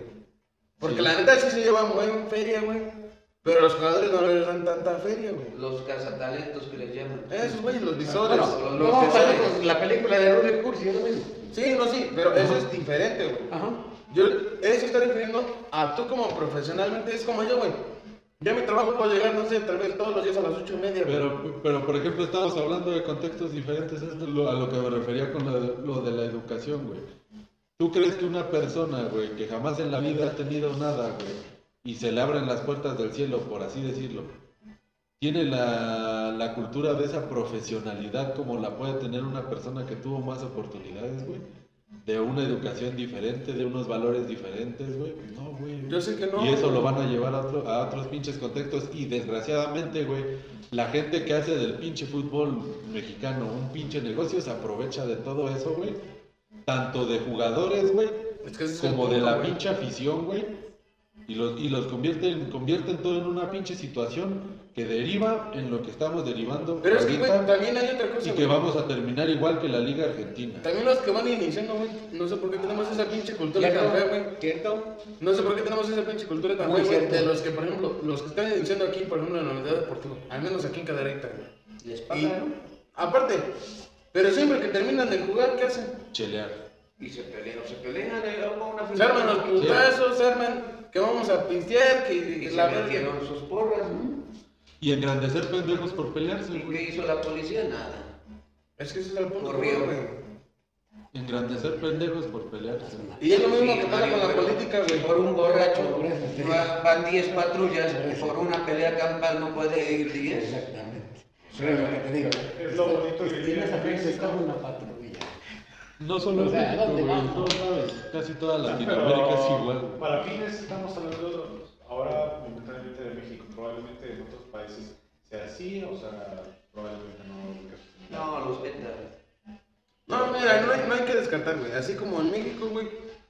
Porque Sí. la neta sí se lleva muy en feria, güey. Pero los jugadores no les dan tanta feria, güey. Los cazatalentos que les llaman. Esos güeyes, los visores, Bueno, Los- no los vamos que a ver saben. con la película de Rubén Cursi, es lo mismo. Sí, no, sí, pero eso es diferente, güey. Ajá. Yo, eso está refiriendo a tú como profesionalmente, es como yo, güey. Ya mi trabajo puedo llegar, no sé, tal vez todos los días a las ocho y media, güey. Pero, pero, por ejemplo, estamos hablando de contextos diferentes. Es lo- a lo que me refería con lo de, lo de la educación, güey. ¿Tú crees que una persona, güey, que jamás en la vida ha tenido nada, güey, y se le abren las puertas del cielo, por así decirlo, tiene la, la cultura de esa profesionalidad como la puede tener una persona que tuvo más oportunidades, güey? De una educación diferente, de unos valores diferentes, güey. No, güey. Yo sé que no. Y eso lo van a llevar a, otro- a otros pinches contextos. Y desgraciadamente, güey, la gente que hace del pinche fútbol mexicano un pinche negocio se aprovecha de todo eso, güey. Tanto de jugadores, güey, Es que ese es el como de punto, la güey. pinche afición, güey. Y los, y los convierten, convierten todo en una pinche situación que deriva en lo que estamos derivando Pero es que, güey, ahorita también hay otra y cosa, que güey. vamos a terminar igual que la Liga Argentina. También los que van iniciando, güey. No sé por qué tenemos esa pinche cultura tan fea, güey. ¿Cierto? ¿Cierto? No sé por qué tenemos esa pinche cultura tan Muy fea, güey. cierto. De los que, por ejemplo, los que están iniciando aquí, por ejemplo, en la Unidad Deportiva. Al menos aquí en Cadereyta, güey. Les Y, pagan aparte, pero siempre que terminan de jugar, ¿qué hacen? Chelear. y se pelean, o se pelean, eh, hubo una Se arman los final. putazos, se arman que vamos a pistear, que Y que se la verga. metieron sus porras. ¿no? Y engrandecer pendejos por pelearse, ¿Y güey. qué hizo la policía? Nada. Es que ese es el punto, güey. Corrieron. Engrandecer pendejos por pelearse. Y es lo mismo Sí, que pasa Mario, con la pero política, güey. Por un borracho Sí. va- van 10 patrullas, por una pelea campal no puede ir 10. Exactamente. Pero es lo que te digo. Es lo bonito que tiene Tienes a México México. una patrulla. No solo O sea, en México, ¿dónde güey, vamos? en todos lados. Casi toda Latinoamérica es igual. Pero güey. para fines estamos hablando ahora momentáneamente de México, probablemente en otros países sea así, o sea, probablemente no. No, los venta. No, mira, no hay, no hay que descartar, güey. Así como en México, güey,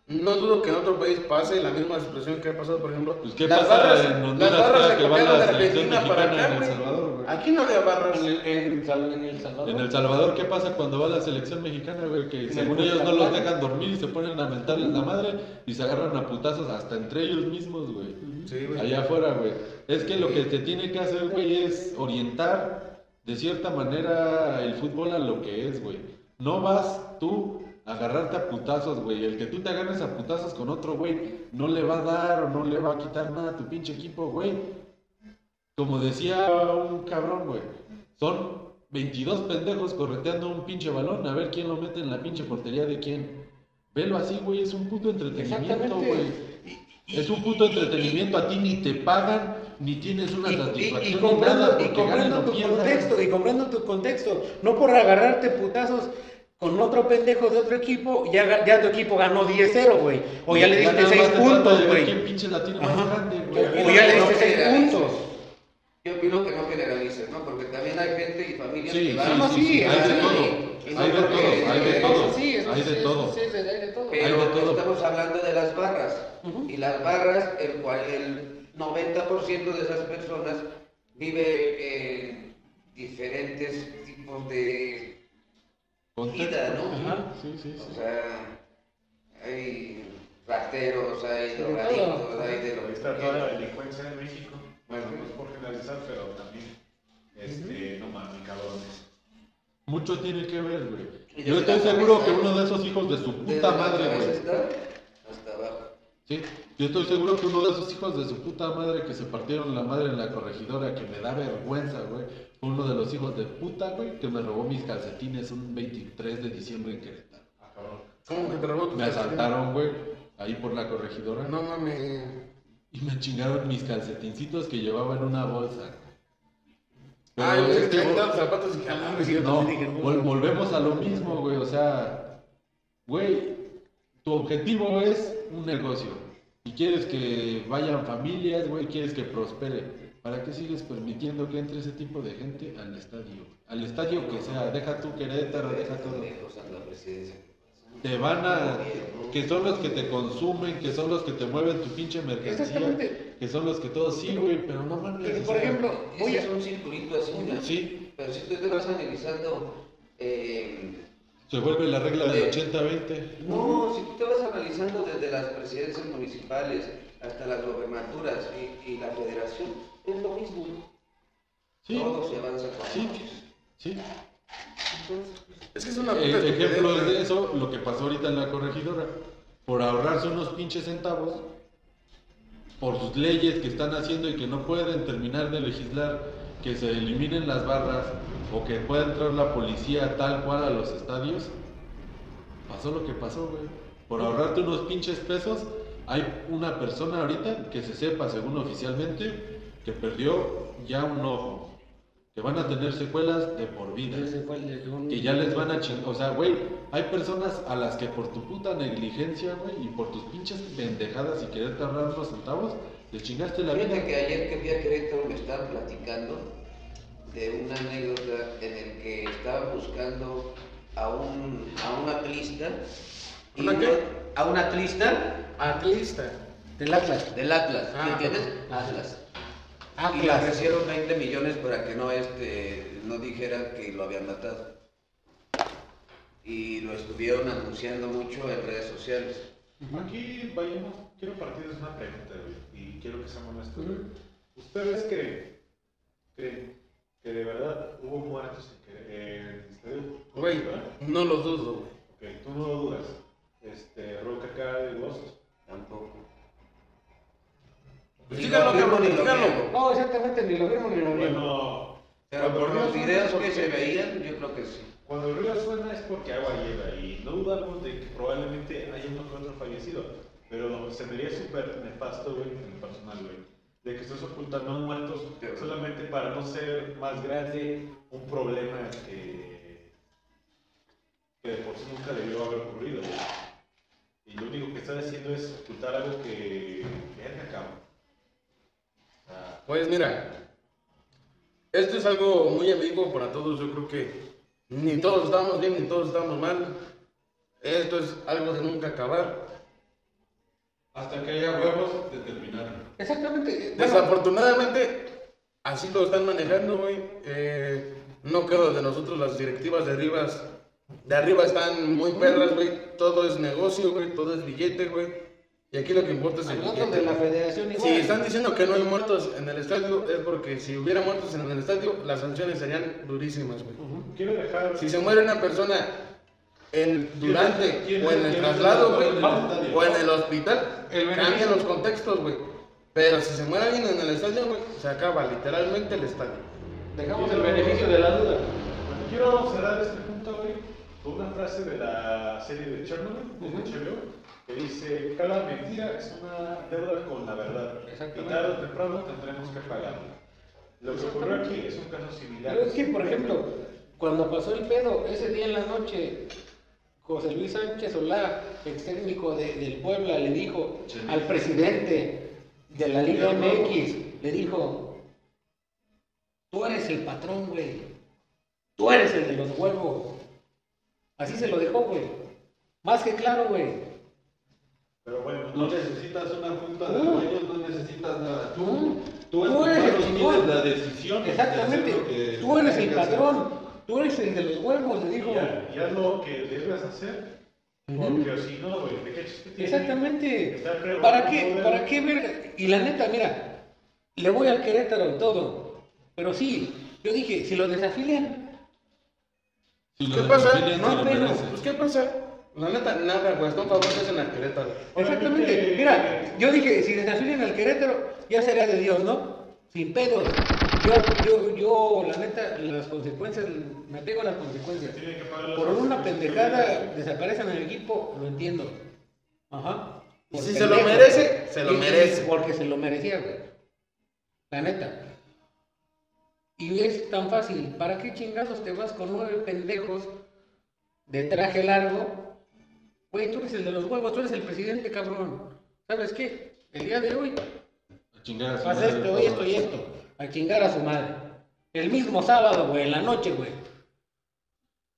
no dudo que en otro país pase la misma situación que ha pasado, por ejemplo. Pues, ¿qué las pasa barras, en Honduras las barras cada se que va cambiaron la de selección Argentina para mexicana acá, en El güey. Salvador, güey? Aquí no había barras. En, el- en Sal- en El Salvador. En El Salvador, ¿qué pasa cuando va la selección mexicana, güey? Que según ellos no los dejan dormir y se ponen a mentarles la madre y se agarran a putazos hasta entre ellos mismos, güey. Sí, güey. Allá afuera, güey. Es que lo que te tiene que hacer, güey, es orientar de cierta manera el fútbol a lo que es, güey. No vas tú a agarrarte a putazos, güey. El que tú te agarres a putazos con otro, güey, no le va a dar o no le va a quitar nada a tu pinche equipo, güey. Como decía un cabrón, güey. Son 22 pendejos correteando un pinche balón a ver quién lo mete en la pinche portería de quién. Velo así, güey, es un puto entretenimiento, Exactamente. güey. Es un puto entretenimiento, a ti ni te pagan, ni tienes una Y- y, y satisfacción ni nada comprando, y porque comprando ganan o tu pierdan. contexto, y comprando tu contexto, no por agarrarte putazos con otro pendejo de otro equipo, ya, ga- ya tu equipo ganó 10-0, güey, o ya le diste nada 6 más se trata puntos, de ver güey, ¿Quién pinche la tiene más Ajá. grande, o güey? ya le No diste 6 generalices. puntos. Yo opino que no generalices, ¿no? Porque también hay gente y familias Sí, que sí, van no, sí, sí, sí, hay de y- y todo, no hay de porque- todo, hay de todo, Sí, es- hay de sí, todo. sí, sí, hay de todo. Pero Hay de todo. estamos hablando de las barras. Ujú. Y las barras, el, cual- el 90% de esas personas vive en diferentes tipos de Contexto. vida, ¿no? Ajá. Sí, sí, O sí. sea, hay rateros, hay de drogadictos, todo. hay de Ahí lo está toda la que delincuencia en México. Bueno, no es por generalizar, pero también. Este, no mames, cabrones. Mucho tiene que ver, güey. Y Yo desde estoy la seguro que cabeza. uno de esos hijos de su Desde puta la madre, cabeza güey. está Hasta abajo. Sí, yo estoy seguro que uno de esos hijos de su puta madre que se partieron la madre en la corregidora, que me da vergüenza, güey, fue uno de los hijos de puta, güey, que me robó mis calcetines un 23 de diciembre en Querétaro. Ah, cabrón. ¿Cómo que te robó tu Me asaltaron, güey, ahí por la corregidora, No mames. y me chingaron mis calcetincitos que llevaba en una bolsa. Pero Ay, es me que- quitaron zapatos y calambres. y yo no, también dije, vol- volvemos a lo mismo, güey. O sea, güey, tu objetivo es un negocio. Y quieres que vayan familias, güey, quieres que prospere. ¿Para qué sigues permitiendo que entre ese tipo de gente al estadio? Al estadio que sea, deja tú Querétaro, deja todo. Lejos a la presidencia. Te van a... Que son los que te consumen, que son los que te mueven tu pinche mercancía. Exactamente. Que son los que todos... Sí, güey, pero no mames. Pero, o por sea, ejemplo, voy Ese a... es un circulito así, ¿no? Sí, Pero si tú te vas analizando, eh, se vuelve la regla del 80-20. no, si tú te vas analizando desde las presidencias municipales hasta las gobernaturas y, y la federación, es lo mismo. Sí. Todo se avanza con Sí, sí. Es que es una puta Eh, estupidez, ejemplo es güey. de eso, lo que pasó ahorita en la corregidora. Por ahorrarse unos pinches centavos, por sus leyes que están haciendo y que no pueden terminar de legislar, que se eliminen las barras o que pueda entrar la policía tal cual a los estadios, pasó lo que pasó, güey. Por ahorrarte unos pinches pesos, hay una persona ahorita que se sepa, según oficialmente, que perdió ya un ojo, que van a tener secuelas de por vida que ya les van a chingar. O sea, güey, hay personas a las que por tu puta negligencia, güey, y por tus pinches pendejadas y quererte ahorrar unos centavos, les chingaste la vida. Fíjate que ayer que fui a Querétaro me estaban platicando de una anécdota en el que estaba buscando a un a un atlista y ¿Una no- qué? a un atlista Atlista. Del Atlas. del Atlas, ¿me Ah. entiendes? Atlas. Y le Atlas. ofrecieron 20 millones para que no este no dijera que lo habían matado. Y lo estuvieron anunciando mucho en redes sociales. Aquí vayamos, quiero partirles una pregunta, güey, y quiero que sean honestos. güey. ¿Ustedes creen, creen que de verdad hubo muertos en Quere- en el estadio? Güey, ¿Verdad? no los dudo, güey. Ok, tú no lo dudas. Este, Roca acá de Ghost. Tampoco. Pues Ni díganlo, lo firmo, cabrón, ni lo díganlo. niego. No, exactamente, ni lo vimos ni lo vimos. Bueno, Pero cuando el por río los suena videos es que porque- se veían, yo creo que sí. Cuando el río suena es porque agua lleva y no dudamos de que probablemente haya uno que otro fallecido, pero se me haría súper nefasto, güey, en lo personal, güey, de que estés ocultando muertos Pero- solamente para no ser más grande un problema que, que de por sí nunca debió haber ocurrido, güey. Y lo único que están haciendo es ocultar algo que, verga, cabrón. O sea, Pues mira, esto es algo muy amigo para todos, yo creo que Ni todos estamos bien, ni todos estamos mal. Esto es algo de nunca acabar. Hasta que haya huevos de terminar. Exactamente. Pues Bueno, Desafortunadamente, así lo están manejando, güey. Eh, no quedo de nosotros, las directivas de arriba, de arriba están muy perras, güey. Todo es negocio, güey. Todo es billete, güey. Y aquí lo que importa es el hablando billete. de la güey. federación igual. Si están diciendo que no hay muertos en el estadio, es porque si hubiera muertos en el estadio, las sanciones serían durísimas, güey. Quiero dejar. Si se muere una persona en- durante ¿Quién- o en el quién- traslado, güey, quién- quién- o en el hospital, El beneficio. cambian los contextos, güey. Pero si se muere alguien en el estadio, güey, se acaba literalmente el estadio. Dejamos el beneficio de la duda. Bueno, quiero cerrar este punto, güey, con una frase de la serie de Chernobyl, de HBO, que dice: Cada mentira es una deuda con la verdad. Y Exactamente. tarde o temprano tendremos que pagarla. Lo que ocurrió aquí es un caso similar. Pero es que, por ejemplo, cuando pasó el pedo, ese día en la noche, José Luis Sánchez Solá, ex técnico de- del Puebla, le dijo al presidente de la Liga MX, le dijo, tú eres el patrón, güey, tú eres el de los huevos. Así se lo dejó, güey. Más que claro, güey. Pero bueno, No necesitas una junta de Uh. dueños, no necesitas nada. Tú, Tú, tú eres el tienes chingón. la decisión. de Exactamente. Este, hacer lo que Tú eres el tengas que patrón. Tú eres el de los huevos, le dijo. y haz- y haz lo que debes hacer, porque si no, güey, ¿de qué chiste tiene? Exactamente. Está creo- ¿Para qué? ¿Para qué ver? Y la neta, mira, le voy al Querétaro y todo. Pero sí, yo dije, si lo desafilian, Si ¿Qué lo pasa? desafilian, No se lo hay pedo. merece. Pues, ¿qué pasa? La neta, nada, güey. Son favores en la Querétaro. exactamente. Obviamente- Mira, yo dije, si desafilian al Querétaro, ya será de Dios, ¿no? Sin pedos. Yo, yo, yo, la neta, las consecuencias, me apego a las consecuencias. Tiene que pagar los Por una servicios pendejada desaparecen el equipo, lo entiendo. Ajá. Y Por si se lo pendejo. merece, se lo Y- y merece. Porque se lo merecía, güey. La neta. Y es tan fácil. ¿Para qué chingados te vas con nueve pendejos de traje largo? Güey, tú eres el de los huevos, tú eres el presidente, cabrón. ¿Sabes qué? El día de hoy A chingar a su Haz madre, esto, por y esto favor. y esto. A chingar a su madre. El mismo sábado, güey, en la noche, güey.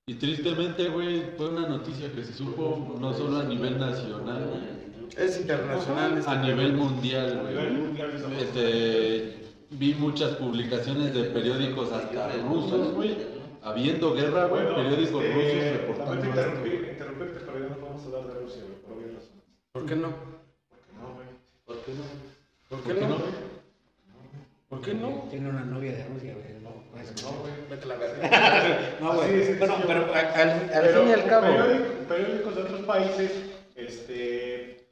Y tristemente, güey, fue una noticia que se supo no solo a nivel nacional, güey, Es internacional. este, a nivel mundial, A nivel güey. mundial, esa madre. Este, vi muchas publicaciones de periódicos hasta rusos, güey. Habiendo guerra, güey, Bueno, periódicos este, rusos lamento reportando esto. interrumpir, interrumpirte, pero ya no vamos a hablar de Rusia, güey, por obvias razones. ¿Por qué no? Porque no, güey. ¿Por qué no? ¿Por qué no? ¿Por qué no? Tiene una novia de Rusia, güey. No, pues, no, güey. Vete a la verga. No, Así güey. de sencillo. bueno, pero a- al, al Pero fin y al cabo. periódico- periódicos de otros países, este.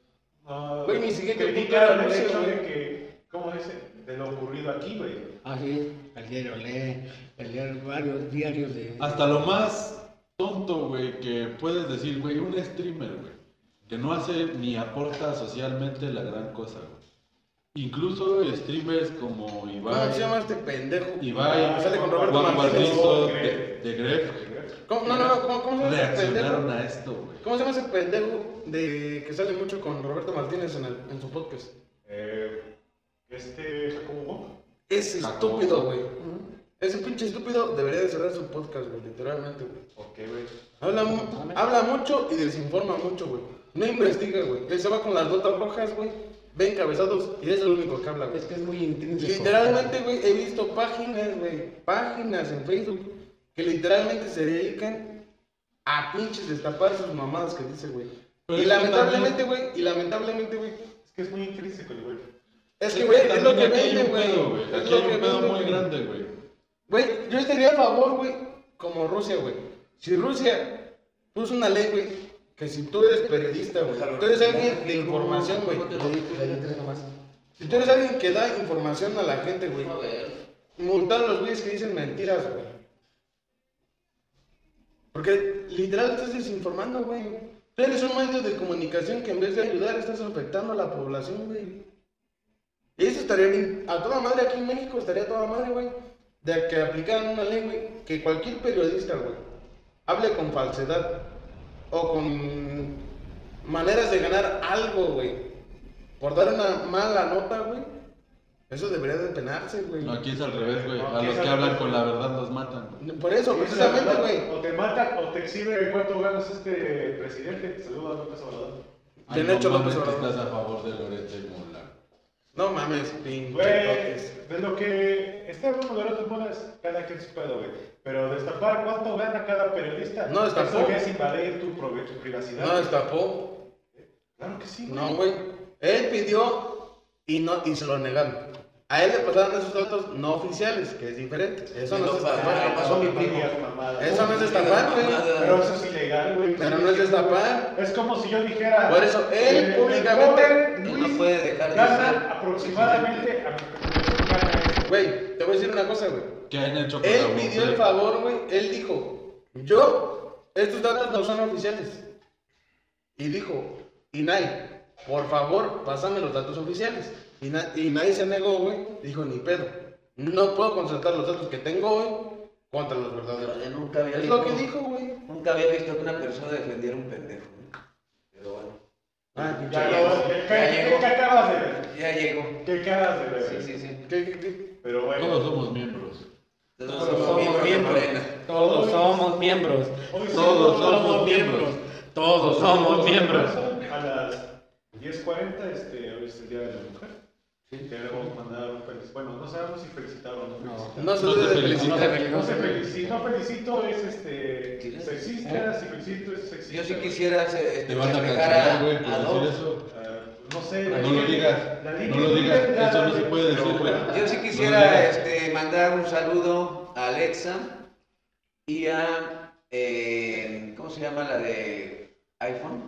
ah, Güey, ni siquiera que critican ocuparon el eso, hecho de güey. que, ¿cómo dice? De lo ocurrido aquí, güey. Ah, sí. El diario Olé, el diario, varios diarios de. Hasta lo más tonto, güey, que puedes decir, güey, un streamer, güey, que no hace ni aporta socialmente la gran cosa, güey. Incluso streamers como Ibai, ¿Cómo se llama este pendejo? Ibai, Sale con Roberto Juan Martínez. Guarnizo, de, Gref. de Gref, ¿Cómo? No, no, no. ¿Cómo, cómo se llama este pendejo? reaccionaron a esto, güey. ¿Cómo se llama ese pendejo de que sale mucho con Roberto Martínez en, el- en su podcast? Eh, este, Jacobo Wong, Ese Jacobo. estúpido, güey. Ese pinche estúpido debería de cerrar su podcast, güey, literalmente, güey. ¿por qué, güey? Habla, mu- habla mucho y desinforma mucho, güey. No investiga, güey. Él se va con las botas rojas, güey. Ve encabezados y es el único que habla, güey. Es que es muy intrínseco. Literalmente, güey, he visto páginas, güey, páginas en Facebook que literalmente se dedican a pinches destapar sus mamadas que dice, güey. Pero Y es que lamentablemente, güey, y lamentablemente, güey, Es que es muy intrínseco el güey. es que, güey, es lo que Aquí hay vende, un güey. pedo, güey. Es Aquí lo hay que un pedo vende, muy güey. grande, güey. Güey, yo estaría a favor, güey, como Rusia, güey. Si Rusia puso una ley, güey, que si tú eres periodista, güey, tú eres alguien de información, güey. Si tú eres alguien que da información a la gente, güey, A ver. montar los güeyes que dicen mentiras, güey. Porque literal estás desinformando, güey. Tú eres un medio de comunicación que en vez de ayudar estás afectando a la población, güey. Y eso estaría bien. A toda madre aquí en México estaría a toda madre, güey. De que aplicaran una ley, güey, que cualquier periodista, güey, hable con falsedad o con maneras de ganar algo, güey. Por dar una mala nota, güey. Eso debería de penarse, güey. No, aquí es al revés, güey. A Aquí los es que al hablan revés. con la verdad los matan. güey. Por eso, precisamente, güey. O te mata o te exhibe cuánto ganas este presidente. Saludos a López Obrador. Ay, Te han hecho López mames, que Obrador. Estás a favor de Lorete Mola. No mames, pinche. toques. Güey, Pues, de lo que está hablando de los monas, cada quien su pedo, güey. Pero destapar cuánto gana cada periodista. No destapó. Eso ya es invadir tu, prove- tu privacidad. No escapó. Claro que sí, güey. No, güey. Él pidió y, no, y se lo negaron. A él le pasaron esos datos no oficiales, que es diferente. Eso no, No, es para- estafar. pasó mi primo. Digas mamadas. Eso no es estafar, güey. Pero eso es ilegal, güey. Pero no es destapar. Es como si yo dijera. Por eso, él eh, públicamente- el Él joven no Luis puede dejar de ser. Gana aproximadamente. a- gana eso. Güey, te voy a decir una cosa, güey. ¿Qué han hecho con Él la pidió mujer? el favor, güey. Él dijo, yo, estos datos no son oficiales. Y dijo, Inay, por favor, pásame los datos oficiales. Y, na- y nadie se negó, güey. Dijo, ni pedo. No puedo consultar los datos que tengo hoy contra los Pero verdaderos. yo nunca había Es visto- lo que dijo, güey. Nunca había visto que una persona defendiera a un pendejo. ¿no? Pero bueno, Ah, pinche Ya viejo. lo- ¿Qué Ya llegó. qué- qué acabas de ver? ya llegó. ¿Qué acabas de ver? Sí, sí, sí. ¿Qué- qué- qué? Pero bueno. Todos somos miembros. Todos somos miembros de Morena. Todos somos miembros. Hoy sí, Todos no, somos miembros. Todos somos miembros. A las 10.40, este, hoy es el Día de la Mujer. Queremos mandar un feliz. Bueno, no sabemos si felicitar o no. felicitar. No se No te debe de felicito. felicitar. No se felicita, no felicito es este, sexista, si felicito es sexista. Yo sí quisiera eh, Te van a reflejar cancelar, a- güey, pues, a por Doc. decir eso. Ah, no sé. No lo digas. No lo digas. Eso no se puede decir, pues. güey. Yo sí No, no, quisiera no. este, mandar un saludo a Alexa y a. eh, ¿Cómo se llama la de iPhone?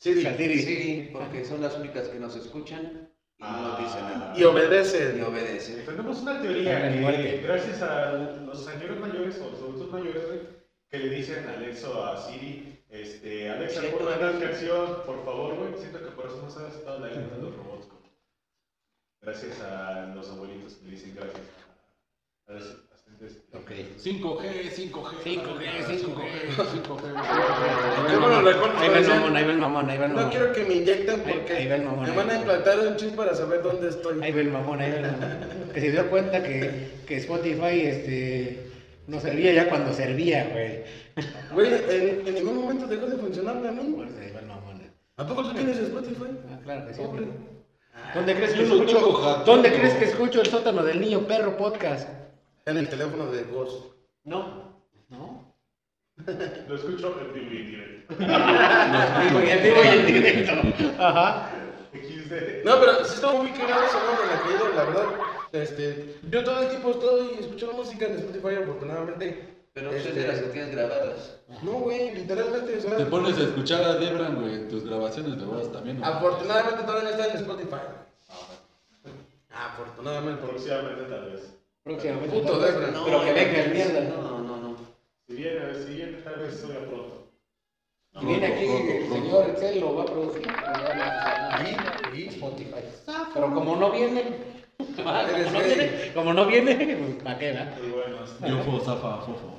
Sí, Siri. Siri, porque son las únicas que nos escuchan y no nos dicen nada. Y Y obedece. obedecen. Tenemos una teoría Al que igual que- gracias a los señores mayores o los adultos mayores güey, que le dicen a Alexo a Siri, este, Alexa, Siento- pon una canción, por favor, güey. Siento que por eso no sabes toda la letra de los robots. güey. Gracias a los abuelitos que le dicen gracias a los asistentes. 5G, 5G. Ah, 5G, 5G. 5G. Qué bueno, recuerdo, Ahí va el ¿sabes? mamón, ahí va el mamón, ahí va el mamón. No quiero que me inyecten Ahí- porque ahí va el mamón, me ahí van va a el implantar un chip para saber dónde estoy. Ahí va el mamón, ahí va el mamón. Que se dio cuenta que, que Spotify este, no servía ya cuando servía, güey. Güey, en, en ningún momento dejó de funcionar a mí. Por eso ahí va el mamón. ¿A poco tú tienes Spotify? Ah, claro que sí. Hombre. güey. ¿Dónde crees que Yo no tengo escucho? jato. ¿Dónde crees que escucho el sótano del niño perro podcast? En el teléfono de vos. No. ¿No? Lo escucho en vivo y en directo. en vivo y en directo. Ajá. XD. No, pero sí está muy cagado ese nombre la caída, la verdad. Este, yo todo el tiempo estoy escuchando música en Spotify, afortunadamente. Pero Este, son de las que tienes grabadas. No, güey, literalmente. o sea, Te pones a escuchar a Debran, güey, en tus grabaciones de voz también. güey. Afortunadamente todavía está en Spotify. Afortunadamente. por- Próximamente, tal vez. Próximamente. Puto Debra, no, Pero que venga el mierda. eh, No, no, no. Si viene, si viene, tal vez suba pronto. Y viene aquí Pronto, el pronto. señor Excel, lo va a producir. lo va a lanzar. Spotify. Pero como no viene, Eres Ah, como no gay. viene, como no viene, pues para qué, ¿verdad? Muy buenos. Yo fo, zafa, fofo.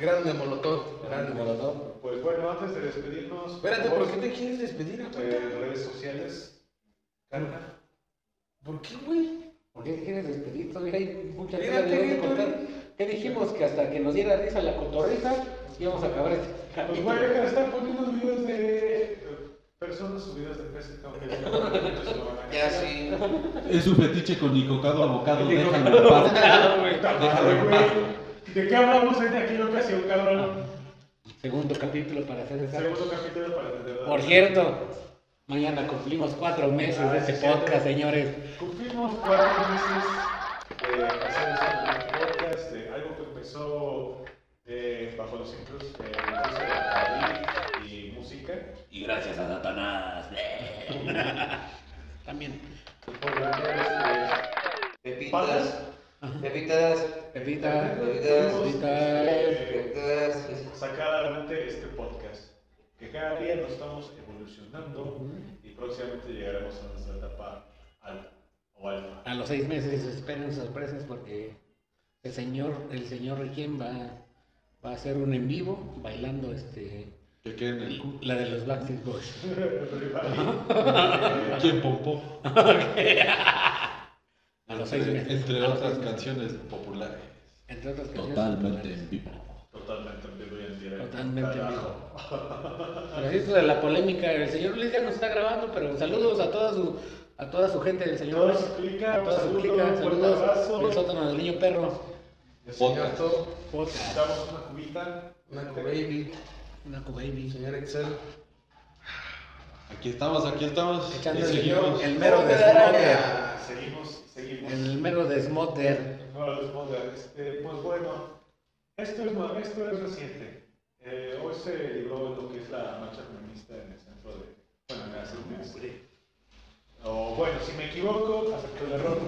Grande Molotov. Grande Molotov. Pues bueno, antes de despedirnos. Espérate, por ¿por qué favor, te quieres despedir? eh, redes sociales. Carla. ¿Por qué, güey? ¿Por qué quieres despedir? Todavía hay muchas Mira, cosas de dónde Tito, contar. ¿Qué dijimos? Que hasta que nos diera risa la cotorrita, íbamos a acabar este Pues capítulo. voy a dejar de estar eh, poniendo videos de personas subidas de peso. cabrón. Ya sí. Es su fetiche con Nicocado abocado. Déjalo en paz. Déjalo en paz. ¿De qué hablamos en aquella ocasión, cabrón? Segundo capítulo para hacer exactos. Segundo capítulo para la verdad. Por cierto, mañana cumplimos cuatro meses de Ah, este podcast, señores. Cumplimos cuatro meses de hacer este podcast, de algo que empezó eh, bajo los ciclos de música de David y música. Y gracias a Satanás. También. Por lo tanto, este, Pepitas. Pepitas. Pepita, Pepitas. Pepitas. eh, Pepitas. sacar adelante este podcast. Que cada día nos estamos evolucionando y próximamente llegaremos a nuestra etapa alta o alfa. A los seis meses esperen sorpresas porque el señor, el señor Requiem va, va a hacer un en vivo bailando este Que quede en el cu. la de los Backstreet Boys. Eh, ¿Quién pompó? los seis meses. Entre A los otras seis meses. canciones populares. Entre otras canciones. Totalmente en vivo. Totalmente en vivo y en directo. Totalmente en Carajo. vivo. Pero sí, esto de la polémica, el señor Luis ya nos está grabando, pero saludos a toda su, a toda su gente del señor Toda Luis. su clica, A toda su saludos, clica, un fuerte saludos. abrazo. El sótano del niño perro. El Podcast. señor Thor, Podcast. Damos una cubita. Naco Baby, Naco el Baby. señor Excel. Aquí estamos, aquí estamos. Echando Y el, seguimos. el mero de Smother. Ah, Seguimos, seguimos. El mero de Smother. No, los Modern, este, pues bueno, esto es, ma- esto es reciente. Eh, hoy se libró lo que es la marcha feminista en el centro de. Bueno, en hace un mes. O bueno, si me equivoco, acepto el error.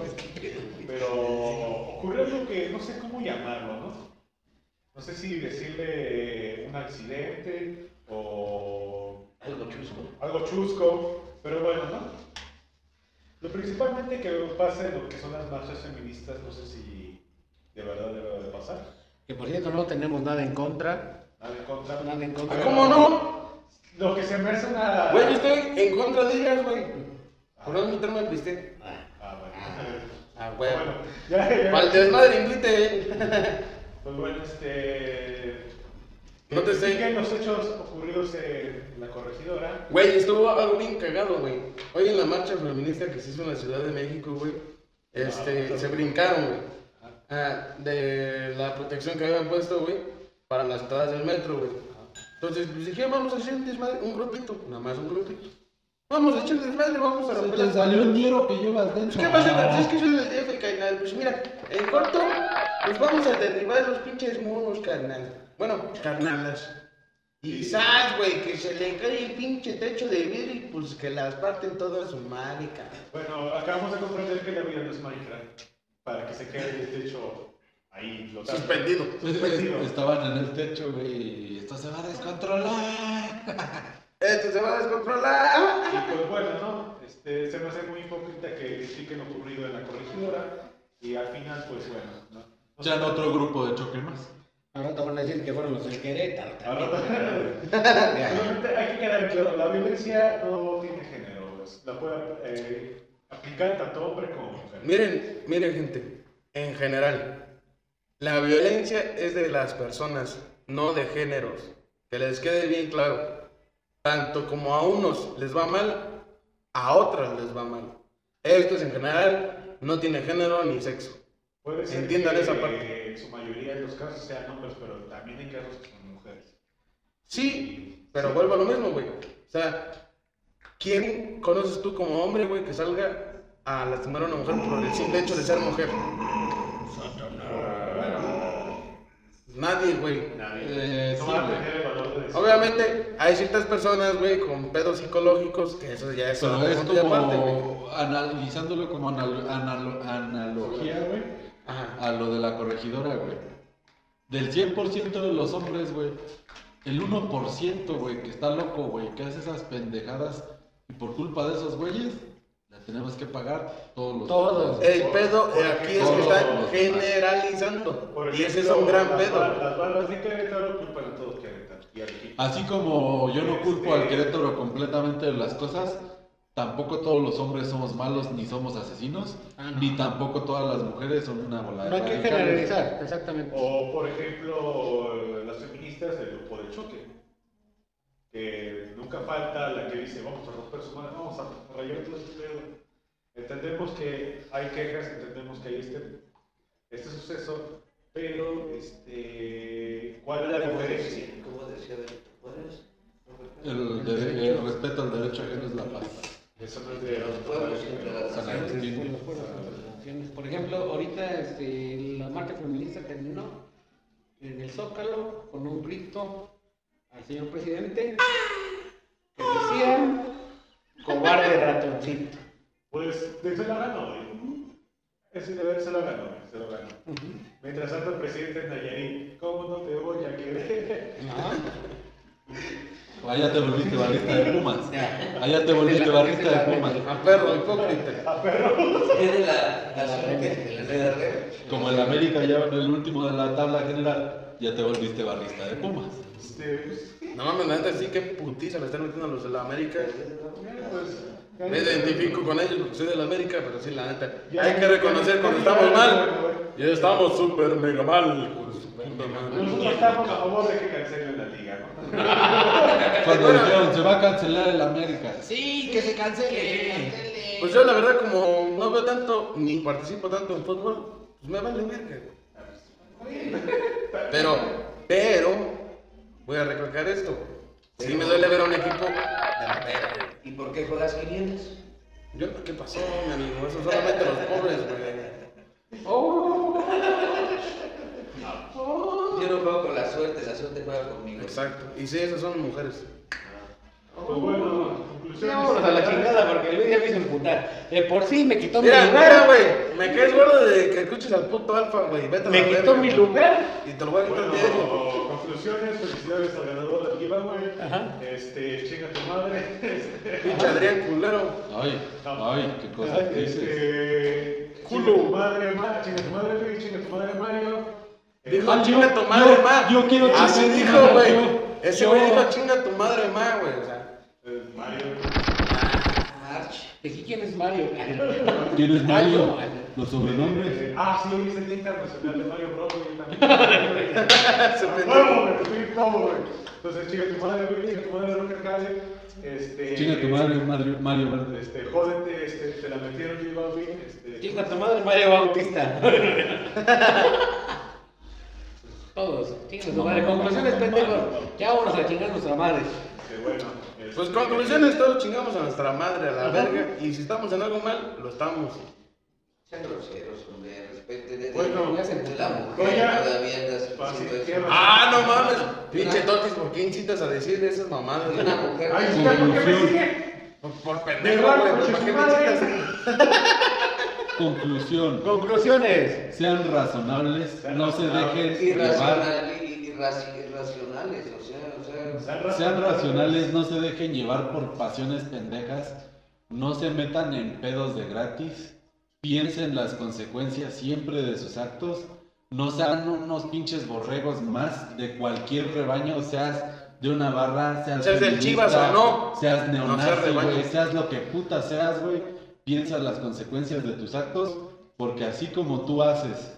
Pero ocurrió algo que no sé cómo llamarlo, ¿no? No sé si decirle un accidente o Algo chusco. algo chusco, pero bueno, ¿no? Lo principalmente que pasa en lo que son las marchas feministas, no sé si de verdad debe de pasar. Que por cierto no tenemos nada en contra. Nada en contra. Nada en Ah, contra. ¿Cómo no? Lo que se me hace una. Güey, yo estoy en contra de ellas, güey. Por no invitarme al bistec. Ah, bueno. Ah, güey. bueno, ya, ya. Para el desmadre, invite. Pues bueno, este. No te sé. Critiquen los hechos ocurridos en la corregidora. Güey, estuvo algo bien cagado, güey. Hoy en la marcha feminista que se hizo en la Ciudad de México, güey, este, se brincaron, güey. Ah, de la protección que habían puesto, güey, para las entradas del metro, güey. Entonces, pues dije, vamos a hacer un desmadre, un grupito, nada más un grupito. Vamos a echar desmadre, vamos a Se romper te las- salió el dinero que llevas Pues, dentro. Ah. ¿Qué pasa? Es que soy del DF, carnal. Pues mira, en corto, pues vamos a derribar los pinches muros, carnal. Bueno, carnalas. Y sas, güey, que se le cae el pinche techo de vidrio y pues que las parten todas su madre, carnal. Bueno, acabamos de comprender que la vida no es Minecraft. Para que se quede el techo ahí flotando. Suspendido. Estaban en el techo, güey. Esto se va a descontrolar. Esto se va a descontrolar. Y pues bueno, ¿no? Este, se me hace muy hipócrita que critiquen lo ocurrido en la corregidora y al final, pues bueno, ¿no? Ya en otro grupo de choque más. Ahora te van a decir que fueron los del Querétaro. también. Ahora- Solamente hay que quedar claro, la violencia no tiene género, es- la puede eh, aplicar tanto hombre como mujer. Miren, miren, gente. En general, la violencia es de las personas, no de géneros. Que les quede bien claro. Tanto como a unos les va mal, a otras les va mal. Esto es en general, no tiene género ni sexo. Puede ser Entiendan que esa parte. en su mayoría de los casos sean hombres, pero también hay casos que son mujeres. Sí, pero vuelvo a lo mismo, güey. O sea, ¿quién conoces tú como hombre, güey, que salga a lastimar a una mujer por el simple hecho de ser mujer? Nadie, güey. Eh, No sí, van a güey. tener el valor de decir- Obviamente, hay ciertas personas, güey, con pedos psicológicos, que eso ya es Pero otro es punto y aparte, güey. como analizándolo como anal- analo- analogía, güey, Ajá. a lo de la corregidora, güey. Del 100% de los hombres, güey, el 1%, güey, que está loco, güey, que hace esas pendejadas y por culpa de esos güeyes, la tenemos que pagar todos los Todos. El pedo aquí es que están generalizando. Por Y ese es ejemplo, un gran las pedo. bal- güey. Las balas de Querétaro culpan a todos Querétaro y al equipo. Así como yo no culpo al Este- Querétaro completamente de las cosas, tampoco todos los hombres somos malos ni somos asesinos, Ah, no. ni tampoco todas las mujeres son una bola de No hay que radicales. generalizar, Oh, exactamente. O, por ejemplo, las feministas del grupo de choque. Que nunca falta la que dice, vamos a romper su madre, vamos a rayar todo este pedo. Entendemos que hay quejas, entendemos que hay este, este suceso, pero, este, ¿cuál es la diferencia? ¿Cómo decía Benito Juárez? El, de- el respeto al derecho ajeno es la paz. Eso no es de los Pueblos entre las San Agustín. Por ejemplo, ahorita este, la marcha feminista terminó en el Zócalo con un grito al señor presidente que decía cobarde ratoncito. Pues, de- se la ganó, güey. Ese deber se la ganó, se lo ganó. Mientras tanto, el presidente Nayarit, ¿cómo no te voy a querer? Allá te volviste barrista de plumas. Allá te volviste barrista de plumas. A Ah, perro, hipócrita. A perro. Es de la, la la- red. de la red. Como el América ya en el último de la tabla general, ya te volviste barrista de plumas. Este, pues, No mames, la neta sí que putiza le están metiendo a los de la América. Pues, Me identifico con ellos porque soy de la América, pero sí, la neta. Hay que reconocer cuando estamos mal. Y estamos súper mega mal. pues, puta madre. Nosotros estamos a favor de que cancelen la liga, ¿no? Cuando dijeron, se va a cancelar el América. Sí, que se cancele. Pues yo, la verdad, como no veo tanto ni participo tanto en fútbol, pues me vale verga. Pero, pero, voy a recalcar esto. Sí me duele ver a un equipo de la verga. ¿Y por qué juegas 500? Yo, ¿qué pasó, mi amigo? Eso solamente los pobres, güey. Oh, Yo no juego con la suerte, la suerte juega conmigo. Exacto. Y sí, esas son mujeres. Pues bueno, conclusión. No, vámonos a la chingada porque Luis ya me hizo emputar. De por sí me quitó mi Mira, mira, lugar. güey. Me caes gordo de que escuches al puto alfa, güey. Vete a la Me quitó verga. mi lugar. Y te lo voy a quitar Bueno, diario. conclusiones, felicidades al ganador del giveaway. Ajá. Este, chinga tu madre. Este, Pinche Adrián culero. Ay, ay, qué cosa dices. este, Culo. Chinga tu madre, ma, chinga tu madre, Luis, chinga tu madre, Mario. Eh, Dijo, Ah, yo- chinga tu madre, yo- ma. yo quiero Así chingar- dijo, yo- güey. Ese yo- güey dijo, chinga tu madre, ma, güey. O sea, Eh, Mario. March. ¿De aquí quién es Mario? ¿Quién es Mario? Mario. Los sobrenombres. Eh, ah, sí, hoy es el Día Internacional de Mario Bros. güey, también. se Ah, pendejo. huevo, güey, pues, sí, todo, güey. Entonces, chinga tu madre, güey, chinga tu madre, nunca cale. Este, Chinga tu madre, Mario, Mario Verde. Este, jódete, este, te la metieron, yo iba bien. Este, Chinga tu madre Mario Bautista. Todos, chinga su madre. Conclusiones, pendejos. Ya vamos a chingar nuestra madre. este, bueno. este, Pues conclusiones, todos chingamos a nuestra madre a la verga. Y si estamos en algo mal, lo estamos. Sean groseros, hombre. Respeten de Bueno, ya se emputó. la mujer Doña- todavía andas Paz y haciendo eso. tierra. Ah, no mames. Pinche Totis, ¿por qué incitas a decir esas mamadas? güey? Una mujer. Ay, sí, ¿por qué me sigue? Por, por Me pendejo, va, güey. coche, ¿Por su qué me madre. incitas? Conclusión. Conclusiones. Sean razonables, no se dejen llevar. Irracional, ir- irraci- irracionales, o sea, o sea, Sean racionales, no se dejen llevar por pasiones pendejas. No se metan en pedos de gratis. Piensen las consecuencias siempre de sus actos. No sean unos pinches borregos más de cualquier rebaño, seas de una barra, seas, Seas del feminista, Chivas o no, seas no seas neonazi, rebaño. güey, seas lo que puta seas, güey. Piensa las consecuencias de tus actos, porque así como tú haces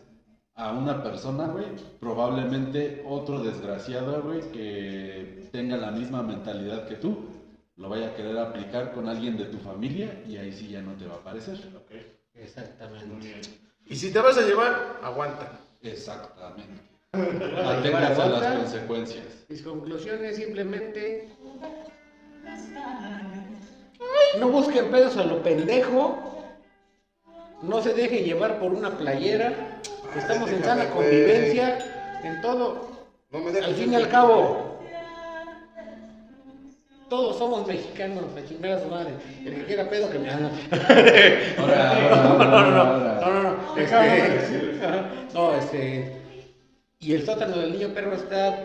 a una persona, güey, probablemente otro desgraciado, güey, que tenga la misma mentalidad que tú, lo vaya a querer aplicar con alguien de tu familia y ahí sí ya no te va a parecer. Exactamente. Y si te vas a llevar, aguanta. Exactamente. Aténganse a las consecuencias. Mis conclusiones simplemente. No busquen pedos a lo pendejo. No se dejen llevar por una playera. Estamos en sana Déjame, güey. convivencia. En todo. No me dejes. Al fin y al cabo. Todos somos mexicanos, la chingada su madre. El que quiera pedo que me haga. Ahora, ahora, No, no, ahora, no, ahora. no, no, no, este, no, este, y el sótano del niño perro está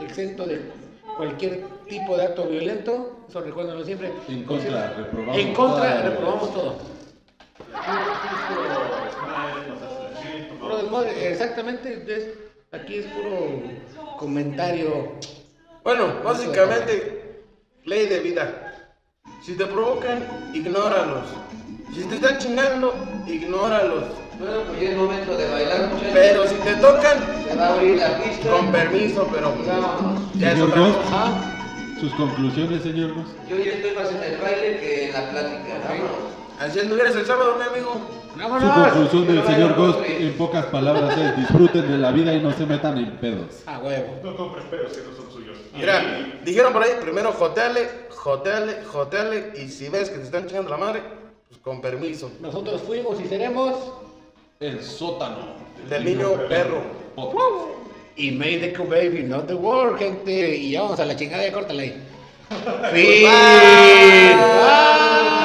exento de cualquier tipo de acto violento, eso recuérdenlo siempre. En contra, reprobamos. En contra, toda- reprobamos todo. Puro desmadre, exactamente, es- aquí es puro comentario. Bueno, básicamente, ley de vida. Si te provocan, ignóralos. Si te están chingando, ignóralos. bueno, pues ya es momento de bailar, muchachos. Pero si te tocan, Se va a abrir la pista. con permiso, pero pues, Vámonos. ya es Señor otra Goss, cosa. sus conclusiones, señor Goss. Yo ya estoy más en el baile que en la plática, vámonos. Así anduvieras el sábado, mi amigo. Su ¡Vámonos! conclusión del Pero señor bueno, Ghost pues. en pocas palabras es disfruten de la vida y no se metan en pedos. A huevo. No compren pedos que no son suyos. Mira, dijeron por ahí, primero joteale, joteale, joteale, y si ves que te están chingando la madre, pues con permiso. Nosotros fuimos y seremos. El sótano Del niño perro. Y made the cool baby, not the world, gente. Y ya vamos a la chingada, ya córtale. ahí. Bye. Bye.